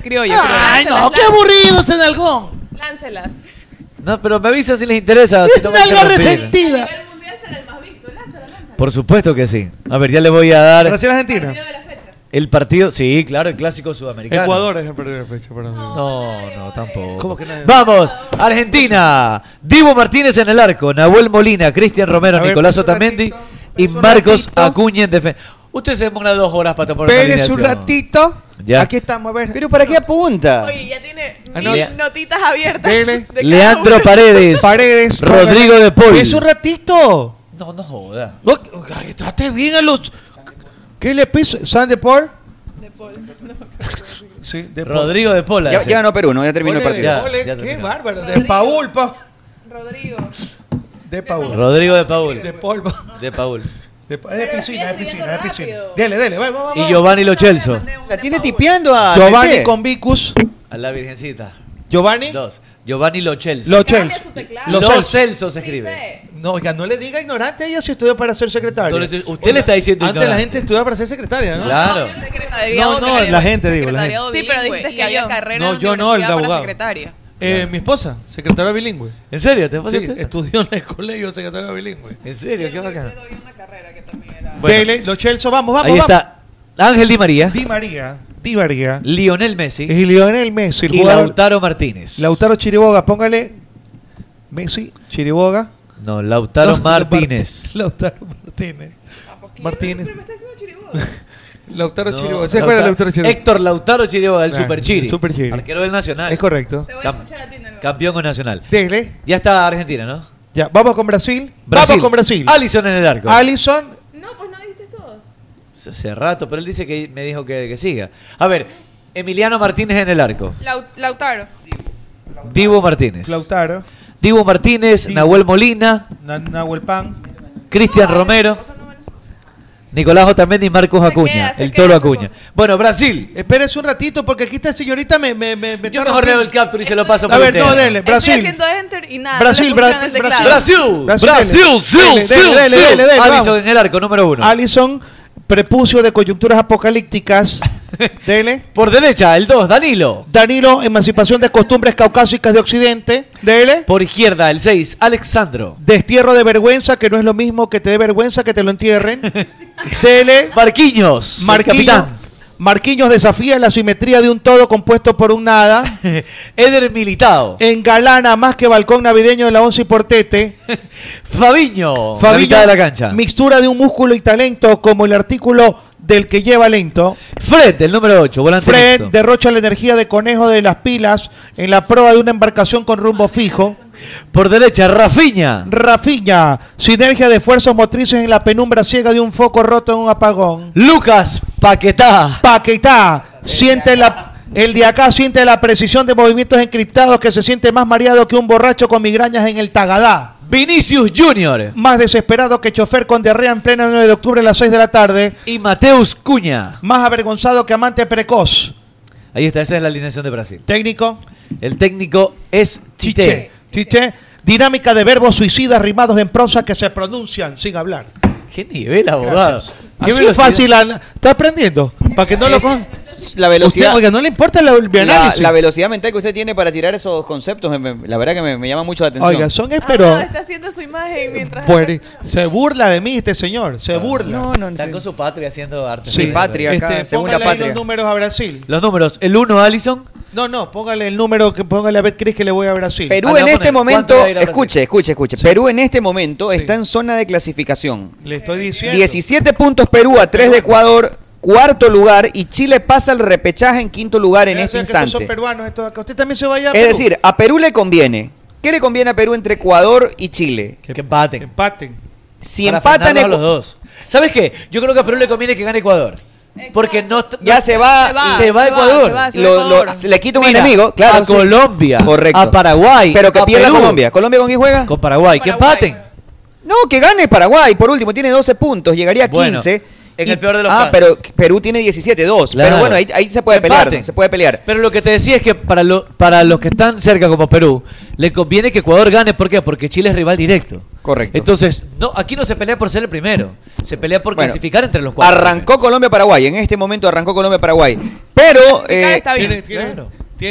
[SPEAKER 11] criollo.
[SPEAKER 21] Ay,
[SPEAKER 11] criollo.
[SPEAKER 21] no, qué aburrido este nalgón.
[SPEAKER 11] Láncelas.
[SPEAKER 15] No, pero me avisa si les interesa.
[SPEAKER 12] *laughs*
[SPEAKER 15] Si no me
[SPEAKER 21] Nalga
[SPEAKER 15] interrumpir.
[SPEAKER 21] resentida.
[SPEAKER 15] Por supuesto que sí. A ver, ya le voy a dar.
[SPEAKER 12] Brasil-Argentina.
[SPEAKER 15] El partido, sí, claro, el clásico sudamericano.
[SPEAKER 12] Ecuador es el primer fecha para mí.
[SPEAKER 15] No, no, tampoco.
[SPEAKER 12] ¿Cómo que nadie?
[SPEAKER 15] Vamos, Argentina. Divo Martínez en el arco, Nahuel Molina, Cristian Romero,
[SPEAKER 12] A ver,
[SPEAKER 15] Nicolás
[SPEAKER 12] espérese un
[SPEAKER 15] Otamendi y Marcos Acuña en defensa. Usted se demora dos horas para tomar una
[SPEAKER 12] Pérez un
[SPEAKER 15] alineación.
[SPEAKER 12] ratito.
[SPEAKER 15] Ya.
[SPEAKER 12] Aquí estamos, a ver.
[SPEAKER 10] Pero ¿para qué apunta?
[SPEAKER 11] Oye, ya tiene
[SPEAKER 12] Ah,
[SPEAKER 11] mil
[SPEAKER 12] no. Lea-
[SPEAKER 11] notitas abiertas.
[SPEAKER 12] Dele.
[SPEAKER 11] de cada
[SPEAKER 15] Leandro
[SPEAKER 11] uno.
[SPEAKER 15] Paredes.
[SPEAKER 12] Paredes.
[SPEAKER 15] Rodrigo de Paul.
[SPEAKER 12] Es un ratito.
[SPEAKER 15] No, no joda.
[SPEAKER 12] No, ay, trate bien a los. ¿Qué le piso? ¿San de Paul? Sí, de Paul.
[SPEAKER 15] Rodrigo de Paul.
[SPEAKER 10] Ya,
[SPEAKER 15] hace.
[SPEAKER 10] ya ganó Perú, ¿no? Ya terminó el
[SPEAKER 12] Ole,
[SPEAKER 10] partido.
[SPEAKER 12] ole,
[SPEAKER 15] ya
[SPEAKER 12] qué
[SPEAKER 15] terminó.
[SPEAKER 12] bárbaro. De Paul, pa.
[SPEAKER 11] Rodrigo.
[SPEAKER 12] De Paul.
[SPEAKER 15] Rodrigo de Paul.
[SPEAKER 12] De Paul, pa.
[SPEAKER 15] De Paul.
[SPEAKER 12] De, es de piscina, es de piscina, es de piscina. Dele, dele, vamos, vamos.
[SPEAKER 15] Y Giovanni Lochelso.
[SPEAKER 10] La tiene tipeando a.
[SPEAKER 12] Giovanni
[SPEAKER 10] Tete.
[SPEAKER 12] con Vicus.
[SPEAKER 15] A la Virgencita.
[SPEAKER 12] Giovanni.
[SPEAKER 15] Dos. Giovanni Lochelso.
[SPEAKER 12] Lochelso. Lo
[SPEAKER 15] Lo
[SPEAKER 12] Celso.
[SPEAKER 15] Celso se escribe.
[SPEAKER 12] No, oiga, no le diga ignorante a ella si estudió para ser secretaria.
[SPEAKER 15] No le estoy- usted le está diciendo
[SPEAKER 12] Antes la
[SPEAKER 15] ignorante.
[SPEAKER 12] gente estudiaba para ser secretaria, ¿no? Eh,
[SPEAKER 15] Claro.
[SPEAKER 12] No, no, la gente, digo, la gente.
[SPEAKER 11] Sí, pero dijiste que había carrera
[SPEAKER 12] No,
[SPEAKER 11] en
[SPEAKER 12] yo
[SPEAKER 11] la
[SPEAKER 12] no, el de
[SPEAKER 11] universidad para
[SPEAKER 12] abogado.
[SPEAKER 11] secretaria.
[SPEAKER 12] Eh, Mi esposa, secretaria bilingüe.
[SPEAKER 15] ¿En serio? ¿Te
[SPEAKER 12] Sí,
[SPEAKER 15] pasaste?
[SPEAKER 12] estudió en el colegio de secretaria bilingüe.
[SPEAKER 15] ¿En serio? Qué bacán.
[SPEAKER 12] Bueno. Dele, los Chelsea, vamos, vamos,
[SPEAKER 15] Ahí
[SPEAKER 12] vamos.
[SPEAKER 15] está. Ángel Di María.
[SPEAKER 12] Di María. Di María.
[SPEAKER 15] Lionel Messi.
[SPEAKER 12] Y Lionel Messi, el
[SPEAKER 15] y
[SPEAKER 12] jugador-
[SPEAKER 15] Lautaro Martínez.
[SPEAKER 12] Lautaro Chiriboga, póngale Messi, Chiriboga.
[SPEAKER 15] No, Lautaro
[SPEAKER 16] Lautaro
[SPEAKER 15] Martínez.
[SPEAKER 16] Lautaro Martínez. Martínez. *laughs* Lautaro
[SPEAKER 15] No,
[SPEAKER 16] Chiriboga. ¿Se acuerda de
[SPEAKER 15] Lautaro-
[SPEAKER 16] Lautaro Chiriboga?
[SPEAKER 15] Héctor Lautaro Chiriboga, el
[SPEAKER 16] Ah,
[SPEAKER 15] Super Chiri.
[SPEAKER 16] el Super Chiri.
[SPEAKER 15] Arquero del Nacional.
[SPEAKER 16] Es correcto. Te
[SPEAKER 15] Cam- campeón con Nacional. Ya está Argentina, ¿no?
[SPEAKER 12] Ya, vamos con Brasil.
[SPEAKER 15] Brasil.
[SPEAKER 12] Vamos con Brasil.
[SPEAKER 15] Alisson en el arco.
[SPEAKER 12] Alisson.
[SPEAKER 15] Hace rato, pero él dice que me dijo que, que siga. A ver, Emiliano Martínez en el arco.
[SPEAKER 11] Lau- Lautaro.
[SPEAKER 15] Divo Martínez.
[SPEAKER 12] Lautaro.
[SPEAKER 15] Divo Martínez, Nahuel Molina,
[SPEAKER 12] Na- Nahuel Pan.
[SPEAKER 15] Cristian Romero, Nicolás Otamendi y Marcos Acuña. el toro Acuña. Bueno, Brasil.
[SPEAKER 12] Espérese un ratito porque aquí esta señorita me. me, me, me
[SPEAKER 15] Yo
[SPEAKER 12] está
[SPEAKER 15] mejor leo
[SPEAKER 12] rompiendo.
[SPEAKER 15] el capture y se lo paso
[SPEAKER 12] A
[SPEAKER 15] por
[SPEAKER 12] ver,
[SPEAKER 15] entero.
[SPEAKER 12] no, dele,
[SPEAKER 11] Estoy
[SPEAKER 12] Brasil.
[SPEAKER 11] haciendo enter y nada.
[SPEAKER 12] Brasil,
[SPEAKER 11] no le este
[SPEAKER 12] Bra-
[SPEAKER 11] funciona el teclado.
[SPEAKER 15] Brasil, Brasil, Brasil, Brasil,
[SPEAKER 12] dele, dele, dele, vamos.
[SPEAKER 15] Alisson en el arco número uno.
[SPEAKER 12] Alisson, prepucio de coyunturas
[SPEAKER 15] *laughs*
[SPEAKER 12] apocalípticas. Dele.
[SPEAKER 15] Por derecha, el 2, Danilo.
[SPEAKER 12] Danilo, emancipación de costumbres caucásicas de Occidente. Dele.
[SPEAKER 15] Por izquierda, el 6, Alexandro.
[SPEAKER 12] Destierro de vergüenza, que no es lo mismo que te dé vergüenza que te lo
[SPEAKER 15] *laughs*
[SPEAKER 12] entierren. Dele.
[SPEAKER 15] Marquinhos. el
[SPEAKER 12] Marquinhos.
[SPEAKER 15] capitán.
[SPEAKER 12] Marquinhos desafía la simetría de un todo compuesto por un nada.
[SPEAKER 15] *laughs* Eder Militao.
[SPEAKER 12] Engalana más que balcón navideño de la once y portete.
[SPEAKER 15] *laughs* Fabiño. la
[SPEAKER 12] Fabiño,
[SPEAKER 15] mitad de la cancha.
[SPEAKER 12] Mixtura de un músculo y talento como el artículo del que lleva lento.
[SPEAKER 15] Fred, el número 8, volante
[SPEAKER 12] Fred
[SPEAKER 15] mixto.
[SPEAKER 12] derrocha la energía de conejo de las pilas en la proa de una embarcación con rumbo fijo.
[SPEAKER 15] Por derecha, Rafiña.
[SPEAKER 12] Rafiña, sinergia de esfuerzos motrices en la penumbra ciega de un foco roto en un apagón.
[SPEAKER 15] Lucas Paquetá.
[SPEAKER 12] Paquetá, siente la, el de acá siente la precisión de movimientos encriptados que se siente más mareado que un borracho con migrañas en el Tagadá.
[SPEAKER 15] Vinicius Junior.
[SPEAKER 12] Más desesperado que chofer con diarrea en plena 9 de octubre a las 6 de la tarde.
[SPEAKER 15] Y Mateus Cuña.
[SPEAKER 12] Más avergonzado que amante precoz.
[SPEAKER 15] Ahí está, esa es la alineación de Brasil.
[SPEAKER 12] Técnico.
[SPEAKER 15] El técnico es Tite.
[SPEAKER 12] Chiche, dinámica de verbos suicidas rimados en prosa que se pronuncian sin hablar.
[SPEAKER 15] Qué nivel, abogado.
[SPEAKER 12] Así
[SPEAKER 15] Qué
[SPEAKER 12] es
[SPEAKER 15] velocidad.
[SPEAKER 12] fácil. la- ¿Está aprendiendo? Para que no lo
[SPEAKER 10] Es
[SPEAKER 12] con-
[SPEAKER 10] la velocidad-
[SPEAKER 12] Usted, oiga, no le importa la, el
[SPEAKER 10] La,
[SPEAKER 12] análisis.
[SPEAKER 10] la velocidad mental que usted tiene para tirar esos conceptos, me- me- la verdad que me, me llama mucho la atención.
[SPEAKER 12] Oiga, son
[SPEAKER 11] Ah,
[SPEAKER 12] esperos.
[SPEAKER 11] está haciendo su imagen mientras.
[SPEAKER 12] Pues, se burla de mí este señor,
[SPEAKER 15] Ah,
[SPEAKER 12] se burla. No, no,
[SPEAKER 15] Está con su patria haciendo arte.
[SPEAKER 12] Sí. Este,
[SPEAKER 15] Este,
[SPEAKER 12] póngale ahí los números a Brasil.
[SPEAKER 15] Los números. El 1, Allison.
[SPEAKER 12] No, no, póngale el número, que póngale a Betcris que le voy a Brasil.
[SPEAKER 10] Perú
[SPEAKER 12] Ah, le
[SPEAKER 10] en
[SPEAKER 12] voy a
[SPEAKER 10] este
[SPEAKER 12] poner. ¿Cuánto
[SPEAKER 10] momento,
[SPEAKER 12] va a ir a Brasil?
[SPEAKER 10] escuche, escuche, escuche. Perú en este momento está en zona de clasificación.
[SPEAKER 12] Le estoy diciendo.
[SPEAKER 10] 17 puntos Perú a 3 de Ecuador, cuarto lugar y Chile pasa al repechaje en quinto lugar en
[SPEAKER 12] Pero
[SPEAKER 10] este
[SPEAKER 12] eso es que estos
[SPEAKER 10] instante.
[SPEAKER 12] son peruanos, esto de acá. Usted también se vaya a
[SPEAKER 10] Es
[SPEAKER 12] Perú.
[SPEAKER 10] decir, a Perú le conviene. ¿Qué le conviene a Perú entre Ecuador y Chile?
[SPEAKER 15] Que empaten.
[SPEAKER 12] empaten.
[SPEAKER 10] Si
[SPEAKER 15] Para
[SPEAKER 10] empatan
[SPEAKER 15] frenarlos a los
[SPEAKER 10] Ecu-
[SPEAKER 15] dos. ¿Sabes qué? Yo creo que a Perú le conviene que gane Ecuador. Porque no.
[SPEAKER 10] ya
[SPEAKER 15] no-
[SPEAKER 10] se va,
[SPEAKER 15] Se va Ecuador.
[SPEAKER 10] Lo- lo- se le quita un
[SPEAKER 15] Mira,
[SPEAKER 10] enemigo, claro.
[SPEAKER 15] A
[SPEAKER 10] sí.
[SPEAKER 15] Colombia.
[SPEAKER 10] Correcto.
[SPEAKER 15] A Paraguay.
[SPEAKER 10] Pero que
[SPEAKER 15] a
[SPEAKER 10] pierda
[SPEAKER 15] Perú.
[SPEAKER 10] Colombia. ¿Colombia con quién juega?
[SPEAKER 15] Con Paraguay. Que empaten.
[SPEAKER 10] No, que gane Paraguay, por último, tiene 12 puntos, llegaría a 15.
[SPEAKER 15] Bueno, en el peor de los
[SPEAKER 10] Ah,
[SPEAKER 15] casos.
[SPEAKER 10] pero Perú tiene 17, 2.
[SPEAKER 15] Claro.
[SPEAKER 10] Pero bueno, ahí, ahí se puede pelear,
[SPEAKER 15] Empate.
[SPEAKER 10] se puede pelear.
[SPEAKER 15] Pero lo que te decía es que para, lo- para los que están cerca como Perú, le conviene que Ecuador gane. ¿Por qué? Porque Chile es rival directo.
[SPEAKER 10] Correcto.
[SPEAKER 15] Entonces, no, aquí no se pelea por ser el primero. Se pelea por
[SPEAKER 10] Bueno,
[SPEAKER 15] clasificar entre los cuatro.
[SPEAKER 10] Arrancó Colombia-Paraguay, en este momento arrancó Colombia-Paraguay. Pero eh,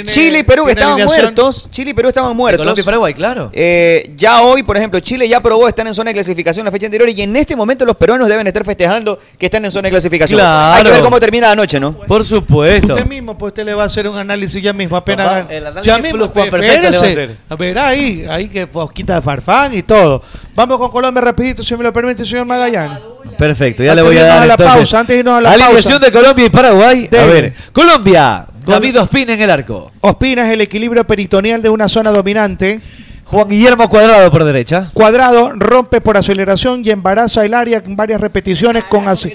[SPEAKER 10] Chile y Perú que
[SPEAKER 15] tiene
[SPEAKER 10] estaban
[SPEAKER 15] alineación.
[SPEAKER 10] muertos, Chile y Perú estaban muertos.
[SPEAKER 15] Colombia y Paraguay, claro.
[SPEAKER 10] Eh, ya hoy, por ejemplo, Chile ya probó estar en zona de clasificación la fecha anterior y en este momento los peruanos deben estar festejando que están en zona de clasificación.
[SPEAKER 15] Claro.
[SPEAKER 10] Hay que ver cómo termina la noche, ¿no?
[SPEAKER 15] Por supuesto.
[SPEAKER 12] Usted mismo, pues usted le va a hacer un análisis ya mismo, apenas
[SPEAKER 15] Papá,
[SPEAKER 12] gane.
[SPEAKER 15] el análisis
[SPEAKER 12] Ya mismo, pues,
[SPEAKER 15] plus cuan perfecto le va a
[SPEAKER 12] espérese. A ver, ahí, ahí que quita de farfán y todo. Vamos con Colombia rapidito, si me lo permite, señor Magallanes.
[SPEAKER 15] Perfecto, ya le
[SPEAKER 12] Antes
[SPEAKER 15] voy
[SPEAKER 12] de
[SPEAKER 15] a
[SPEAKER 12] irnos
[SPEAKER 15] dar
[SPEAKER 12] a la
[SPEAKER 15] entonces,
[SPEAKER 12] pausa, antes de irnos a la
[SPEAKER 15] a la
[SPEAKER 12] pausa.
[SPEAKER 15] inversión de Colombia y Paraguay. A
[SPEAKER 12] Dele.
[SPEAKER 15] ver, Colombia, David Ospina en el arco.
[SPEAKER 12] Ospina es el equilibrio peritoneal de una zona dominante.
[SPEAKER 15] Juan Guillermo Cuadrado por derecha.
[SPEAKER 12] Cuadrado rompe por aceleración y embaraza el área en varias repeticiones con, asi-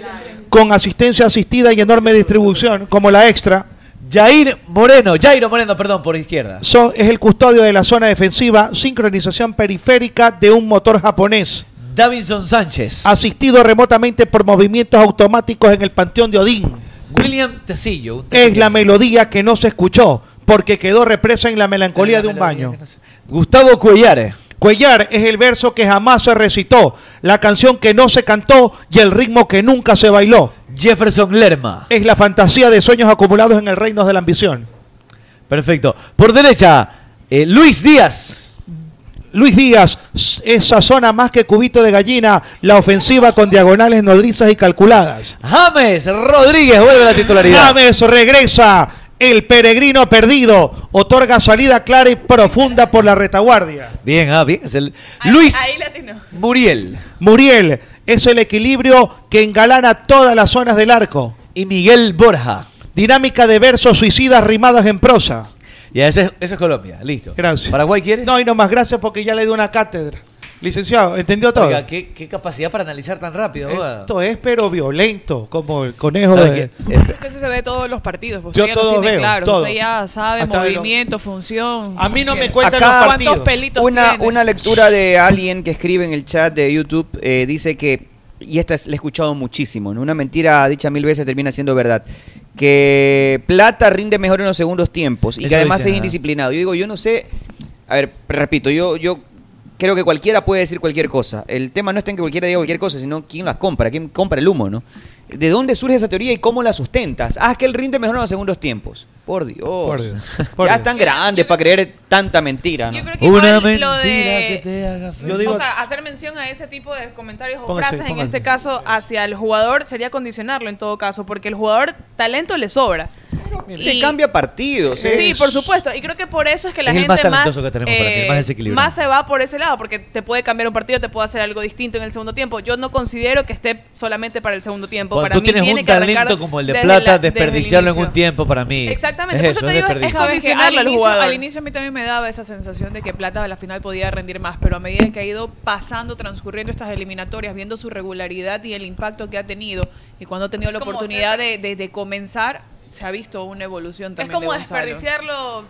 [SPEAKER 12] con asistencia asistida y enorme distribución, como la extra.
[SPEAKER 15] Jair Moreno, Jairo Moreno, perdón, por izquierda.
[SPEAKER 12] So- es el custodio de la zona defensiva, sincronización periférica de un motor japonés,
[SPEAKER 15] Davinson Sánchez.
[SPEAKER 12] asistido remotamente por movimientos automáticos en el panteón de Odín.
[SPEAKER 15] William Tecillo. un
[SPEAKER 12] Es
[SPEAKER 15] técnico.
[SPEAKER 12] la melodía que no se escuchó, porque quedó represa en la melancolía de un baño.
[SPEAKER 15] Gustavo Cuellares.
[SPEAKER 12] Cuellar es el verso que jamás se recitó, la canción que no se cantó y el ritmo que nunca se bailó.
[SPEAKER 15] Jefferson Lerma.
[SPEAKER 12] Es la fantasía de sueños acumulados en el reino de la ambición.
[SPEAKER 15] Perfecto. Por derecha, eh, Luis Díaz.
[SPEAKER 12] Luis Díaz, s- esa zona más que cubito de gallina, la ofensiva con diagonales nodrizas y calculadas.
[SPEAKER 15] James Rodríguez vuelve a la titularidad.
[SPEAKER 12] James regresa El peregrino perdido otorga salida clara y profunda por la retaguardia.
[SPEAKER 15] Bien, ah, bien. es el- Luis Muriel.
[SPEAKER 12] Muriel es el equilibrio que engalana todas las zonas del arco.
[SPEAKER 15] Y Miguel Borja.
[SPEAKER 12] Dinámica de versos suicidas rimadas en prosa.
[SPEAKER 15] Ya, ese, es- eso es Colombia. Listo.
[SPEAKER 12] Gracias.
[SPEAKER 15] ¿Paraguay quiere?
[SPEAKER 12] No, y nomás gracias porque ya le di una cátedra. Licenciado, ¿entendió todo?
[SPEAKER 15] Oiga, qué, qué capacidad para analizar tan rápido. boda.
[SPEAKER 12] Esto es pero violento, como el conejo
[SPEAKER 15] ¿Sabe
[SPEAKER 12] de...
[SPEAKER 11] Usted sí se ve todos los partidos. Usted
[SPEAKER 12] Yo
[SPEAKER 11] ya los
[SPEAKER 12] todo
[SPEAKER 11] tiene
[SPEAKER 12] veo,
[SPEAKER 11] claro.
[SPEAKER 12] todo.
[SPEAKER 11] Usted ya sabe
[SPEAKER 12] Hasta de los-
[SPEAKER 11] movimiento, función.
[SPEAKER 12] A mí no me
[SPEAKER 11] cuentan
[SPEAKER 10] Acá,
[SPEAKER 11] los partidos. ¿Cuántos pelitos
[SPEAKER 10] una,
[SPEAKER 11] tiene?
[SPEAKER 10] una lectura de alguien que escribe en el chat de YouTube eh, dice que, y esta es, la he escuchado muchísimo, ¿no? una mentira dicha mil veces termina siendo verdad, que plata rinde mejor en los segundos tiempos y
[SPEAKER 15] Eso
[SPEAKER 10] que además
[SPEAKER 15] dicen,
[SPEAKER 10] es
[SPEAKER 15] ajá.
[SPEAKER 10] indisciplinado. Yo digo, yo no sé, a ver, repito, yo, yo creo que cualquiera puede decir cualquier cosa. El tema no está en que cualquiera diga cualquier cosa, sino quién las compra, quién compra el humo, ¿no? ¿De dónde surge esa teoría y cómo la sustentas? Ah, es que él rinde mejor en los segundos tiempos. Por Dios.
[SPEAKER 15] Por Dios.
[SPEAKER 10] ya están grandes para creer tanta mentira, ¿no?
[SPEAKER 11] Creo que igual lo de-
[SPEAKER 10] Yo digo-
[SPEAKER 11] o sea, hacer mención a ese tipo de comentarios o
[SPEAKER 10] Póngase,
[SPEAKER 11] frases en
[SPEAKER 10] póngase.
[SPEAKER 11] este caso hacia el jugador sería condicionarlo en todo caso, porque el jugador talento le sobra.
[SPEAKER 10] Te cambia partidos.
[SPEAKER 11] Sí,
[SPEAKER 10] es-
[SPEAKER 11] por supuesto. Y creo que por eso es que la
[SPEAKER 10] Es el
[SPEAKER 11] gente
[SPEAKER 10] más
[SPEAKER 11] más, eh,
[SPEAKER 10] talentoso que tenemos para mí, el más desequilibrado.
[SPEAKER 11] más se va por ese lado, porque te puede cambiar un partido, te puede hacer algo distinto en el segundo tiempo. Yo no considero que esté solamente para el segundo tiempo.
[SPEAKER 15] Cuando
[SPEAKER 11] para
[SPEAKER 15] tú
[SPEAKER 11] mí
[SPEAKER 15] tienes
[SPEAKER 11] tiene
[SPEAKER 15] un
[SPEAKER 11] que arrancar
[SPEAKER 15] talento como el de
[SPEAKER 11] desde
[SPEAKER 15] plata,
[SPEAKER 11] la- desde el
[SPEAKER 15] desperdiciarlo en
[SPEAKER 11] inicio.
[SPEAKER 15] un tiempo para mí.
[SPEAKER 11] Exactamente,
[SPEAKER 15] Es
[SPEAKER 11] por eso te digo, es
[SPEAKER 15] desperdicio.
[SPEAKER 11] condicionarlo
[SPEAKER 6] al
[SPEAKER 11] al jugador.
[SPEAKER 6] jugador.
[SPEAKER 11] Al inicio a mí también me daba esa sensación de que Plata a la final podía rendir más, pero a medida que ha ido pasando, transcurriendo estas eliminatorias, viendo su regularidad y el impacto que ha tenido, y cuando ha tenido la
[SPEAKER 6] como
[SPEAKER 11] oportunidad
[SPEAKER 6] ser-
[SPEAKER 11] de, de- de comenzar, se ha visto una evolución también.
[SPEAKER 6] como
[SPEAKER 11] de Gonzalo.
[SPEAKER 6] desperdiciarlo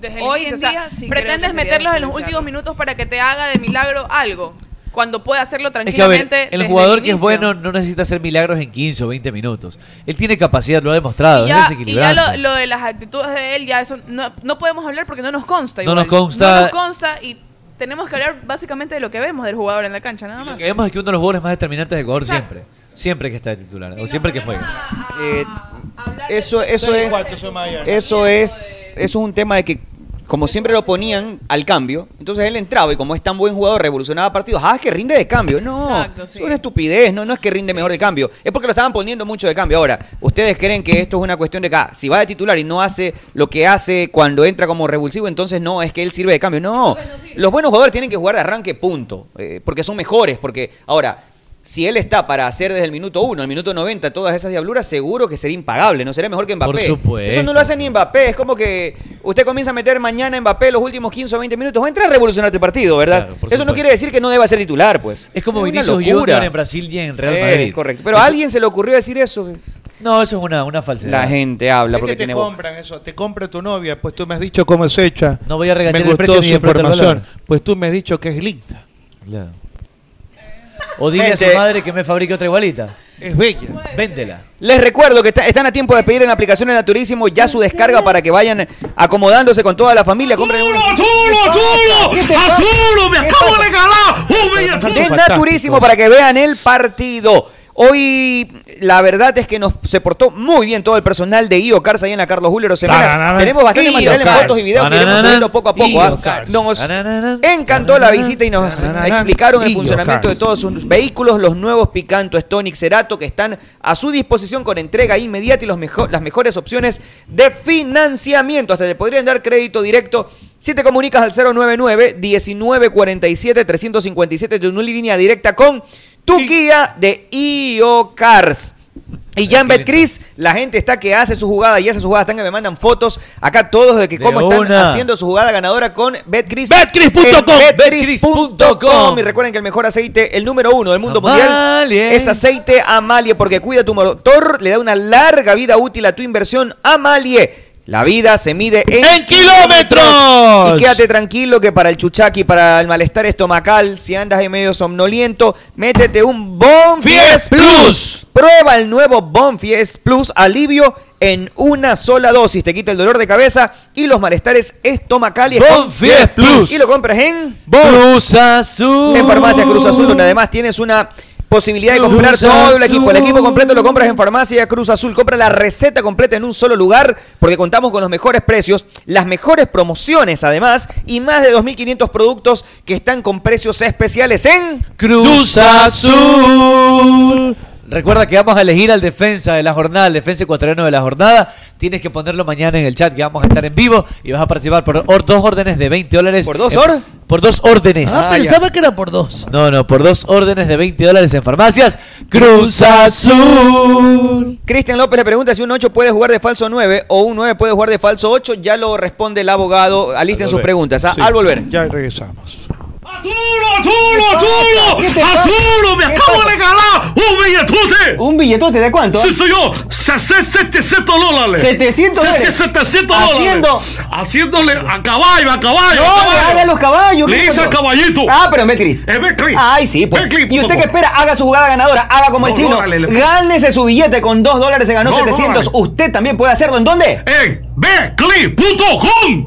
[SPEAKER 6] desde el
[SPEAKER 11] Hoy
[SPEAKER 6] inicio,
[SPEAKER 11] en
[SPEAKER 6] o sea,
[SPEAKER 11] día,
[SPEAKER 6] sin querer,
[SPEAKER 11] pretendes
[SPEAKER 6] sería
[SPEAKER 11] meterlos en los
[SPEAKER 6] desperdiciarlo.
[SPEAKER 11] últimos minutos para que te haga de milagro algo, cuando puede hacerlo
[SPEAKER 15] Es que a ver,
[SPEAKER 11] tranquilamente. desde
[SPEAKER 15] el jugador que es
[SPEAKER 11] inicio.
[SPEAKER 15] bueno no necesita hacer milagros en 15 o 20 minutos. Él tiene capacidad, lo ha demostrado, es
[SPEAKER 11] Y ya, y ya
[SPEAKER 15] desequilibrante.
[SPEAKER 11] lo, lo de las actitudes de él, ya eso no, no podemos hablar porque no nos consta.
[SPEAKER 15] No
[SPEAKER 11] igual.
[SPEAKER 15] nos consta.
[SPEAKER 11] No nos consta y tenemos que hablar básicamente de lo que vemos del jugador en la cancha, nada
[SPEAKER 15] Lo
[SPEAKER 11] más.
[SPEAKER 15] que vemos es que uno de los jugadores más determinantes de Ecuador siempre. Siempre que está de titular, o siempre que juega.
[SPEAKER 10] Eh,
[SPEAKER 11] Ah,
[SPEAKER 10] eso, eso
[SPEAKER 12] Soy
[SPEAKER 10] es.
[SPEAKER 12] cuarto, soy mayor.
[SPEAKER 10] Eso es. Eso es un tema de que. Como siempre lo ponían al cambio, entonces él entraba y como es tan buen jugador, revolucionaba partidos. Ah, es que rinde de cambio. No,
[SPEAKER 11] Exacto,
[SPEAKER 10] es una estupidez. No, no es que rinde mejor de cambio. Es porque lo estaban poniendo mucho de cambio. Ahora, ¿ustedes creen que esto es una cuestión de que ah, si va de titular y no hace lo que hace cuando entra como revulsivo, entonces no, es que él sirve de cambio? No, los buenos jugadores tienen que jugar de arranque, punto. Eh, porque son mejores. Porque, ahora, si él está para hacer desde el minuto 1 al minuto 90 todas esas diabluras, seguro que sería impagable, no sería mejor que Mbappé.
[SPEAKER 15] supuesto.
[SPEAKER 10] Eso no lo hace ni Mbappé, es como que usted comienza a meter mañana Mbappé los últimos 15 o 20 minutos, va a entrar a revolucionarte el partido, ¿verdad?
[SPEAKER 15] Claro, por
[SPEAKER 10] Eso no
[SPEAKER 15] supuesto.
[SPEAKER 10] quiere decir que no deba ser titular, pues.
[SPEAKER 15] Es como
[SPEAKER 10] una
[SPEAKER 15] Vinicius
[SPEAKER 10] locura.
[SPEAKER 15] Junior en Brasil y en Real
[SPEAKER 10] Eh,
[SPEAKER 15] Madrid.
[SPEAKER 10] correcto. Pero a
[SPEAKER 15] Eso-
[SPEAKER 10] alguien se le ocurrió decir eso. eh,
[SPEAKER 15] No, eso es una, una falsedad.
[SPEAKER 10] La gente habla porque
[SPEAKER 12] que te
[SPEAKER 10] tiene voz.
[SPEAKER 12] compran eso, te compra tu novia, pues tú me has dicho cómo es hecha.
[SPEAKER 15] No voy a regañar
[SPEAKER 12] Me
[SPEAKER 15] el precio
[SPEAKER 12] gustó
[SPEAKER 15] ni
[SPEAKER 12] su
[SPEAKER 15] de pronto el
[SPEAKER 12] información.
[SPEAKER 15] valor.
[SPEAKER 12] Pues tú me has dicho que es linda.
[SPEAKER 15] Claro. O dile a
[SPEAKER 10] Gente.
[SPEAKER 15] su madre que me fabrique otra igualita.
[SPEAKER 12] Es bella.
[SPEAKER 15] Véndela.
[SPEAKER 10] Les recuerdo que está- están a tiempo de pedir en la aplicación de Naturísimo ya su descarga para que vayan acomodándose con toda la familia. Compren uno.
[SPEAKER 18] ¡Arturo,
[SPEAKER 10] ¿Qué te
[SPEAKER 18] Arturo!
[SPEAKER 10] pasa?
[SPEAKER 18] ¡Arturo! ¡Me
[SPEAKER 10] ¿Qué
[SPEAKER 18] acabo
[SPEAKER 10] pasa?
[SPEAKER 18] de ganar un billete!
[SPEAKER 10] Es naturísimo para que vean el partido. Hoy la verdad es que nos se portó muy bien todo el personal de IOCARS ahí en la Carlos Julio Rosemena.
[SPEAKER 15] Tananana.
[SPEAKER 10] Tenemos bastante material en
[SPEAKER 15] IOCars.
[SPEAKER 10] fotos y videos que iremos
[SPEAKER 15] Tananana.
[SPEAKER 10] subiendo poco a poco. ¿ah?
[SPEAKER 15] IOCars.
[SPEAKER 10] Nos encantó la visita y nos explicaron el
[SPEAKER 15] IOCars.
[SPEAKER 10] funcionamiento de todos sus vehículos, los nuevos Picanto, Stonic, Cerato que están a su disposición con entrega inmediata y los mejo- las mejores opciones de financiamiento. Hasta te podrían dar crédito directo. Si te comunicas al 099 1947 357 de una línea directa con tu guía de IOCars. Y ya en Betcris, la gente está que hace su jugada y hace su jugada. Están que me mandan fotos acá todos de que
[SPEAKER 15] De
[SPEAKER 10] cómo están
[SPEAKER 15] una.
[SPEAKER 10] haciendo su jugada ganadora con Betcris.
[SPEAKER 15] Betcris.com,
[SPEAKER 10] En Betcris.com.
[SPEAKER 15] Betcris.com.
[SPEAKER 10] Y recuerden que el mejor aceite, el número uno del mundo mundial,
[SPEAKER 15] Amalie.
[SPEAKER 10] es aceite Amalie, porque cuida tu motor, le da una larga vida útil a tu inversión. Amalie. La vida se mide en,
[SPEAKER 12] ¡En kilómetros!
[SPEAKER 10] Y quédate tranquilo que para el chuchaqui, para el malestar estomacal, si andas en medio somnoliento, métete un Bonfies
[SPEAKER 12] Fies
[SPEAKER 10] Plus. Prueba el nuevo Bonfies Plus alivio en una sola dosis. Te quita el dolor de cabeza y los malestares estomacales. con
[SPEAKER 15] Bonfies
[SPEAKER 10] Fies
[SPEAKER 15] Plus.
[SPEAKER 10] Y lo compras en
[SPEAKER 15] Cruz Azul.
[SPEAKER 10] en Farmacia Cruz Azul, donde además tienes una posibilidad de comprar
[SPEAKER 15] Cruz
[SPEAKER 10] todo el equipo. El
[SPEAKER 15] Azul.
[SPEAKER 10] equipo completo lo compras en Farmacia Cruz Azul. Compra la receta completa en un solo lugar, porque contamos con los mejores precios, las mejores promociones además, y más de 2.500 productos que están con precios especiales en
[SPEAKER 15] Cruz Azul. Recuerda que vamos a elegir al defensa de la jornada, al defensa ecuatoriano de la jornada. Tienes que ponerlo mañana en el chat, que vamos a estar en vivo y vas a participar por or- dos órdenes de 20 dólares. ¿Por
[SPEAKER 10] dos or-
[SPEAKER 15] Por dos órdenes.
[SPEAKER 23] Ah, pensaba que era por dos.
[SPEAKER 15] No, no, por dos órdenes de 20 dólares en farmacias. Cruz Azul.
[SPEAKER 10] Cristian López le pregunta si un 8 puede jugar de falso 9 o un 9 puede jugar de falso 8. Ya lo responde el abogado. Alisten sus
[SPEAKER 24] volver.
[SPEAKER 10] preguntas. ¿ah?
[SPEAKER 24] Sí.
[SPEAKER 10] Al volver.
[SPEAKER 24] Ya regresamos.
[SPEAKER 16] ¡Arturo, Arturo!
[SPEAKER 10] ¿Qué te pasa?
[SPEAKER 16] ¡Arturo! Ah, ¡Me
[SPEAKER 10] ¿Qué
[SPEAKER 16] acabo
[SPEAKER 10] pasa?
[SPEAKER 16] de regalar un billetote!
[SPEAKER 20] ¿Un billetote de cuánto?
[SPEAKER 16] Sí, soy yo. Se- se- 700 dólares.
[SPEAKER 20] 700
[SPEAKER 16] Se- se-
[SPEAKER 20] dólares.
[SPEAKER 16] 700 dólares.
[SPEAKER 20] Haciendo-
[SPEAKER 16] Haciéndole a caballo, a caballo.
[SPEAKER 20] No,
[SPEAKER 16] a caballo.
[SPEAKER 20] le haga los caballos.
[SPEAKER 16] Le
[SPEAKER 20] ¿qué
[SPEAKER 16] hice
[SPEAKER 20] pasó?
[SPEAKER 16] al caballito.
[SPEAKER 20] Ah, pero en Betcris.
[SPEAKER 16] En Betcris.
[SPEAKER 20] Ay, sí, pues.
[SPEAKER 16] Betcris punto
[SPEAKER 20] y usted
[SPEAKER 16] com.
[SPEAKER 20] que espera, haga su jugada ganadora, haga como el
[SPEAKER 16] No,
[SPEAKER 20] chino.
[SPEAKER 16] no, dale, le-
[SPEAKER 20] Gánese su billete con 2 dólares, se ganó
[SPEAKER 16] No, no,
[SPEAKER 20] 700. usted también puede hacerlo. ¿En dónde?
[SPEAKER 16] En Betcris.com.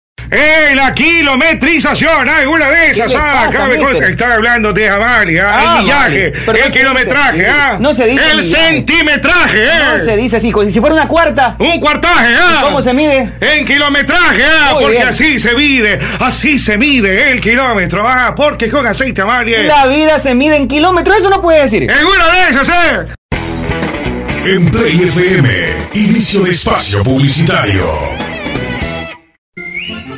[SPEAKER 9] ¡Eh, la kilometrización! ¡Hay una de esas!
[SPEAKER 20] ¿Qué le
[SPEAKER 9] ¡Ah!
[SPEAKER 20] pasa,
[SPEAKER 9] Cabe
[SPEAKER 20] mister?
[SPEAKER 9] con- Están hablando de Javali, ¿ah?
[SPEAKER 20] Ah,
[SPEAKER 9] el millaje,
[SPEAKER 20] vale. Pero
[SPEAKER 9] el
[SPEAKER 20] no se
[SPEAKER 9] kilometraje,
[SPEAKER 20] dice así.
[SPEAKER 9] ¿ah?
[SPEAKER 20] No se dice
[SPEAKER 9] ¡El
[SPEAKER 20] millaje.
[SPEAKER 9] centimetraje, ¿eh?
[SPEAKER 20] No se dice así, como si fuera una cuarta.
[SPEAKER 9] ¡Un cuartaje, ah!
[SPEAKER 20] ¿Y ¿Cómo se mide?
[SPEAKER 9] En kilometraje, ah,
[SPEAKER 20] Muy
[SPEAKER 9] porque
[SPEAKER 20] bien.
[SPEAKER 9] así se mide, así se mide el kilómetro, ah, porque con aceite amarillo.
[SPEAKER 20] La vida se mide en kilómetros, eso no puede decir.
[SPEAKER 9] ¡En una de esas, eh!
[SPEAKER 25] En Play FM, inicio de espacio publicitario.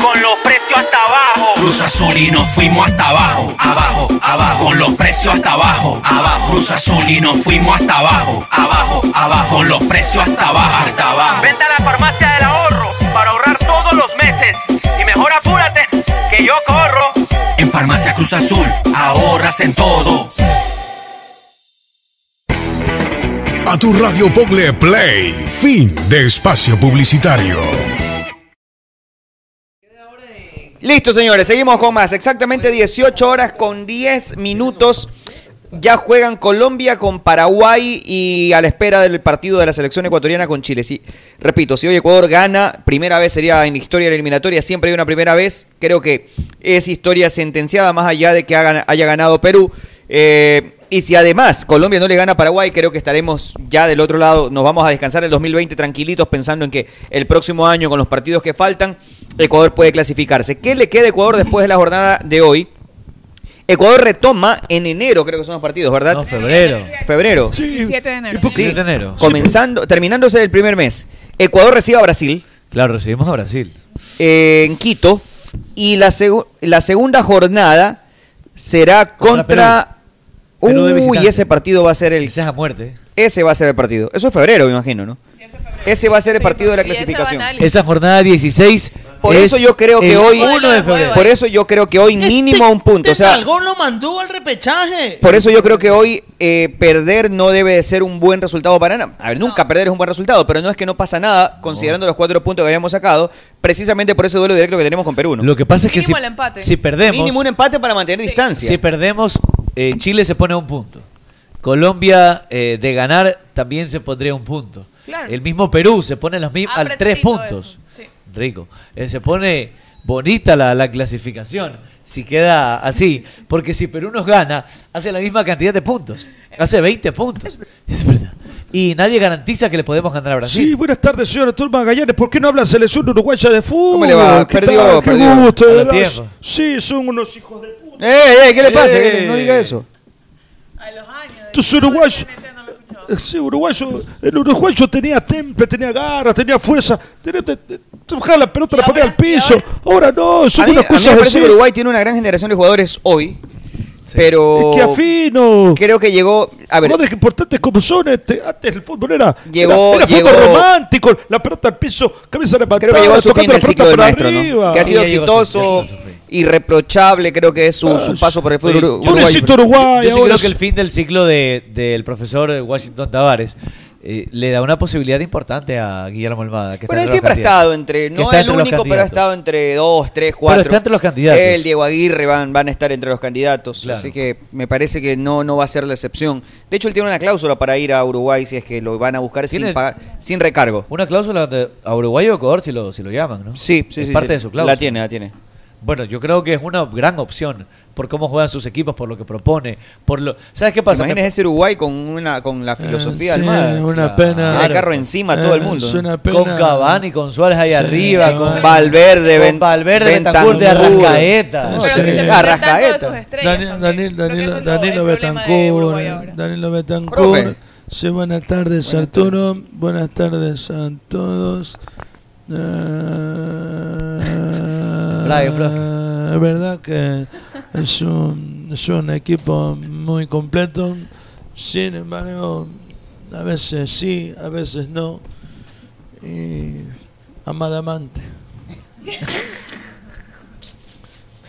[SPEAKER 16] Con los precios hasta abajo.
[SPEAKER 26] Cruz Azul y nos fuimos hasta abajo, abajo, abajo, con los precios hasta abajo, abajo. Cruz Azul y nos fuimos hasta abajo, abajo, abajo, con los precios hasta abajo, hasta abajo.
[SPEAKER 16] Vente a la farmacia del ahorro para ahorrar todos los meses. Y mejor apúrate, que yo corro.
[SPEAKER 26] En Farmacia Cruz Azul, ahorras en todo.
[SPEAKER 25] A tu radio Pogle Play, fin de espacio publicitario.
[SPEAKER 10] Listo, señores, seguimos con más. Exactamente 18 horas con 10 minutos. Ya juegan Colombia con Paraguay y a la espera del partido de la selección ecuatoriana con Chile. Sí, repito, si hoy Ecuador gana, primera vez sería en la historia de la eliminatoria, siempre hay una primera vez. Creo que es historia sentenciada más allá de que hagan- haya ganado Perú. Eh, y si además Colombia no le gana a Paraguay, creo que estaremos ya del otro lado. Nos vamos a descansar el 2020 tranquilitos pensando en que el próximo año, con los partidos que faltan, Ecuador puede clasificarse. ¿Qué le queda a Ecuador después de la jornada de hoy? Ecuador retoma en enero, creo que son los partidos, ¿verdad? No,
[SPEAKER 15] febrero.
[SPEAKER 10] Febrero.
[SPEAKER 17] 17 de enero.
[SPEAKER 10] Sí,
[SPEAKER 15] de enero.
[SPEAKER 10] Comenzando, terminándose el primer mes. Ecuador recibe a Brasil
[SPEAKER 15] Claro, recibimos a Brasil.
[SPEAKER 10] eh, en Quito. Y la, segu- la segunda jornada será contra.
[SPEAKER 15] Perú. Perú de
[SPEAKER 10] Uy,
[SPEAKER 15] visitante.
[SPEAKER 10] ese partido va a ser el.
[SPEAKER 15] Ese es a muerte.
[SPEAKER 10] Ese va a ser el partido. Eso es febrero, me imagino, ¿no? Ese va a ser el partido de la clasificación.
[SPEAKER 15] Esa jornada 16.
[SPEAKER 10] Por eso yo creo que hoy.
[SPEAKER 15] 1 de febrero.
[SPEAKER 10] Por eso yo creo que hoy mínimo un punto. O sea,
[SPEAKER 23] Algón lo mandó al repechaje.
[SPEAKER 10] por eso yo creo que hoy eh, perder no debe de ser un buen resultado para nada. A ver, nunca perder es un buen resultado, pero no es que no pasa nada considerando los cuatro puntos que habíamos sacado, precisamente por ese duelo directo que tenemos con Perú. ¿no?
[SPEAKER 15] Lo que pasa es que si,
[SPEAKER 10] Mínimo el empate.
[SPEAKER 15] si perdemos.
[SPEAKER 10] Mínimo un empate para mantener distancia.
[SPEAKER 15] Si perdemos, eh, Chile se pone a un punto. Colombia, eh, de ganar, también se pondría a un punto.
[SPEAKER 17] Claro.
[SPEAKER 15] El mismo Perú se pone los mismos, al tres
[SPEAKER 17] Apretadito
[SPEAKER 15] puntos.
[SPEAKER 17] eso, sí.
[SPEAKER 15] Rico. Eh, se pone bonita la, la clasificación. Si queda así. Porque si Perú nos gana, hace la misma cantidad de puntos. Hace 20 puntos. Es verdad. Y nadie garantiza que le podemos ganar a Brasil.
[SPEAKER 21] Sí, buenas tardes, señor Arturo Magallanes. ¿Por qué no habla selección uruguaya de fútbol?
[SPEAKER 15] le va?
[SPEAKER 21] ¿Qué
[SPEAKER 15] Perdió,
[SPEAKER 21] tal? Qué
[SPEAKER 15] perdió.
[SPEAKER 21] gusto,
[SPEAKER 15] A la
[SPEAKER 21] ¿verdad?
[SPEAKER 15] tierra.
[SPEAKER 21] Sí, son unos hijos de puta.
[SPEAKER 10] ¡Eh, eh! ¿Qué le pasa? ¿Qué- no diga eso.
[SPEAKER 21] Estos uruguayos... Sí, uruguayo, el uruguayo tenía temple, tenía garra, tenía fuerza, tenía, te, te- te bajaba la pelota, la ponía al piso. Ahora no, son
[SPEAKER 10] A mí,
[SPEAKER 21] unas
[SPEAKER 10] a mí me
[SPEAKER 21] cosas
[SPEAKER 10] parece
[SPEAKER 21] así.
[SPEAKER 10] que Uruguay tiene una gran generación de jugadores hoy. Pero
[SPEAKER 5] Es que afino.
[SPEAKER 10] creo que llegó. A ver.
[SPEAKER 5] Madre, qué importantes como son. este, antes el fútbol era.
[SPEAKER 10] Llegó-
[SPEAKER 5] Era, era
[SPEAKER 10] llegó-
[SPEAKER 5] fútbol romántico. La pelota al piso, cabeza levantada.
[SPEAKER 10] creo que llegó a su
[SPEAKER 5] tocando
[SPEAKER 10] fin
[SPEAKER 5] la
[SPEAKER 10] el
[SPEAKER 5] pelota
[SPEAKER 10] ciclo del
[SPEAKER 5] para
[SPEAKER 10] maestro, ¿no?
[SPEAKER 5] arriba.
[SPEAKER 10] Que ha sido exitoso, irreprochable, creo que es su, su paso por el fútbol uruguayo.
[SPEAKER 15] Yo, sí creo que el fin del ciclo de- del profesor Washington Tavares eh, le da una posibilidad importante a Guillermo Almada. Que está
[SPEAKER 10] Pero él
[SPEAKER 15] entre los
[SPEAKER 10] siempre ha
[SPEAKER 15] candidatos.
[SPEAKER 10] estado entre,
[SPEAKER 15] Que
[SPEAKER 10] no el
[SPEAKER 15] está entre los
[SPEAKER 10] único, pero ha
[SPEAKER 15] candidatos.
[SPEAKER 10] estado entre dos, tres, cuatro.
[SPEAKER 15] está entre los candidatos.
[SPEAKER 10] Él, Diego Aguirre van, van a estar entre los candidatos.
[SPEAKER 15] Claro.
[SPEAKER 10] Así que me parece que no, no va a ser la excepción. De hecho, él tiene una cláusula para ir a Uruguay si es que lo van a buscar sin
[SPEAKER 15] Tiene-
[SPEAKER 10] pagar, sin recargo.
[SPEAKER 15] Una cláusula de, a Uruguay o Ecuador si lo, si lo llaman, ¿no?
[SPEAKER 10] Sí, sí,
[SPEAKER 15] Es
[SPEAKER 10] sí,
[SPEAKER 15] parte
[SPEAKER 10] sí.
[SPEAKER 15] de su cláusula.
[SPEAKER 10] La tiene, la tiene.
[SPEAKER 15] Bueno, yo creo que es una gran opción por cómo juegan sus equipos, por lo que propone, por lo. ¿Sabes qué pasa?
[SPEAKER 10] Imagínate ese Uruguay con una con la filosofía
[SPEAKER 15] Eh, sí,
[SPEAKER 10] armada.
[SPEAKER 15] una pena.
[SPEAKER 10] Tiene el carro encima a
[SPEAKER 21] Eh,
[SPEAKER 10] todo el mundo.
[SPEAKER 15] Es
[SPEAKER 10] ¿no?
[SPEAKER 15] una pena. Con Cavani, con Suárez ahí arriba, con
[SPEAKER 10] Valverde,
[SPEAKER 15] con
[SPEAKER 10] Ben-
[SPEAKER 15] Valverde, Bentancur, de
[SPEAKER 10] Bentancur.
[SPEAKER 15] Arrascaeta.
[SPEAKER 10] No, Pero sí. si te pones tanto de sus estrellas
[SPEAKER 21] Daniel, Daniel, Danilo, Danilo Betancourt, Danilo
[SPEAKER 10] Profe.
[SPEAKER 21] Betancourt. Sí, buenas tardes, Arturo. Buenas tardes a todos. Eh,
[SPEAKER 15] Bravo, profe.
[SPEAKER 21] Es verdad que es un, es un equipo muy completo. Sin embargo, a veces sí, a veces no. Y
[SPEAKER 10] *laughs*
[SPEAKER 21] amadamante.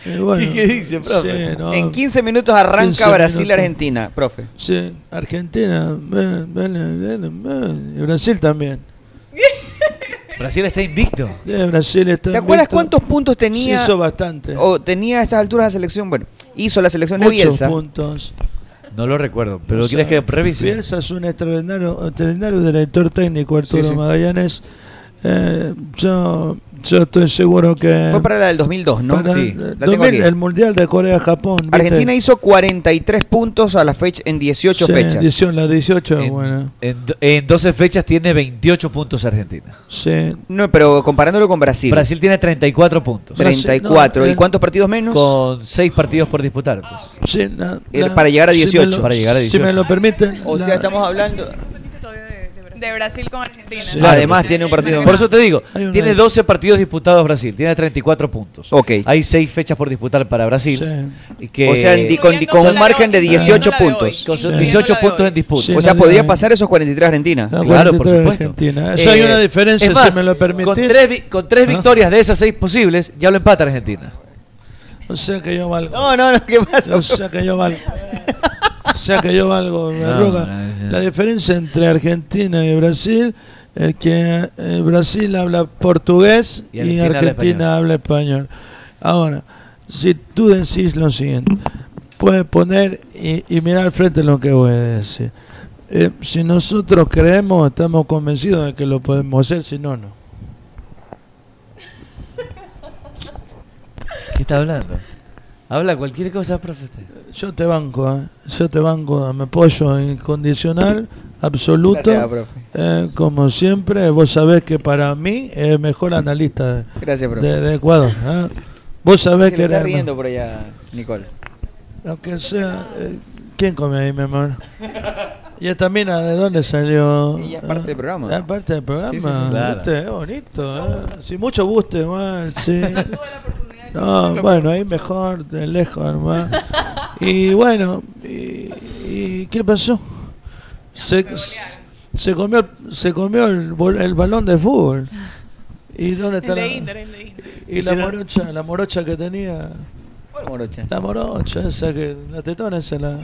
[SPEAKER 21] Y bueno,
[SPEAKER 10] ¿Qué dice, profe?
[SPEAKER 21] sí, no,
[SPEAKER 10] En 15 minutos arranca
[SPEAKER 21] 15
[SPEAKER 10] Brasil-Argentina, profe.
[SPEAKER 21] Sí, Argentina, ven, ven, ven, ven. Y Brasil también.
[SPEAKER 15] Brasil está invicto.
[SPEAKER 21] Sí, Brasil está
[SPEAKER 10] ¿Te acuerdas
[SPEAKER 21] invicto.
[SPEAKER 10] cuántos puntos tenía?
[SPEAKER 21] Sí, hizo bastante.
[SPEAKER 10] O tenía a estas alturas la selección. Bueno, hizo la selección de
[SPEAKER 21] Muchos
[SPEAKER 10] Bielsa.
[SPEAKER 21] puntos.
[SPEAKER 15] No lo recuerdo, pero
[SPEAKER 21] O
[SPEAKER 15] ¿quieres
[SPEAKER 21] sea,
[SPEAKER 15] que revise?
[SPEAKER 21] Bielsa es un extraordinario, extraordinario director técnico, Arturo
[SPEAKER 15] Sí, sí.
[SPEAKER 21] Magallanes. Eh, yo, yo estoy seguro que...
[SPEAKER 10] Fue para la del 2002, ¿no?
[SPEAKER 21] para-
[SPEAKER 10] Sí, la tengo
[SPEAKER 21] 2000,
[SPEAKER 10] aquí.
[SPEAKER 21] el Mundial de Corea-Japón. ¿viste?
[SPEAKER 10] Argentina hizo 43 puntos a la fecha en 18
[SPEAKER 21] Sí,
[SPEAKER 10] fechas.
[SPEAKER 21] 18, la 18, bueno.
[SPEAKER 15] En, do- en 12 fechas tiene 28 puntos Argentina.
[SPEAKER 21] Sí.
[SPEAKER 10] No, pero comparándolo con Brasil.
[SPEAKER 15] Brasil tiene 34 puntos.
[SPEAKER 10] 34. ¿Y cuántos partidos menos?
[SPEAKER 15] Con 6 partidos por disputar. pues.
[SPEAKER 21] Sí, la-
[SPEAKER 10] Eh,
[SPEAKER 21] la-
[SPEAKER 10] para llegar a
[SPEAKER 21] si me
[SPEAKER 10] 18.
[SPEAKER 21] lo-
[SPEAKER 15] Para llegar a
[SPEAKER 21] Si
[SPEAKER 15] 18.
[SPEAKER 21] me lo permiten.
[SPEAKER 10] O sea,
[SPEAKER 21] la-
[SPEAKER 10] estamos hablando.
[SPEAKER 11] De Brasil con Argentina.
[SPEAKER 10] Además, tiene un partido
[SPEAKER 15] Por
[SPEAKER 10] menos.
[SPEAKER 15] eso te digo,
[SPEAKER 10] Hay una-
[SPEAKER 15] tiene 12 partidos disputados Brasil, tiene 34 puntos. Hay 6 fechas por disputar para Brasil. Y que-
[SPEAKER 10] O sea, en di- con, con un margen de 18 puntos.
[SPEAKER 15] Con sus 18 puntos en disputa.
[SPEAKER 10] O sea, podría pasar esos 43 Argentina.
[SPEAKER 15] Claro, por supuesto.
[SPEAKER 21] Argentina. Eso hay una diferencia,
[SPEAKER 15] es
[SPEAKER 21] si me lo permitís. Ah.
[SPEAKER 15] Con tres, vi- con tres victorias de esas seis posibles, ya lo empata Argentina.
[SPEAKER 21] O sea que yo valgo.
[SPEAKER 10] No, no, no, ¿qué pasa?
[SPEAKER 21] O sea que
[SPEAKER 10] *laughs*
[SPEAKER 21] yo valgo. O sea que yo valgo. me
[SPEAKER 15] No,
[SPEAKER 21] arruga.
[SPEAKER 15] no, no.
[SPEAKER 10] Este
[SPEAKER 21] La diferencia entre Argentina y Brasil es que eh, Brasil habla portugués
[SPEAKER 15] Y
[SPEAKER 21] y
[SPEAKER 15] Argentina
[SPEAKER 21] Argentina,
[SPEAKER 15] habla español.
[SPEAKER 21] habla español. Ahora, si tú decís lo siguiente, puedes poner y, y mirar al frente lo que voy a decir. Eh, si nosotros creemos, estamos convencidos de que lo podemos hacer, si no, no.
[SPEAKER 15] ¿Qué está hablando? Habla cualquier cosa, profe.
[SPEAKER 21] Yo te banco, ¿eh? yo te banco, me apoyo incondicional, absoluto.
[SPEAKER 10] Gracias, profe.
[SPEAKER 21] Eh, como siempre, vos sabés que para mí es el mejor analista de,
[SPEAKER 10] Gracias, profe.
[SPEAKER 21] de- de Ecuador. ¿eh? Vos sabés
[SPEAKER 10] Se
[SPEAKER 21] que
[SPEAKER 10] le está
[SPEAKER 21] eres-
[SPEAKER 10] riendo por allá, Nicole.
[SPEAKER 21] Aunque sea. eh, ¿Quién come ahí,
[SPEAKER 10] *laughs*
[SPEAKER 21] mi amor? ¿Y esta mina de dónde salió?
[SPEAKER 10] Ella es parte del programa.
[SPEAKER 21] Es parte del programa.
[SPEAKER 10] Sí, sí, sí, claro.
[SPEAKER 21] ¿viste? Es bonito. ¿eh? Si mucho gusto, igual, *laughs* sí. No, bueno, ahí mejor, de lejos, hermano. Y bueno, y, y qué pasó? Se, se comió, se comió el, bol- el balón de fútbol. ¿Y dónde está
[SPEAKER 11] El
[SPEAKER 21] la,
[SPEAKER 11] de Inter, el de Inter.
[SPEAKER 21] y la morocha, la morocha que tenía?
[SPEAKER 10] ¿Cuál morocha?
[SPEAKER 21] La morocha, esa que. La tetona
[SPEAKER 10] *laughs*
[SPEAKER 21] esa, la.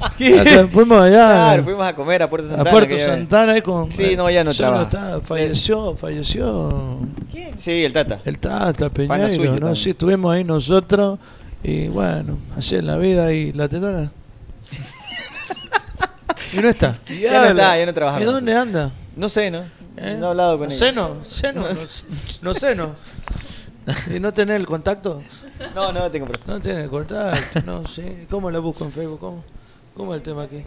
[SPEAKER 21] Acá fuimos allá. eh,
[SPEAKER 10] Claro, fuimos a comer a Puerto Santana.
[SPEAKER 21] a Puerto
[SPEAKER 10] aquella vez.
[SPEAKER 21] Santana ahí con.
[SPEAKER 10] Sí, no, ya no
[SPEAKER 21] ya
[SPEAKER 10] trabaja.
[SPEAKER 21] está, falleció, falleció.
[SPEAKER 10] Sí, el Tata.
[SPEAKER 21] El
[SPEAKER 10] Pana suyo
[SPEAKER 21] Tata Ah, Peñeiro,
[SPEAKER 10] también.
[SPEAKER 21] ¿no? Sí, estuvimos ahí nosotros. Y bueno, así es la vida. ¿Y la tetona? y no está.
[SPEAKER 10] Ya no está, ya no trabaja.
[SPEAKER 21] ¿Y
[SPEAKER 10] con
[SPEAKER 21] dónde anda?
[SPEAKER 10] No sé, ¿no? No he hablado con
[SPEAKER 21] ¿Eh? No
[SPEAKER 10] él.
[SPEAKER 21] sé, no,
[SPEAKER 10] *laughs*
[SPEAKER 21] sé, no, no, no sé, no. *laughs* ¿Y no tenés el contacto?
[SPEAKER 10] No, no tengo
[SPEAKER 21] No tiene el contacto, no sé. ¿Cómo la busco en Facebook? ¿Cómo, cómo es el tema aquí?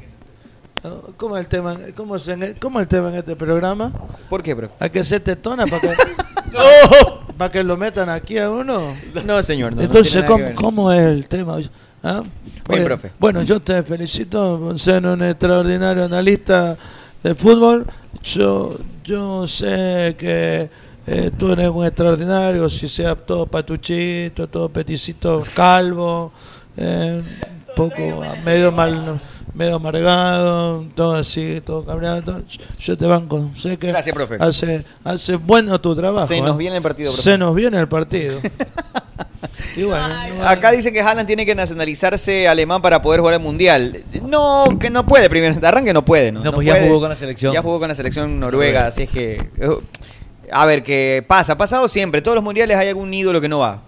[SPEAKER 21] ¿Cómo es el tema, cómo es en- cómo es el tema en este programa?
[SPEAKER 10] ¿Por qué, bro?
[SPEAKER 21] Hay que ser tetona
[SPEAKER 10] *laughs*
[SPEAKER 21] para que, ¡No! para que lo metan aquí a uno.
[SPEAKER 10] No, señor, no, no
[SPEAKER 21] Entonces,
[SPEAKER 10] tiene nada que
[SPEAKER 21] ¿cómo,
[SPEAKER 10] ver.
[SPEAKER 21] cómo es el tema? ¿Ah?
[SPEAKER 10] Bien,
[SPEAKER 21] Oye,
[SPEAKER 10] profe.
[SPEAKER 21] Bueno, yo te felicito por ser un extraordinario analista de fútbol. Yo, yo sé que eh, tú eres un extraordinario, si sea todo patuchito, todo peticito calvo. eh,
[SPEAKER 12] poco ah, medio mal medio amargado, todo así, todo cabreado. todo. Yo te banco, sé que
[SPEAKER 10] Gracias, profe.
[SPEAKER 12] Hace, hace bueno tu trabajo.
[SPEAKER 10] Se nos
[SPEAKER 12] ¿eh?
[SPEAKER 10] viene el partido, profe.
[SPEAKER 12] Se nos viene
[SPEAKER 10] *laughs*
[SPEAKER 12] el partido. y bueno,
[SPEAKER 10] Acá dicen que Haaland tiene que nacionalizarse alemán para poder jugar el mundial. No, que no puede primero. De arranque no puede, ¿no?
[SPEAKER 15] No, pues ya
[SPEAKER 10] puede.
[SPEAKER 15] jugó con la selección.
[SPEAKER 10] Ya jugó con la selección noruega, así es que. eh, A ver, que pasa. Ha pasado siempre. Todos los mundiales hay algún ídolo que no va.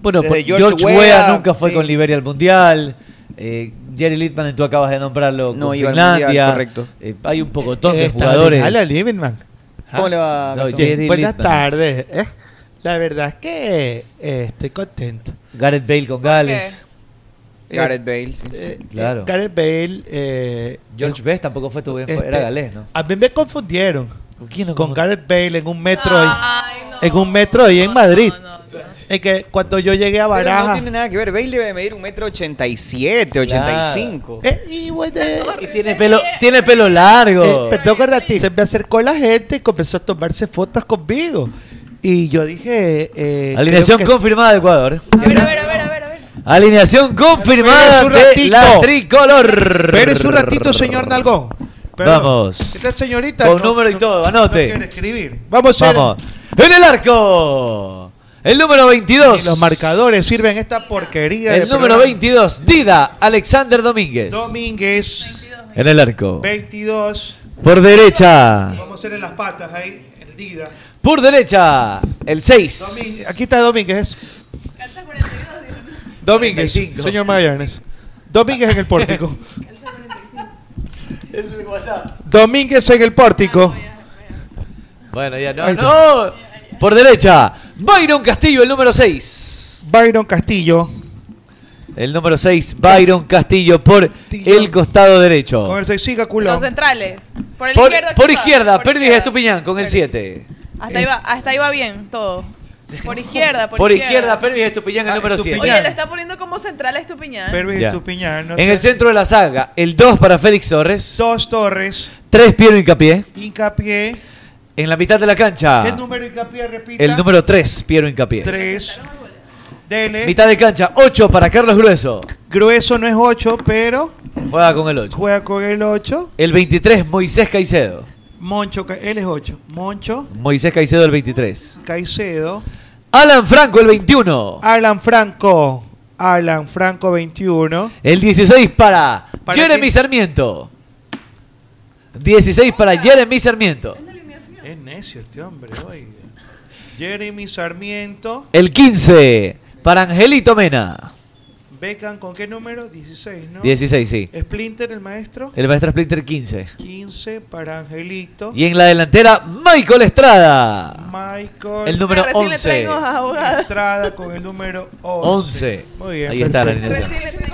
[SPEAKER 15] Bueno,
[SPEAKER 10] Desde
[SPEAKER 15] pues, George, Weah, nunca fue con Liberia al Mundial. Eh, Jerry Littman, tú acabas de nombrarlo
[SPEAKER 10] No
[SPEAKER 15] con
[SPEAKER 10] iba al
[SPEAKER 15] Finlandia.
[SPEAKER 10] Mundial, correcto.
[SPEAKER 15] Eh, hay un pocotón de
[SPEAKER 12] Está
[SPEAKER 15] jugadores.
[SPEAKER 12] bien. Hola, Lieberman.
[SPEAKER 10] ¿Cómo le va,
[SPEAKER 15] No,
[SPEAKER 10] Gastón?
[SPEAKER 15] Jerry
[SPEAKER 12] Buenas
[SPEAKER 15] Littman.
[SPEAKER 12] tardes. ¿eh? La verdad es que eh, estoy contento.
[SPEAKER 15] Gareth Bale con Gales.
[SPEAKER 12] Eh,
[SPEAKER 10] Gareth Bale, sí.
[SPEAKER 15] eh, Claro.
[SPEAKER 12] Gareth Bale. eh,
[SPEAKER 15] George Best tampoco fue tu buen
[SPEAKER 12] este,
[SPEAKER 15] era galés, ¿no?
[SPEAKER 12] A mí me confundieron.
[SPEAKER 15] ¿Con quién
[SPEAKER 12] Con Gareth Bale en un metro. ahí- En un metro ahí en Madrid. Es que cuando yo llegué
[SPEAKER 10] Pero
[SPEAKER 12] a
[SPEAKER 10] no
[SPEAKER 12] Baraja.
[SPEAKER 10] tiene nada que ver. Bale debe medir un metro ochenta y siete, ochenta y cinco.
[SPEAKER 12] Eh, y bueno, eh,
[SPEAKER 15] tiene pelo, tiene pelo largo.
[SPEAKER 12] Eh, perdón, Carlati, se me acercó la gente y comenzó a tomarse fotos conmigo. Y yo dije. eh,
[SPEAKER 15] Alineación
[SPEAKER 12] creo que-
[SPEAKER 15] confirmada de Ecuador. ¿eh? Alineación confirmada
[SPEAKER 12] Pero es un
[SPEAKER 15] de
[SPEAKER 12] ratito.
[SPEAKER 15] la tricolor.
[SPEAKER 12] Pero es un ratito, señor Nalgón. Perdón.
[SPEAKER 15] Vamos.
[SPEAKER 12] Esta señorita.
[SPEAKER 15] Con
[SPEAKER 12] no-
[SPEAKER 15] número y todo, anote.
[SPEAKER 12] quiere escribir. Vamos, a
[SPEAKER 15] Vamos. En el arco. El número 22.
[SPEAKER 12] los marcadores sirven esta porquería.
[SPEAKER 15] El
[SPEAKER 12] de
[SPEAKER 15] número
[SPEAKER 12] programa.
[SPEAKER 15] 22. Dida Alexander Domínguez.
[SPEAKER 12] Domínguez.
[SPEAKER 15] En el arco.
[SPEAKER 12] 22.
[SPEAKER 15] Por derecha.
[SPEAKER 12] Vamos a hacer en las patas ahí. el Dida.
[SPEAKER 15] Por derecha. El 6.
[SPEAKER 12] Domínguez, Aquí está Domínguez. Domínguez, señor Magallanes. Domínguez en el
[SPEAKER 15] *laughs*
[SPEAKER 12] pórtico.
[SPEAKER 15] Es el WhatsApp.
[SPEAKER 12] Domínguez en el pórtico.
[SPEAKER 15] Bueno, ya no. no. Por derecha, Byron Castillo, el número 6.
[SPEAKER 12] Byron Castillo.
[SPEAKER 15] El número 6, Byron Castillo, por el costado derecho.
[SPEAKER 12] Con el 6 siga
[SPEAKER 11] Los
[SPEAKER 12] culón.
[SPEAKER 11] centrales. Por el
[SPEAKER 15] Por,
[SPEAKER 11] izquierdo.
[SPEAKER 15] por
[SPEAKER 11] ¿quién va?
[SPEAKER 15] izquierda, Perdis Estupiñán, con el 7.
[SPEAKER 11] Hasta ahí, va, hasta ahí va bien todo.
[SPEAKER 15] *laughs*
[SPEAKER 11] Por izquierda, por,
[SPEAKER 15] Por izquierda, Perdis Estupiñán, el
[SPEAKER 12] Ah,
[SPEAKER 15] número 7.
[SPEAKER 11] Oye, le está poniendo como central a Estupiñán.
[SPEAKER 15] Ya.
[SPEAKER 12] Estupiñán, no
[SPEAKER 15] En
[SPEAKER 12] sé.
[SPEAKER 15] el centro de la saga, el 2 para Félix Torres.
[SPEAKER 12] 2 Torres.
[SPEAKER 15] 3 Piero Incapié.
[SPEAKER 12] Hincapié.
[SPEAKER 15] En la mitad de la
[SPEAKER 12] ¿Qué
[SPEAKER 15] cancha,
[SPEAKER 12] número hincapié repita?
[SPEAKER 15] Ah. el número 3, Piero Incapié.
[SPEAKER 12] 3. Dele.
[SPEAKER 15] Mitad de cancha, 8 para Carlos Grueso.
[SPEAKER 12] Grueso no es 8, pero
[SPEAKER 15] Juega con el 8.
[SPEAKER 12] juega con el 8.
[SPEAKER 15] El 23, Moisés Caicedo.
[SPEAKER 12] Moncho, Ca- él es 8. Moncho
[SPEAKER 15] Moisés Caicedo el 23.
[SPEAKER 12] Caicedo.
[SPEAKER 15] Alan Franco el 21.
[SPEAKER 12] Alan Franco. Alan Franco 21.
[SPEAKER 15] El 16 para,
[SPEAKER 12] ¿Para
[SPEAKER 15] Jeremy
[SPEAKER 12] quién?
[SPEAKER 15] Sarmiento. 16
[SPEAKER 12] Ah.
[SPEAKER 15] para Jeremy Sarmiento.
[SPEAKER 12] Es necio este hombre, oiga. Jeremy Sarmiento.
[SPEAKER 15] El 15 para Angelito Mena.
[SPEAKER 12] Beckham con qué número? 16, ¿no?
[SPEAKER 15] 16, sí.
[SPEAKER 12] Splinter, el maestro.
[SPEAKER 15] El maestro Splinter 15.
[SPEAKER 12] 15 para Angelito.
[SPEAKER 15] Y en la delantera, Michael Estrada.
[SPEAKER 12] Michael.
[SPEAKER 15] El número Recién le 11. traigo
[SPEAKER 12] Estrada con el número 11.
[SPEAKER 15] 11.
[SPEAKER 12] Muy bien.
[SPEAKER 15] Ahí está la
[SPEAKER 12] perfecto.
[SPEAKER 15] alineación.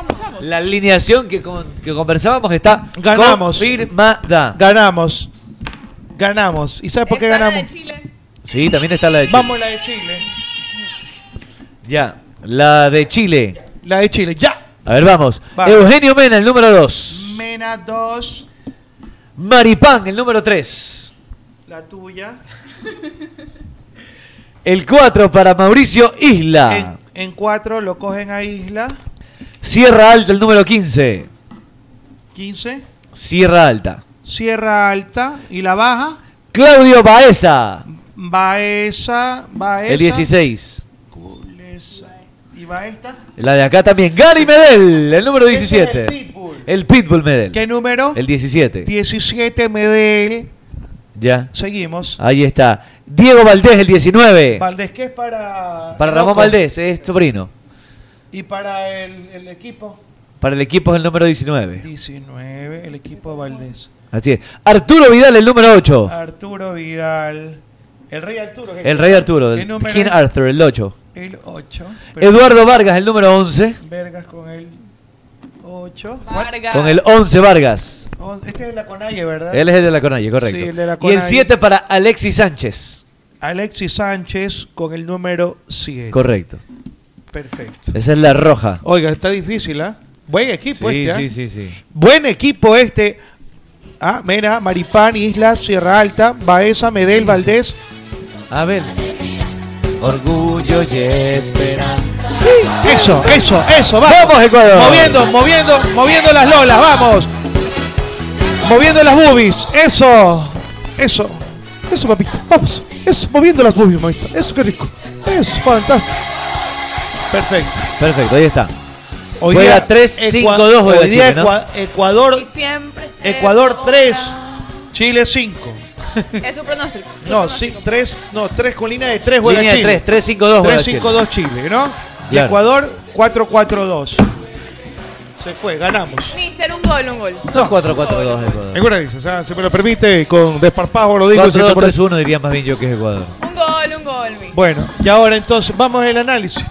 [SPEAKER 15] La alineación que, con- que conversábamos está
[SPEAKER 12] Ganamos.
[SPEAKER 15] confirmada.
[SPEAKER 12] Ganamos. Ganamos. ¿Y sabes por qué ganamos?
[SPEAKER 15] Sí, también está la de Chile.
[SPEAKER 12] Vamos la de Chile.
[SPEAKER 15] Ya, la de Chile.
[SPEAKER 12] La de Chile, ya.
[SPEAKER 15] A ver, vamos.
[SPEAKER 12] Vamos.
[SPEAKER 15] Eugenio Mena, el número 2.
[SPEAKER 12] Mena 2,
[SPEAKER 15] Maripán, el número 3.
[SPEAKER 12] la tuya.
[SPEAKER 15] El 4 para Mauricio Isla.
[SPEAKER 12] En 4 lo cogen a Isla.
[SPEAKER 15] Sierra Alta, el número 15.
[SPEAKER 12] 15.
[SPEAKER 15] Sierra Alta.
[SPEAKER 12] Sierra Alta y la baja.
[SPEAKER 15] Claudio Baeza,
[SPEAKER 12] Baeza, Baeza.
[SPEAKER 15] el 16.
[SPEAKER 12] Y Baesta.
[SPEAKER 15] La de acá también. Gary Medel, el número
[SPEAKER 12] Ese es el
[SPEAKER 15] 17.
[SPEAKER 12] Pitbull.
[SPEAKER 15] El Pitbull Medel.
[SPEAKER 12] ¿Qué número?
[SPEAKER 15] El 17.
[SPEAKER 12] 17 Medel.
[SPEAKER 15] Ya.
[SPEAKER 12] Seguimos.
[SPEAKER 15] Ahí está. Diego Valdés, el 19.
[SPEAKER 12] Valdés, que es para.
[SPEAKER 15] Para Ramón Valdés, es sobrino.
[SPEAKER 12] Y para el, el equipo.
[SPEAKER 15] Para el equipo es el número 19.
[SPEAKER 12] 19, el equipo Valdés.
[SPEAKER 15] Así es. Arturo Vidal, el número 8.
[SPEAKER 16] Ah,
[SPEAKER 12] Arturo Vidal. El rey Arturo. ¿qué-
[SPEAKER 15] El Rey Arturo,
[SPEAKER 12] ¿qué
[SPEAKER 15] del
[SPEAKER 12] número
[SPEAKER 15] King
[SPEAKER 12] es?
[SPEAKER 15] Arthur, el 8.
[SPEAKER 12] El 8.
[SPEAKER 15] Eduardo Vargas, el número 11.
[SPEAKER 12] Vergas con el 8.
[SPEAKER 15] Con el 11 Vargas.
[SPEAKER 12] Este es de la Conalle, ¿verdad?
[SPEAKER 15] Él es el de la Conalle, correcto.
[SPEAKER 12] Sí, el de la
[SPEAKER 15] y el
[SPEAKER 12] Conalle.
[SPEAKER 15] 7 para Alexis Sánchez.
[SPEAKER 12] Alexis Sánchez con el número 7.
[SPEAKER 15] Correcto.
[SPEAKER 12] Perfecto.
[SPEAKER 15] Esa es la roja.
[SPEAKER 12] Oiga, está difícil, ¿ah? Buen equipo
[SPEAKER 15] Sí,
[SPEAKER 12] este. ¿ah?
[SPEAKER 15] sí, sí, sí.
[SPEAKER 12] Buen equipo este. Ah, mira, Maripán, Isla, Sierra Alta, Baeza, Medel, Valdés.
[SPEAKER 15] A ver.
[SPEAKER 27] Orgullo y esperanza.
[SPEAKER 16] Eso, eso, eso, vamos. Vamos,
[SPEAKER 12] Ecuador.
[SPEAKER 16] Moviendo, moviendo, moviendo las lolas, vamos. Moviendo las boobies, eso. Eso. Eso, papito, vamos. Eso, moviendo las boobies, mamita. Eso, qué rico. Eso, fantástico. Perfecto.
[SPEAKER 12] Perfecto, ahí está.
[SPEAKER 16] Hoy
[SPEAKER 12] Juega
[SPEAKER 16] día
[SPEAKER 12] 3-5-2
[SPEAKER 16] Ecua-
[SPEAKER 12] juega
[SPEAKER 16] hoy día
[SPEAKER 12] Chile, ¿no?
[SPEAKER 16] Ecua- Ecuador, Ecuador 3, Chile 5.
[SPEAKER 11] Es un pronóstico.
[SPEAKER 16] No, sí, 3, no, 3 con línea de 3 juega
[SPEAKER 12] Línea de
[SPEAKER 16] Chile.
[SPEAKER 12] tres, tres, cinco, dos juega
[SPEAKER 16] 3-5-2 Chile. ¿no? Y
[SPEAKER 12] Claro.
[SPEAKER 16] Ecuador 4-4-2. Se fue, ganamos.
[SPEAKER 11] Mister, un gol, un gol.
[SPEAKER 12] 4-4-2 Ecuador.
[SPEAKER 16] Ecuador dice, o sea, se me lo permite, con desparpajo lo digo. siento por-
[SPEAKER 12] 4-2-3-1 diría más bien yo que es Ecuador.
[SPEAKER 11] Un gol, un gol, mi.
[SPEAKER 16] Bueno, y ahora entonces vamos al análisis.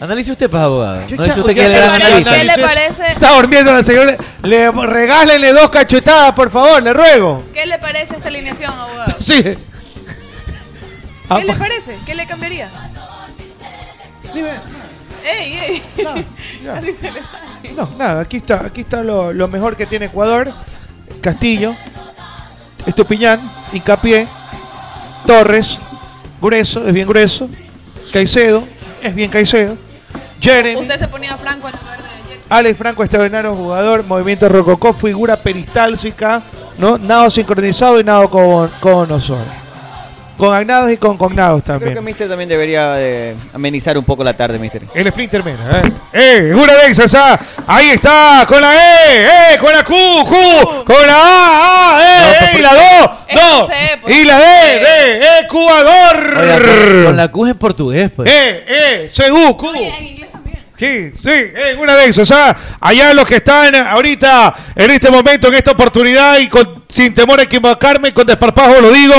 [SPEAKER 12] Analice usted, pues, abogado.
[SPEAKER 16] Yo
[SPEAKER 12] No
[SPEAKER 16] ya-
[SPEAKER 12] es usted
[SPEAKER 16] yo
[SPEAKER 12] que le
[SPEAKER 16] ya-
[SPEAKER 12] da analista.
[SPEAKER 11] ¿Qué le parece?
[SPEAKER 16] Está durmiendo la señora. Le regálenle dos cachetadas, por favor, le ruego.
[SPEAKER 11] ¿Qué le parece esta alineación, abogado?
[SPEAKER 16] Sí. Ah,
[SPEAKER 11] ¿Qué le parece? ¿Qué le cambiaría?
[SPEAKER 16] Dime.
[SPEAKER 11] ¡Ey, ey! *laughs*
[SPEAKER 16] ya.
[SPEAKER 11] Así se le sale.
[SPEAKER 16] No, nada, aquí está, aquí está lo, lo mejor que tiene Ecuador. Castillo, Estupiñán, Incapié, Torres, grueso, es bien grueso, Caicedo, es bien Caicedo, Jeremy,
[SPEAKER 11] Usted se ponía franco en lugar de Jet.
[SPEAKER 16] Alex Franco, extraordinario jugador, movimiento rococó, figura peristálsica, ¿no? Nado sincronizado y nado con, con Osorno. Con agnados y con cognados
[SPEAKER 10] Creo que
[SPEAKER 16] también.
[SPEAKER 10] Mister también debería de amenizar un poco la tarde, Mister.
[SPEAKER 16] El Splinter Mena, ¿eh? ¡Eh! ¡Una de esas! ah! ¡Ahí está! ¡Con la E! ¡Eh! ¡Con la Q! ¡Q! ¡Con la A! ¡A! ¡Eh! eh, ¡Y la
[SPEAKER 12] Es
[SPEAKER 16] 2!
[SPEAKER 12] con C,
[SPEAKER 16] ¡No!
[SPEAKER 12] pues,
[SPEAKER 16] ¡Y la D! ¡D! ¡E! ¡Ecuador!
[SPEAKER 12] Oiga, con, con la Q en portugués, pues.
[SPEAKER 16] ¡Eh! ¡Eh! ¡CU! ¡Q! Sí, sí, en una de esas. ah, allá los que están ahorita, en este momento, en esta oportunidad y con- sin temor a equivocarme, con desparpajo lo digo,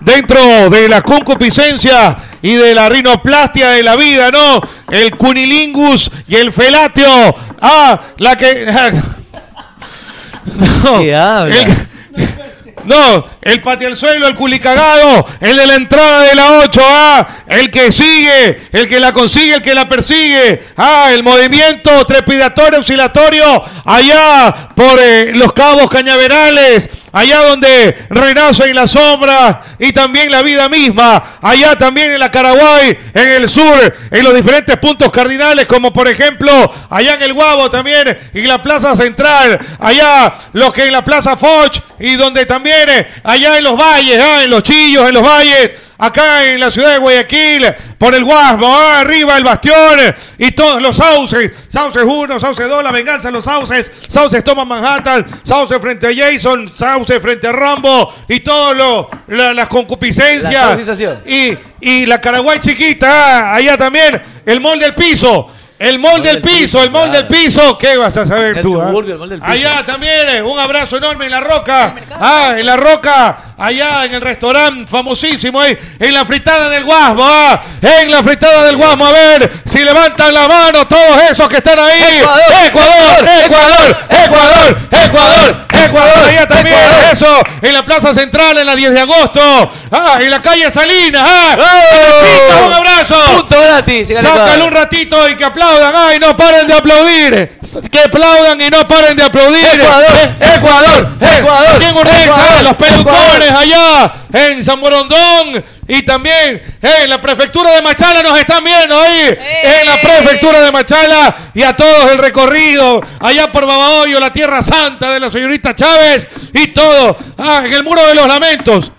[SPEAKER 16] dentro de la concupiscencia y de la rinoplastia de la vida, ¿no? El cunilingus y el felatio. Ah, la que... *laughs* No, el- no, el patia al suelo, el culicagado, el de la entrada de la 8A, el que sigue, el que la consigue, el que la persigue. Ah, el movimiento trepidatorio, oscilatorio, allá por eh, los cabos cañaverales, allá donde renacen las sombras y también la vida misma, allá también en la Caraguay, en el sur, en los diferentes puntos cardinales, como por ejemplo allá en el Guabo también, y la Plaza Central, allá los que en la Plaza Foch, y donde también, eh, allá en los valles, ah, en los chillos, en los valles, acá en la ciudad de Guayaquil, por el Guasmo, ah, arriba el Bastión, eh, y todos los sauces, sauces 1, sauces 2, la venganza de los sauces, sauces toman Manhattan, sauces frente a Jason, sauces frente a Rambo, y todos los la- las concupiscencias.
[SPEAKER 12] La saucización.
[SPEAKER 16] Y, y la Caraguay chiquita, ah, allá también, el mol del piso. El mol del piso, el mol del piso. ¿Qué vas a saber tú? ah? Allá también, eh, un abrazo enorme en La Roca. Ah, en La Roca, allá en el restaurante famosísimo, ahí, en la fritada del Guasmo, ah, en la fritada del Guasmo. A ver si levantan la mano todos esos que están ahí. Ecuador, Ecuador, Ecuador, Ecuador, Ecuador. Allá también, eso, en la Plaza Central, en la 10 de agosto. Ah, en la calle Salinas, ah. Pepita, un abrazo.
[SPEAKER 12] Punto gratis. gana
[SPEAKER 16] Sácalo
[SPEAKER 12] Ecuador.
[SPEAKER 16] un ratito y que aplaudan. ¡Ay, no paren de aplaudir! Que aplaudan y no paren de aplaudir.
[SPEAKER 12] Ecuador,
[SPEAKER 16] Eh, Ecuador, eh,
[SPEAKER 12] Ecuador,
[SPEAKER 16] ¿Quién organiza?
[SPEAKER 12] Ecuador,
[SPEAKER 16] Los pelucones
[SPEAKER 12] Ecuador.
[SPEAKER 16] allá en San Morondón y también eh, en la prefectura de Machala nos están viendo ahí. En la prefectura de Machala y a todos el recorrido allá por Babahoyo, la tierra santa de la señorita Chávez y todo. Ah, en el muro de los lamentos.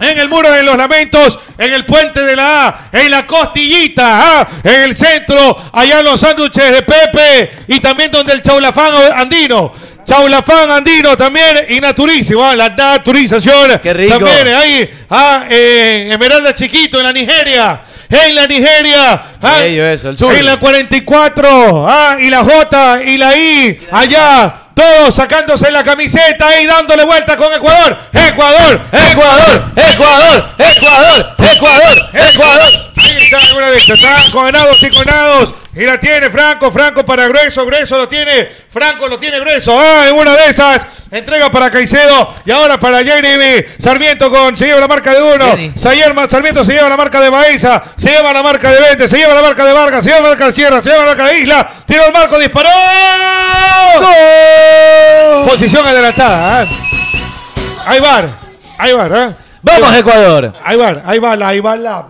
[SPEAKER 16] En el muro de los lamentos, en el puente de la A, en la costillita, ah, en el centro, allá en los sándwiches de Pepe y también donde el chaulafán andino. Chaulafán andino también y naturísimo, ah, la naturización.
[SPEAKER 12] rico.
[SPEAKER 16] También ahí, ah, en Esmeralda Chiquito, en la Nigeria. En la Nigeria, ah,
[SPEAKER 12] Bello eso, el sur.
[SPEAKER 16] en la 44, ah, y la J y la I, allá, todos sacándose la camiseta y dándole vuelta con Ecuador. Ecuador, Ecuador, Ecuador, Ecuador, Ecuador, Ecuador. Ahí está alguna de estas, ah, con ganados y con ganados. Y la tiene Franco, Franco para Grueso, Grueso lo tiene, Franco lo tiene Grueso, ah, en una de esas, entrega para Caicedo y ahora para Jeremy, Sarmiento con, se lleva la marca de uno, se lleva- Sarmiento se lleva la marca de Baeza, se lleva la marca de Vente, se lleva la marca de Vargas, se lleva la marca de Sierra, se lleva la marca de Isla, tiró el marco, disparó. Posición adelantada, ah. Ahí va, ahí va, ¿eh?
[SPEAKER 12] Vamos,
[SPEAKER 16] Ahí va.
[SPEAKER 12] Ecuador.
[SPEAKER 16] Ahí va, ahí va, la- ahí va la.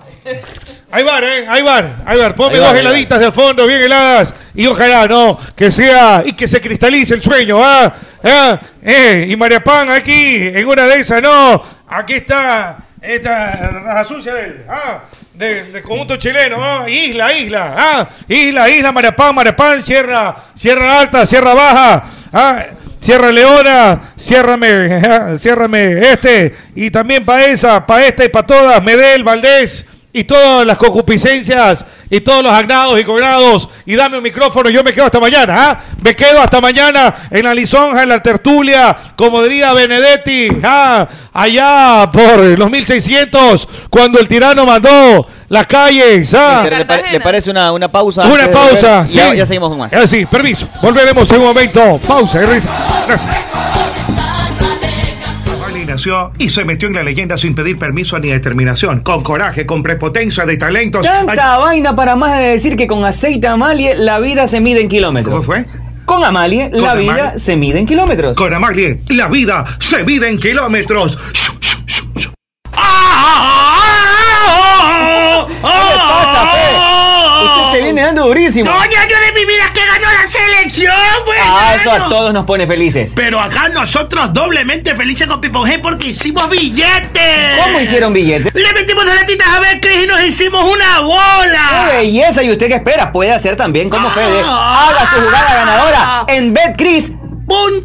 [SPEAKER 16] Hay bar, ¿eh? Hay bar, hay bar. Ponme
[SPEAKER 28] Ahí va,
[SPEAKER 16] dos
[SPEAKER 28] ahí va.
[SPEAKER 16] heladitas del fondo, bien heladas. Y ojalá, no, que sea, y que se cristalice el sueño, ¿ah? ¿Ah? Eh, y María Pan aquí, en una de esas, no. Aquí está esta raja sucia del, ah, del, del conjunto chileno, ¿ah? Isla, isla, ah, isla, isla, María Pan, María Pan, Sierra, Sierra Alta, Sierra Baja, ah, Sierra Leona, *laughs* ciérrame, ciérrame este, y también para esa, para esta y para todas, Medel, Valdés, y todas las concupiscencias, y todos los agnados y cobrados, y dame un micrófono, yo me quedo hasta mañana, ¿ah? me quedo hasta mañana en la lisonja, en la tertulia, como diría Benedetti, ¿ah? allá por los 1600, cuando el tirano mandó las calles, ¿ah?
[SPEAKER 29] Mister, ¿le, pare- le parece una, una pausa?
[SPEAKER 16] Una
[SPEAKER 29] antes de volver?
[SPEAKER 16] pausa,
[SPEAKER 29] Ya,
[SPEAKER 16] sí.
[SPEAKER 29] ya seguimos con más.
[SPEAKER 16] Ah, sí, permiso. Volveremos en un momento. Pausa y risa. Gracias.
[SPEAKER 8] Cavalli nació y se metió en la leyenda sin pedir permiso ni determinación, con coraje, con prepotencia de talentos.
[SPEAKER 10] Tanta vaina para más de decir que con aceite Amalie la vida se mide en kilómetros. ¿Cómo fue? Con Amalie la vida se mide en kilómetros.
[SPEAKER 8] Con Amalie, la vida se mide en kilómetros.
[SPEAKER 10] Usted se viene dando durísimo.
[SPEAKER 18] ¡No, ñaño de mi vida que ganó la selección, güey!
[SPEAKER 10] Ah, eso
[SPEAKER 18] ñaño!
[SPEAKER 10] a todos nos pone felices.
[SPEAKER 18] Pero acá nosotros doblemente felices con Pipo G porque hicimos billetes.
[SPEAKER 10] ¿Cómo hicieron billetes?
[SPEAKER 18] Le metimos las latitas a ver y nos hicimos una bola.
[SPEAKER 10] ¡Qué belleza! ¿Y usted qué espera? Puede hacer también como Fede.
[SPEAKER 18] Ah.
[SPEAKER 10] Haga su jugada ganadora en BetCris.com.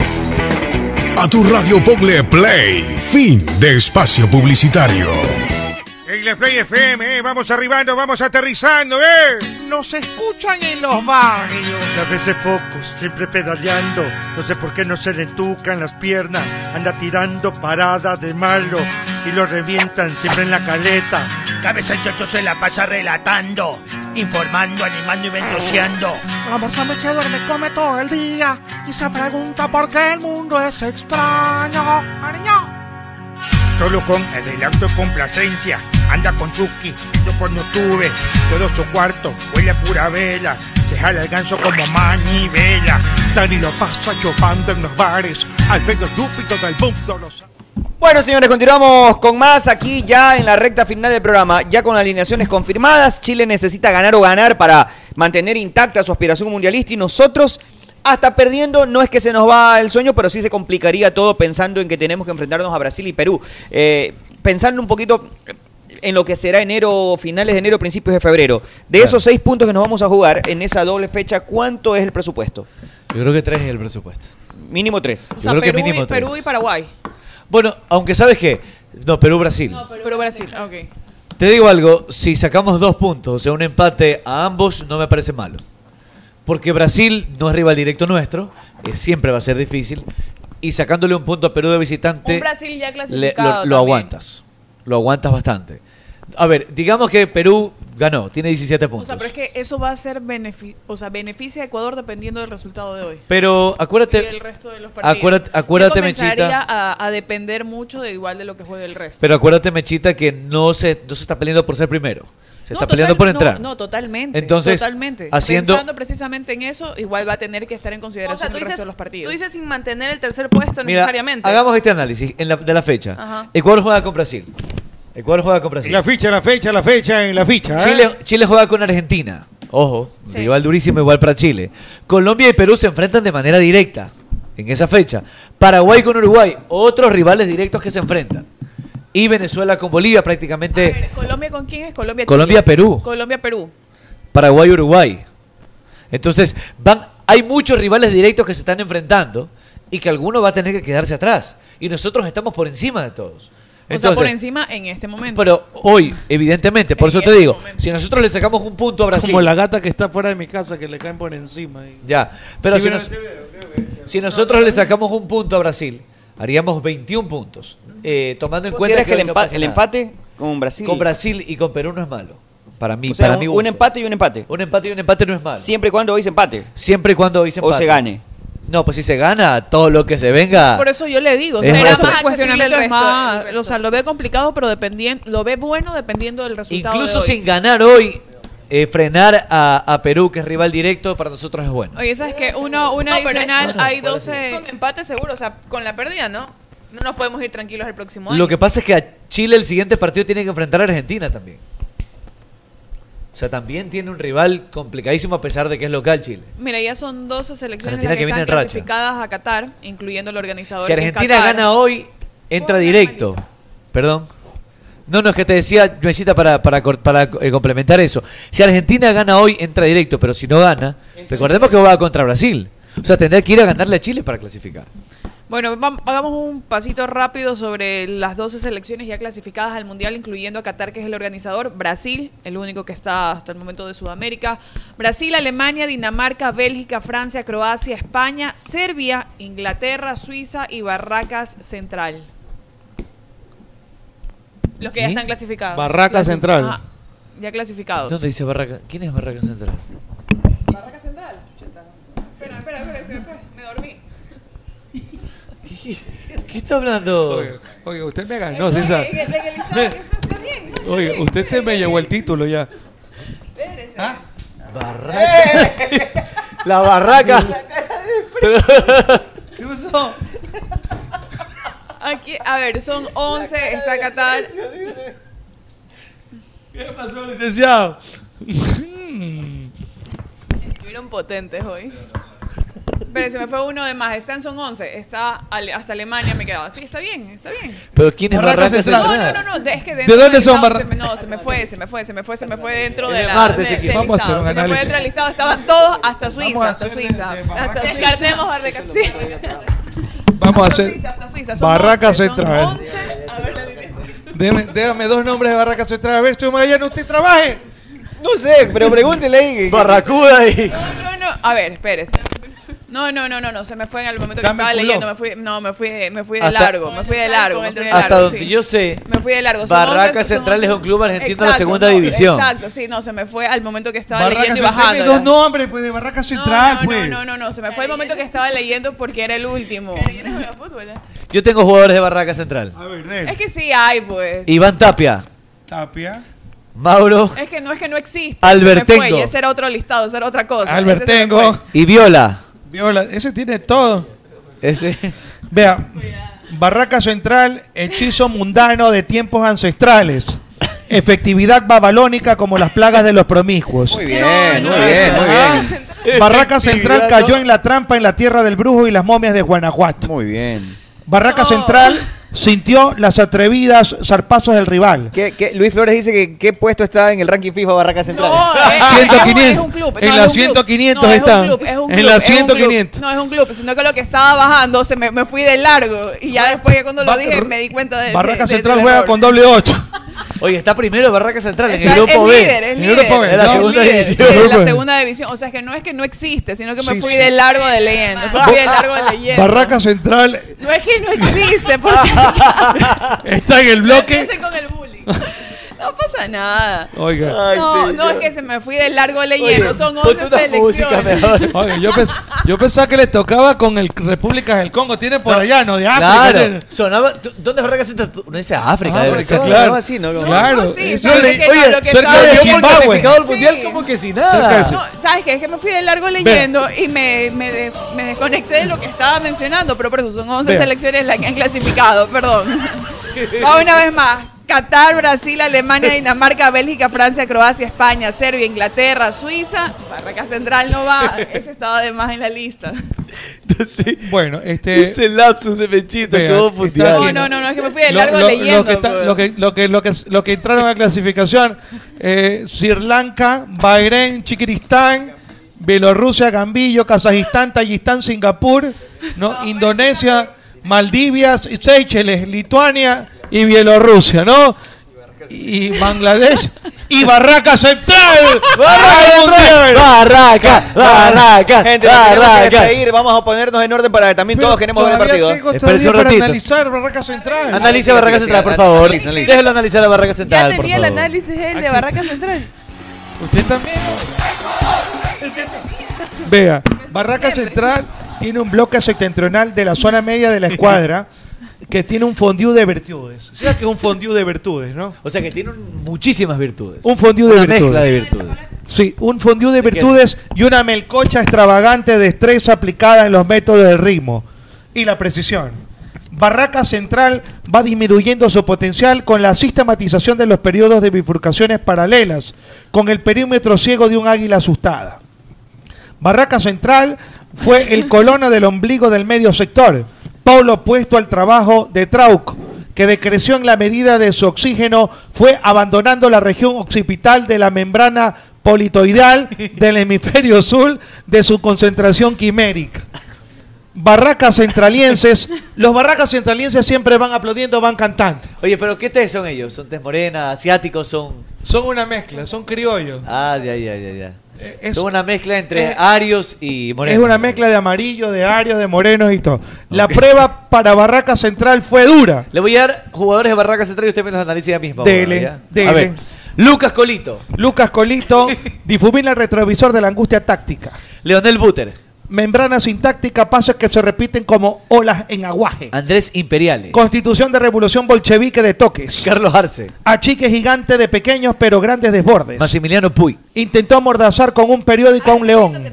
[SPEAKER 25] A tu radio Pogle Play, fin de espacio publicitario.
[SPEAKER 16] En la Play FM, eh, vamos arribando, vamos aterrizando, ¿eh?
[SPEAKER 12] Nos escuchan en los barrios.
[SPEAKER 8] Muchas veces focos, siempre pedaleando. No sé por qué no se le entucan las piernas. Anda tirando parada de malo y lo revientan siempre en la caleta.
[SPEAKER 18] Cabeza el chocho se la pasa relatando, informando, animando y ventoseando.
[SPEAKER 12] La morfame se duerme, come todo el día y se pregunta por qué el mundo es extraño. Ariño.
[SPEAKER 9] Solo con adelanto y complacencia, anda con Chucky, yo cuando tuve, todo su cuarto huele a pura vela, se jala el ganso como manivela.
[SPEAKER 8] Dani lo pasa chupando en los bares, al pedo estúpido del mundo lo sabe.
[SPEAKER 29] Bueno, señores, continuamos con más aquí ya en la recta final del programa. Ya con alineaciones confirmadas, Chile necesita ganar o ganar para mantener intacta su aspiración mundialista y nosotros, hasta perdiendo, no es que se nos va el sueño, pero sí se complicaría todo pensando en que tenemos que enfrentarnos a Brasil y Perú. Eh, pensando un poquito en lo que será enero, finales de enero, principios de febrero. De esos seis puntos que nos vamos a jugar en esa doble fecha, ¿cuánto es el presupuesto?
[SPEAKER 15] Yo creo que tres es el presupuesto.
[SPEAKER 29] Mínimo tres.
[SPEAKER 11] O sea, Perú, y, Perú y Paraguay.
[SPEAKER 15] Bueno, aunque sabes que. No, Perú-Brasil.
[SPEAKER 11] Pero Brasil, ah, ok.
[SPEAKER 15] Te digo algo, si sacamos dos puntos, o sea, un empate a ambos, no me parece malo. Porque Brasil no es rival directo nuestro, eh, siempre va a ser difícil. Y sacándole un punto a Perú de visitante,
[SPEAKER 30] Un Brasil ya
[SPEAKER 15] le-
[SPEAKER 30] clasificado.
[SPEAKER 15] lo, lo
[SPEAKER 30] también.
[SPEAKER 15] aguantas. Lo aguantas bastante. A ver, digamos que Perú ganó, tiene 17
[SPEAKER 11] O
[SPEAKER 15] puntos.
[SPEAKER 11] sea, pero es que eso va a ser benefi- o sea, beneficia a Ecuador dependiendo del resultado de hoy.
[SPEAKER 15] Pero acuérdate.
[SPEAKER 11] Y el resto de los partidos.
[SPEAKER 15] Acuérdate,
[SPEAKER 11] Yo
[SPEAKER 15] acuérdate
[SPEAKER 11] comenzaría
[SPEAKER 15] Mechita.
[SPEAKER 11] A, a depender mucho de igual de lo que juegue el resto.
[SPEAKER 15] Pero acuérdate, Mechita, que no se, no se está peleando por ser primero. Se
[SPEAKER 11] No,
[SPEAKER 15] está
[SPEAKER 11] total-
[SPEAKER 15] peleando por
[SPEAKER 11] no,
[SPEAKER 15] entrar.
[SPEAKER 11] No, totalmente.
[SPEAKER 15] Entonces,
[SPEAKER 11] totalmente.
[SPEAKER 15] haciendo-
[SPEAKER 11] pensando precisamente en eso, igual va a tener que estar
[SPEAKER 30] O
[SPEAKER 11] en
[SPEAKER 30] sea,
[SPEAKER 11] consideración
[SPEAKER 30] tú
[SPEAKER 11] el resto
[SPEAKER 30] dices,
[SPEAKER 11] de los
[SPEAKER 30] tú
[SPEAKER 11] partidos.
[SPEAKER 30] dices sin mantener el tercer puesto
[SPEAKER 15] Mira,
[SPEAKER 30] necesariamente.
[SPEAKER 15] hagamos este análisis en la- de la fecha.
[SPEAKER 30] Ajá.
[SPEAKER 15] Ecuador juega con Brasil. Ecuador juega con Brasil.
[SPEAKER 16] La ficha, la fecha, la fecha, en la ficha. ¿eh?
[SPEAKER 15] Chile, Chile juega con Argentina. Ojo, rival durísimo igual para Chile. Colombia y Perú se enfrentan de manera directa en esa fecha. Paraguay con Uruguay, otros rivales directos que se enfrentan. y Venezuela con Bolivia prácticamente.
[SPEAKER 11] ¿Colombia con quién es? Colombia,
[SPEAKER 15] Colombia,
[SPEAKER 11] Chile.
[SPEAKER 15] Perú.
[SPEAKER 11] Colombia, Perú.
[SPEAKER 15] Paraguay, Uruguay. Entonces, van, hay muchos rivales directos que se están enfrentando y que alguno va a tener que quedarse atrás. Y nosotros estamos por encima de todos.
[SPEAKER 11] o sea, por
[SPEAKER 15] Entonces,
[SPEAKER 11] encima en este momento.
[SPEAKER 15] Pero hoy, evidentemente, por eso te
[SPEAKER 10] este
[SPEAKER 15] digo, si nosotros le sacamos un punto a Brasil.
[SPEAKER 12] Como la gata que está fuera de mi casa que le caen por encima. ahí.
[SPEAKER 15] Ya, pero
[SPEAKER 12] Sí,
[SPEAKER 15] si,
[SPEAKER 12] pero
[SPEAKER 15] nos-
[SPEAKER 12] este
[SPEAKER 15] si nosotros le sacamos un punto a Brasil, haríamos 21 puntos. eh, tomando en cuenta
[SPEAKER 10] ¿Consideras que el,
[SPEAKER 15] hoy no
[SPEAKER 10] empa-
[SPEAKER 15] pasa
[SPEAKER 10] el
[SPEAKER 15] nada.
[SPEAKER 10] empate con Brasil?
[SPEAKER 15] Con Brasil y con Perú no es malo. Para mí,
[SPEAKER 10] O sea,
[SPEAKER 15] para
[SPEAKER 10] un-
[SPEAKER 15] mí
[SPEAKER 10] un empate y un empate.
[SPEAKER 15] Un empate y un empate no es malo.
[SPEAKER 10] Siempre y cuando hoy se empate.
[SPEAKER 15] Siempre y cuando hoy se
[SPEAKER 10] O se
[SPEAKER 15] empate.
[SPEAKER 10] gane.
[SPEAKER 15] No, pues si se gana, todo lo que se venga.
[SPEAKER 11] Por eso yo le digo,
[SPEAKER 15] ah, Es reto.
[SPEAKER 11] será
[SPEAKER 22] Cuestionable
[SPEAKER 11] más cuestionable
[SPEAKER 22] el resto, el
[SPEAKER 11] o sea, lo ve complicado, pero dependiendo, lo ve bueno dependiendo del resultado
[SPEAKER 15] Incluso
[SPEAKER 11] de hoy.
[SPEAKER 15] sin ganar hoy, eh, frenar a, a Perú, que es rival directo, para nosotros es bueno.
[SPEAKER 22] Oye, ¿sabes qué? Uno,
[SPEAKER 11] una adicional, hay 12...
[SPEAKER 22] Con empate seguro, o sea, con la pérdida, ¿no? No nos podemos ir tranquilos el próximo año.
[SPEAKER 15] Lo que pasa es que a Chile el siguiente partido tiene que enfrentar a Argentina también. O sea, también tiene un rival complicadísimo a pesar de que es local Chile.
[SPEAKER 11] Mira, ya son 12 selecciones
[SPEAKER 15] Argentina
[SPEAKER 11] las que,
[SPEAKER 15] que viene
[SPEAKER 11] están
[SPEAKER 15] en racha.
[SPEAKER 11] clasificadas a Qatar, incluyendo el organizador.
[SPEAKER 15] Si
[SPEAKER 11] que es
[SPEAKER 15] Argentina
[SPEAKER 11] Qatar.
[SPEAKER 15] gana hoy, entra directo. Perdón. No, no, es que te decía, Joecita, para, para, cor- para eh, complementar eso. Si Argentina gana hoy, entra directo, pero si no gana, recordemos que va contra Brasil. O sea, tendrá que ir a ganarle a Chile para clasificar.
[SPEAKER 11] Bueno, vam- hagamos un pasito rápido sobre las 12 selecciones ya clasificadas al Mundial, incluyendo a Qatar, que es el organizador, Brasil, el único que está hasta el momento de Sudamérica, Brasil, Alemania, Dinamarca, Bélgica, Francia, Croacia, España, Serbia, Inglaterra, Suiza y Barracas Central. Los que ya
[SPEAKER 15] ¿Sí?
[SPEAKER 11] están clasificados.
[SPEAKER 15] Barracas
[SPEAKER 11] Clasi-
[SPEAKER 15] Central.
[SPEAKER 11] Ajá, ya clasificados.
[SPEAKER 15] ¿Dónde dice Barraca? ¿Quién es Barraca Central?
[SPEAKER 11] ¿Barracas Central? Espera, espera, espera, espera, me dormí.
[SPEAKER 15] ¿Qué está hablando?
[SPEAKER 12] Oiga, oiga, usted me ganó, César.
[SPEAKER 11] Oye, es legalizado, eso está bien, ¿no?
[SPEAKER 12] Oiga, usted se me llevó el
[SPEAKER 10] *laughs*
[SPEAKER 12] título ya.
[SPEAKER 11] Espérese.
[SPEAKER 15] Barraca. La barraca.
[SPEAKER 12] ¿Qué pasó?
[SPEAKER 11] Aquí, a ver, son 11, está Qatar.
[SPEAKER 12] ¿Qué pasó, licenciado? Mm.
[SPEAKER 11] Estuvieron potentes hoy. Pero se me fue uno de más. Están, son 11. Está Ale- hasta Alemania me quedaba. Sí, está bien, está bien.
[SPEAKER 15] Pero ¿quién es Barraca Central?
[SPEAKER 11] No, no, no, no, de- es que dentro del listado se me- No, se me fue, se me fue, se me fue, se me fue dentro de la.
[SPEAKER 15] Marte,
[SPEAKER 11] de-
[SPEAKER 15] si
[SPEAKER 11] del
[SPEAKER 15] quieres. Vamos a hacer
[SPEAKER 11] listado.
[SPEAKER 15] un
[SPEAKER 11] Se me fue
[SPEAKER 15] análisis.
[SPEAKER 11] dentro del listado. Estaban todos hasta Suiza, hasta Suiza. Hasta Suiza.
[SPEAKER 22] Descartemos Barracas.
[SPEAKER 11] Sí.
[SPEAKER 12] Vamos a hacer.
[SPEAKER 11] Hasta Suiza. Son
[SPEAKER 12] Barraca
[SPEAKER 11] 11, son
[SPEAKER 12] Central.
[SPEAKER 11] 11. A ver la lista.
[SPEAKER 12] Déjame, déjame dos nombres de Barraca Central. A ver, si Magallanes, usted trabaje.
[SPEAKER 10] No sé, pero pregúntele ahí. Barracuda ahí.
[SPEAKER 11] No, no, a ver, espérese. No, no, no, no, no, se me fue en el momento que
[SPEAKER 15] Cambio
[SPEAKER 11] estaba
[SPEAKER 15] culo.
[SPEAKER 11] leyendo, me fui, no, me fui, me fui de
[SPEAKER 15] Hasta-
[SPEAKER 11] largo, me fui de largo, me fui de largo.
[SPEAKER 15] Hasta donde
[SPEAKER 11] sí.
[SPEAKER 15] yo sé,
[SPEAKER 11] Me fui de largo. Son
[SPEAKER 15] Barracas
[SPEAKER 11] once, son
[SPEAKER 15] Central es
[SPEAKER 11] once.
[SPEAKER 15] un club argentino de la
[SPEAKER 11] Exacto,
[SPEAKER 15] segunda
[SPEAKER 11] no,
[SPEAKER 15] división.
[SPEAKER 11] Exacto, sí, no, se me fue al momento que estaba
[SPEAKER 12] Barraca
[SPEAKER 11] leyendo y
[SPEAKER 12] Central.
[SPEAKER 11] bajando.
[SPEAKER 12] Deme dos nombres, pues, de Barraca Central,
[SPEAKER 11] no,
[SPEAKER 12] pues.
[SPEAKER 11] No, no, no, no, se me fue el momento que estaba leyendo porque era el último.
[SPEAKER 15] yo tengo jugadores de Barraca Central.
[SPEAKER 11] Es que sí hay, pues.
[SPEAKER 15] Iván Tapia,
[SPEAKER 12] Tapia.
[SPEAKER 15] Mauro
[SPEAKER 11] Es que no es que no existe.
[SPEAKER 15] Albertengo.
[SPEAKER 11] Se me fue, y ese era otro listado, esa era otra cosa. Ese se me
[SPEAKER 12] Albertengo.
[SPEAKER 11] fue.
[SPEAKER 15] y Viola.
[SPEAKER 12] Viola, ese tiene todo.
[SPEAKER 15] Ese.
[SPEAKER 12] Vea, Barraca Central, hechizo mundano de tiempos ancestrales. Efectividad babalónica como las plagas de los promiscuos.
[SPEAKER 10] Muy bien, muy bien, muy bien.
[SPEAKER 15] *laughs*
[SPEAKER 12] Barraca Central cayó en la trampa en la tierra del brujo y las momias de Guanajuato.
[SPEAKER 10] Muy bien.
[SPEAKER 12] Barraca Central sintió las atrevidas zarpazos del rival.
[SPEAKER 10] ¿Qué, qué- Luis Flores dice que qué puesto está en el ranking FIFA Barraca Central.
[SPEAKER 15] *laughs*
[SPEAKER 11] No,
[SPEAKER 10] Ah,
[SPEAKER 11] es- es un- es un club. No,
[SPEAKER 12] En
[SPEAKER 11] es
[SPEAKER 12] la
[SPEAKER 11] un club.
[SPEAKER 12] 100, 500
[SPEAKER 11] No, es un
[SPEAKER 12] están.
[SPEAKER 11] club, es un
[SPEAKER 12] En
[SPEAKER 11] club,
[SPEAKER 12] la
[SPEAKER 11] es un
[SPEAKER 12] 100,
[SPEAKER 11] club.
[SPEAKER 12] 500.
[SPEAKER 11] No es un club, sino que lo que estaba bajando se me, me fui de largo. Y ya después que cuando lo dije me di cuenta de.
[SPEAKER 12] Barraca
[SPEAKER 11] de- de-
[SPEAKER 12] Central
[SPEAKER 11] del
[SPEAKER 12] juega
[SPEAKER 11] error.
[SPEAKER 12] con doble 8.
[SPEAKER 15] Oye, está primero Barraca Central en
[SPEAKER 11] Está-
[SPEAKER 15] el grupo
[SPEAKER 11] es
[SPEAKER 15] B.
[SPEAKER 11] líder, es
[SPEAKER 15] En el
[SPEAKER 11] líder,
[SPEAKER 15] grupo B,
[SPEAKER 11] es
[SPEAKER 15] de la segunda
[SPEAKER 11] líder,
[SPEAKER 15] división.
[SPEAKER 11] sí, de la segunda división. O sea, es que no es que no existe, sino que me
[SPEAKER 12] Sí,
[SPEAKER 11] fui
[SPEAKER 12] sí.
[SPEAKER 11] de largo de leyendo. Me fui de largo de leyendo.
[SPEAKER 12] Barraca Central
[SPEAKER 11] No es que no existe, por si acaso.
[SPEAKER 12] está en el bloque.
[SPEAKER 11] Empiecen con el bullying. No pasa nada.
[SPEAKER 12] Oiga.
[SPEAKER 11] no, no, es que se me fui de largo leyendo. Son 11 selecciones.
[SPEAKER 12] *laughs* Oiga, yo, pens- yo pensaba que les tocaba con el República del Congo. Tiene por allá, ¿no? De África.
[SPEAKER 15] Claro.
[SPEAKER 12] tiene-
[SPEAKER 15] Sonaba, ¿tú- ¿Dónde es Barraca Central? Tú- No dice África,
[SPEAKER 12] Ah,
[SPEAKER 15] debe
[SPEAKER 12] porque
[SPEAKER 15] ser.
[SPEAKER 12] sonaba Claro. así, ¿no? No, Claro. no, sí,
[SPEAKER 15] Yo le-
[SPEAKER 11] que no,
[SPEAKER 15] Oye,
[SPEAKER 11] lo que
[SPEAKER 15] cerca
[SPEAKER 11] estaba-
[SPEAKER 15] de
[SPEAKER 11] Yo por
[SPEAKER 15] Zimbabue.
[SPEAKER 11] clasificado al
[SPEAKER 15] mundial como que si
[SPEAKER 11] No, ¿sabes qué? Es que me fui de largo leyendo y me, me, de- me desconecté de lo que estaba mencionando, pero por eso son 11
[SPEAKER 12] Vea. *laughs*
[SPEAKER 10] Ah,
[SPEAKER 11] selecciones las que han clasificado, perdón. Va Ah, una vez más. Qatar, Brasil, Alemania, Dinamarca, Bélgica, Francia, Croacia, España, Serbia, Inglaterra, Suiza. Barraca Central no
[SPEAKER 12] *laughs*
[SPEAKER 11] va. Ese estaba de más en la lista.
[SPEAKER 12] Bueno, este.
[SPEAKER 16] Ese lapsus de Pechito, todo puteado.
[SPEAKER 11] No, no, no, no, es que me fui de largo leyendo,
[SPEAKER 12] Lo que, está-
[SPEAKER 11] pues.
[SPEAKER 12] lo, que, lo, que, lo, que, lo que entraron a clasificación: eh, Sri Lanka, Bahrein, Chiquiristán, Bielorrusia, Gambillo, Kazajistán, Tayistán, Singapur, ¿no? Indonesia, Maldivias, Seychelles, Lituania y Bielorrusia, ¿no? Y Bangladesh y Barraca Central. ¡Al mundial!
[SPEAKER 10] Gente, nos tenemos que despedir. Vamos a ponernos en orden para también todos queremos ver el partido.
[SPEAKER 12] Tengo
[SPEAKER 10] ¿eh?
[SPEAKER 12] todavía para analizar Barraca Central.
[SPEAKER 15] Analice Barraca Central, por favor.
[SPEAKER 10] Analiza, analiza.
[SPEAKER 15] Déjelo analizar a Barraca
[SPEAKER 12] Ah,
[SPEAKER 15] Central, por
[SPEAKER 11] Tenía el
[SPEAKER 15] favor.
[SPEAKER 11] análisis él de Barraca Central.
[SPEAKER 12] Usted también. Vea, Barraca Central tiene un bloque septentrional de la zona media de la *laughs* escuadra que tiene un fondiu de virtudes. O sea que es un fondiu de virtudes, ¿no?
[SPEAKER 15] O sea que tiene un- muchísimas virtudes.
[SPEAKER 12] Un fondiu de
[SPEAKER 15] Una
[SPEAKER 12] virtudes.
[SPEAKER 15] mezcla de virtudes.
[SPEAKER 12] Sí, un fondiu de
[SPEAKER 15] ¿De qué?
[SPEAKER 12] virtudes y una melcocha extravagante de destreza aplicada en los métodos del ritmo y la precisión. Barraca Central va disminuyendo su potencial con la sistematización de los periodos de bifurcaciones paralelas, con el perímetro ciego de un águila asustada. Barraca Central fue el colono del ombligo del medio sector, polo opuesto al trabajo de Trauco, que decreció en la medida de su oxígeno, fue abandonando la región occipital de la membrana politoidal del hemisferio sur de su concentración quimérica. Barracas centralienses, los barracas centralienses siempre van aplaudiendo, van cantando.
[SPEAKER 15] Oye, pero ¿qué test son ellos? ¿Son test morena, asiáticos? Son.
[SPEAKER 12] Son una mezcla, son criollos.
[SPEAKER 15] Ah, ya, ya, ya, ya.
[SPEAKER 12] es-
[SPEAKER 15] son una mezcla entre
[SPEAKER 12] eh,
[SPEAKER 15] arios y morenos.
[SPEAKER 12] Es una mezcla de amarillo, de arios, de morenos y todo. La prueba para Barraca Central fue dura.
[SPEAKER 15] Le voy a dar jugadores de Barraca Central y usted me los analiza ya mismo.
[SPEAKER 12] Dele,
[SPEAKER 15] ahora, ¿ya?
[SPEAKER 12] dele.
[SPEAKER 15] A ver, Lucas Colito.
[SPEAKER 12] Lucas
[SPEAKER 15] *laughs*
[SPEAKER 12] Colito difumina el retrovisor de la angustia táctica.
[SPEAKER 15] Leonel Buter.
[SPEAKER 12] Membrana sintáctica, pases que se repiten como olas en aguaje.
[SPEAKER 15] Andrés Imperiales.
[SPEAKER 12] Constitución de revolución bolchevique de toques.
[SPEAKER 15] Carlos Arce.
[SPEAKER 12] Achique gigante de pequeños pero grandes desbordes.
[SPEAKER 15] Maximiliano Puy.
[SPEAKER 12] Intentó amordazar con un periódico a un león.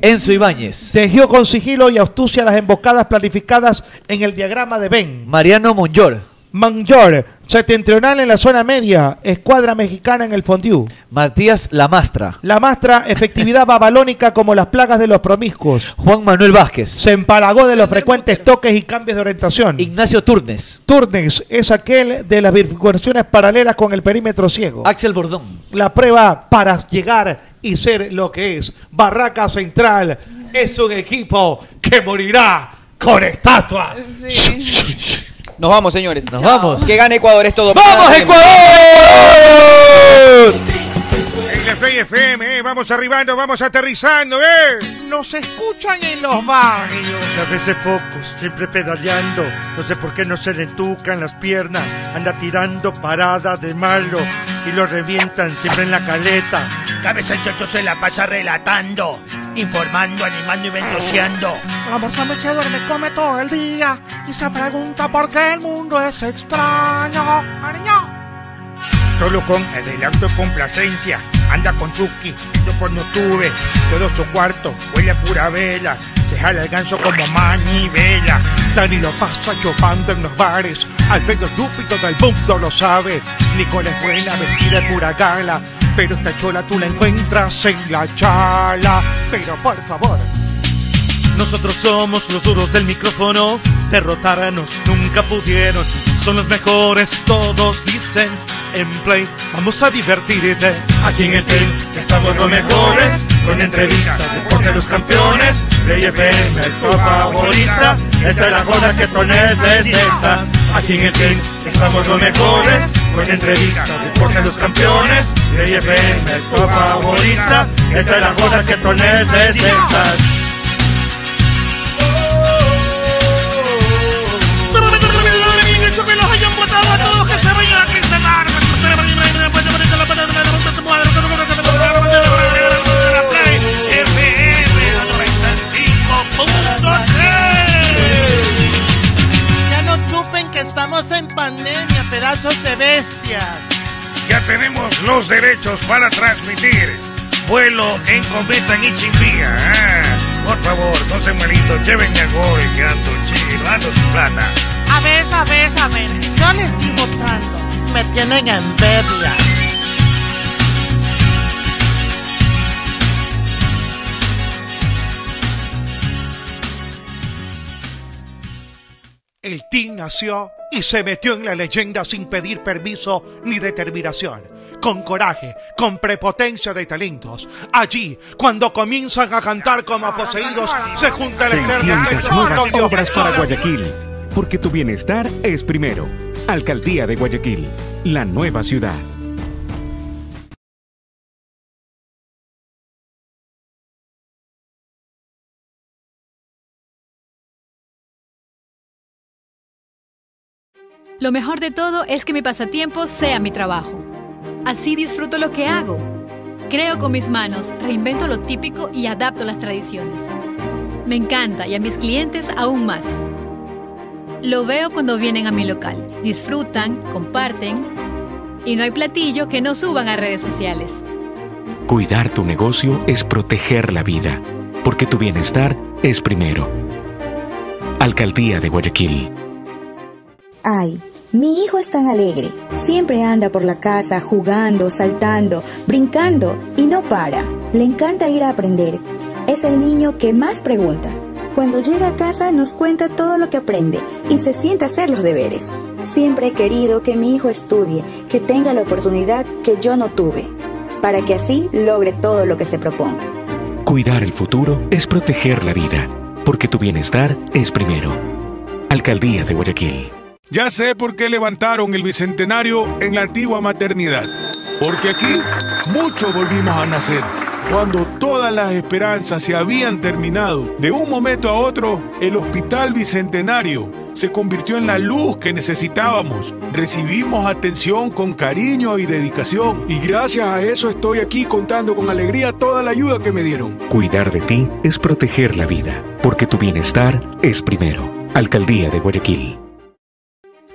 [SPEAKER 15] Enzo Ibáñez.
[SPEAKER 12] Tejió con sigilo y astucia las emboscadas planificadas en el diagrama de Venn.
[SPEAKER 15] Mariano Monjor.
[SPEAKER 12] Manjor, septentrional en la zona media, escuadra mexicana en el Fondiu.
[SPEAKER 15] Matías Lamastra.
[SPEAKER 12] La mastra, efectividad babalónica como las plagas de los promiscuos.
[SPEAKER 15] Juan Manuel Vázquez.
[SPEAKER 12] Se empalagó de los frecuentes toques y cambios de orientación.
[SPEAKER 15] Ignacio Turnes.
[SPEAKER 12] Turnes es aquel de las bifurcaciones paralelas con el perímetro ciego.
[SPEAKER 15] Axel Bordón.
[SPEAKER 12] La prueba para llegar y ser lo que es. Barraca Central es un equipo que morirá con estatua.
[SPEAKER 10] Nos vamos, señores. Nos
[SPEAKER 15] vamos.
[SPEAKER 10] Que gane Ecuador, es todo.
[SPEAKER 15] ¡Vamos,
[SPEAKER 10] Ecuador!
[SPEAKER 9] En la Play FM, eh, vamos arribando, vamos aterrizando, eh.
[SPEAKER 7] Nos escuchan en los barrios.
[SPEAKER 9] A veces focos, siempre pedaleando. No sé por qué no se le entucan las piernas. Anda tirando parada de malo y lo revientan siempre en la caleta.
[SPEAKER 18] Cabeza el chocho se la pasa relatando, informando, animando y ventoseando.
[SPEAKER 7] El amor sándwich se duerme, come todo el día y se pregunta por qué el mundo es extraño. Ariño.
[SPEAKER 9] Solo con adelanto y complacencia, anda con Chucky, yo cuando tuve, todo su cuarto, huele a pura vela, se jala el ganso como manivela.
[SPEAKER 8] Dani lo pasa chupando en los bares, al pedo estúpido del mundo lo sabe. Nicole es buena, vestida de pura gala, pero esta chola tú la encuentras en la chala. Pero por favor,
[SPEAKER 2] Nosotros somos los duros del micrófono, derrotarnos nunca pudieron. Son los mejores, todos dicen. En Play, vamos a divertirte. Aquí en el Play, estamos los mejores, con entrevistas, deporte de los campeones. Play FM, tu favorita, esta es la joda que tú necesitas. Aquí en el Play, estamos los mejores, con entrevistas, deporte de los campeones. Play FM, tu favorita, esta es la joda que tú necesitas.
[SPEAKER 18] que los hayan votado a todos que se vayan a quincenar.
[SPEAKER 7] Ya no chupen que estamos en pandemia, pedazos de bestias.
[SPEAKER 18] Ya tenemos los derechos para transmitir vuelo en cometa en Ichimbía. Ah, por favor, no se malito, llévenme a gol que ando chido, ando sin plata.
[SPEAKER 31] A ver, a ver, a ver. Yo les estoy votando. Me tienen envidia.
[SPEAKER 12] El Team nació y se metió en la leyenda sin pedir permiso ni determinación. Con coraje, con prepotencia de talentos. Allí, cuando comienzan a cantar como poseídos, se junta el eterno
[SPEAKER 1] 600 nuevas obras para Guayaquil. Porque tu bienestar es primero. Alcaldía de Guayaquil, la nueva ciudad.
[SPEAKER 2] Lo mejor de todo es que mi pasatiempo sea mi trabajo. Así disfruto lo que hago. Creo con mis manos, reinvento lo típico y adapto las tradiciones. Me encanta y a mis clientes aún más. Lo veo cuando vienen a mi local. Disfrutan, comparten y no hay platillo que no suban a redes sociales.
[SPEAKER 1] Cuidar tu negocio es proteger la vida, porque tu bienestar es primero. Alcaldía de Guayaquil.
[SPEAKER 3] Ay, mi hijo es tan alegre. Siempre anda por la casa jugando, saltando, brincando y no para. Le encanta ir a aprender. Es el niño que más pregunta. Cuando llega a casa nos cuenta todo lo que aprende y se sienta a hacer los deberes. Siempre he querido que mi hijo estudie, que tenga la oportunidad que yo no tuve, para que así logre todo lo que se proponga.
[SPEAKER 1] Cuidar el futuro es proteger la vida, porque tu bienestar es primero. Alcaldía de Guayaquil.
[SPEAKER 4] Ya sé por qué levantaron el bicentenario en la antigua maternidad. Porque aquí muchos volvimos a nacer. Cuando todas las esperanzas se habían terminado, de un momento a otro, el Hospital Bicentenario se convirtió en la luz que necesitábamos. Recibimos atención con cariño y dedicación.
[SPEAKER 32] Y gracias a eso estoy aquí contando con alegría toda la ayuda que me dieron.
[SPEAKER 1] Cuidar de ti es proteger la vida, porque tu bienestar es primero. Alcaldía de Guayaquil.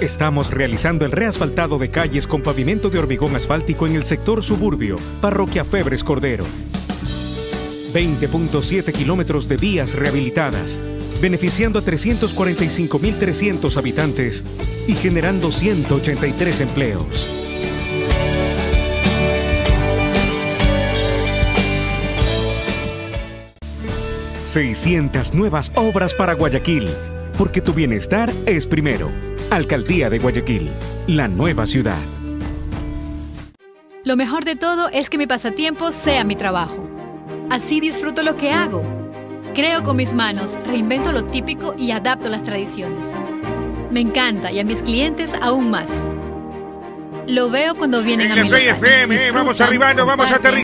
[SPEAKER 1] Estamos realizando el reasfaltado de calles con pavimento de hormigón asfáltico en el sector suburbio, Parroquia Febres Cordero. 20.7 kilómetros de vías rehabilitadas, beneficiando a 345.300 habitantes y generando 183 empleos. ...600 nuevas obras para Guayaquil... ...porque tu bienestar es primero... ...Alcaldía de Guayaquil... ...la nueva ciudad...
[SPEAKER 2] Lo mejor de todo es que mi pasatiempo sea mi trabajo. Así disfruto lo que hago. Creo con mis manos, reinvento lo típico y adapto las tradiciones. Me encanta y a mis clientes aún más. Lo veo cuando vienen a mi
[SPEAKER 9] FM,
[SPEAKER 2] local.
[SPEAKER 9] eh, vamos
[SPEAKER 2] Disfrutan,
[SPEAKER 9] arribando, vamos
[SPEAKER 2] comparten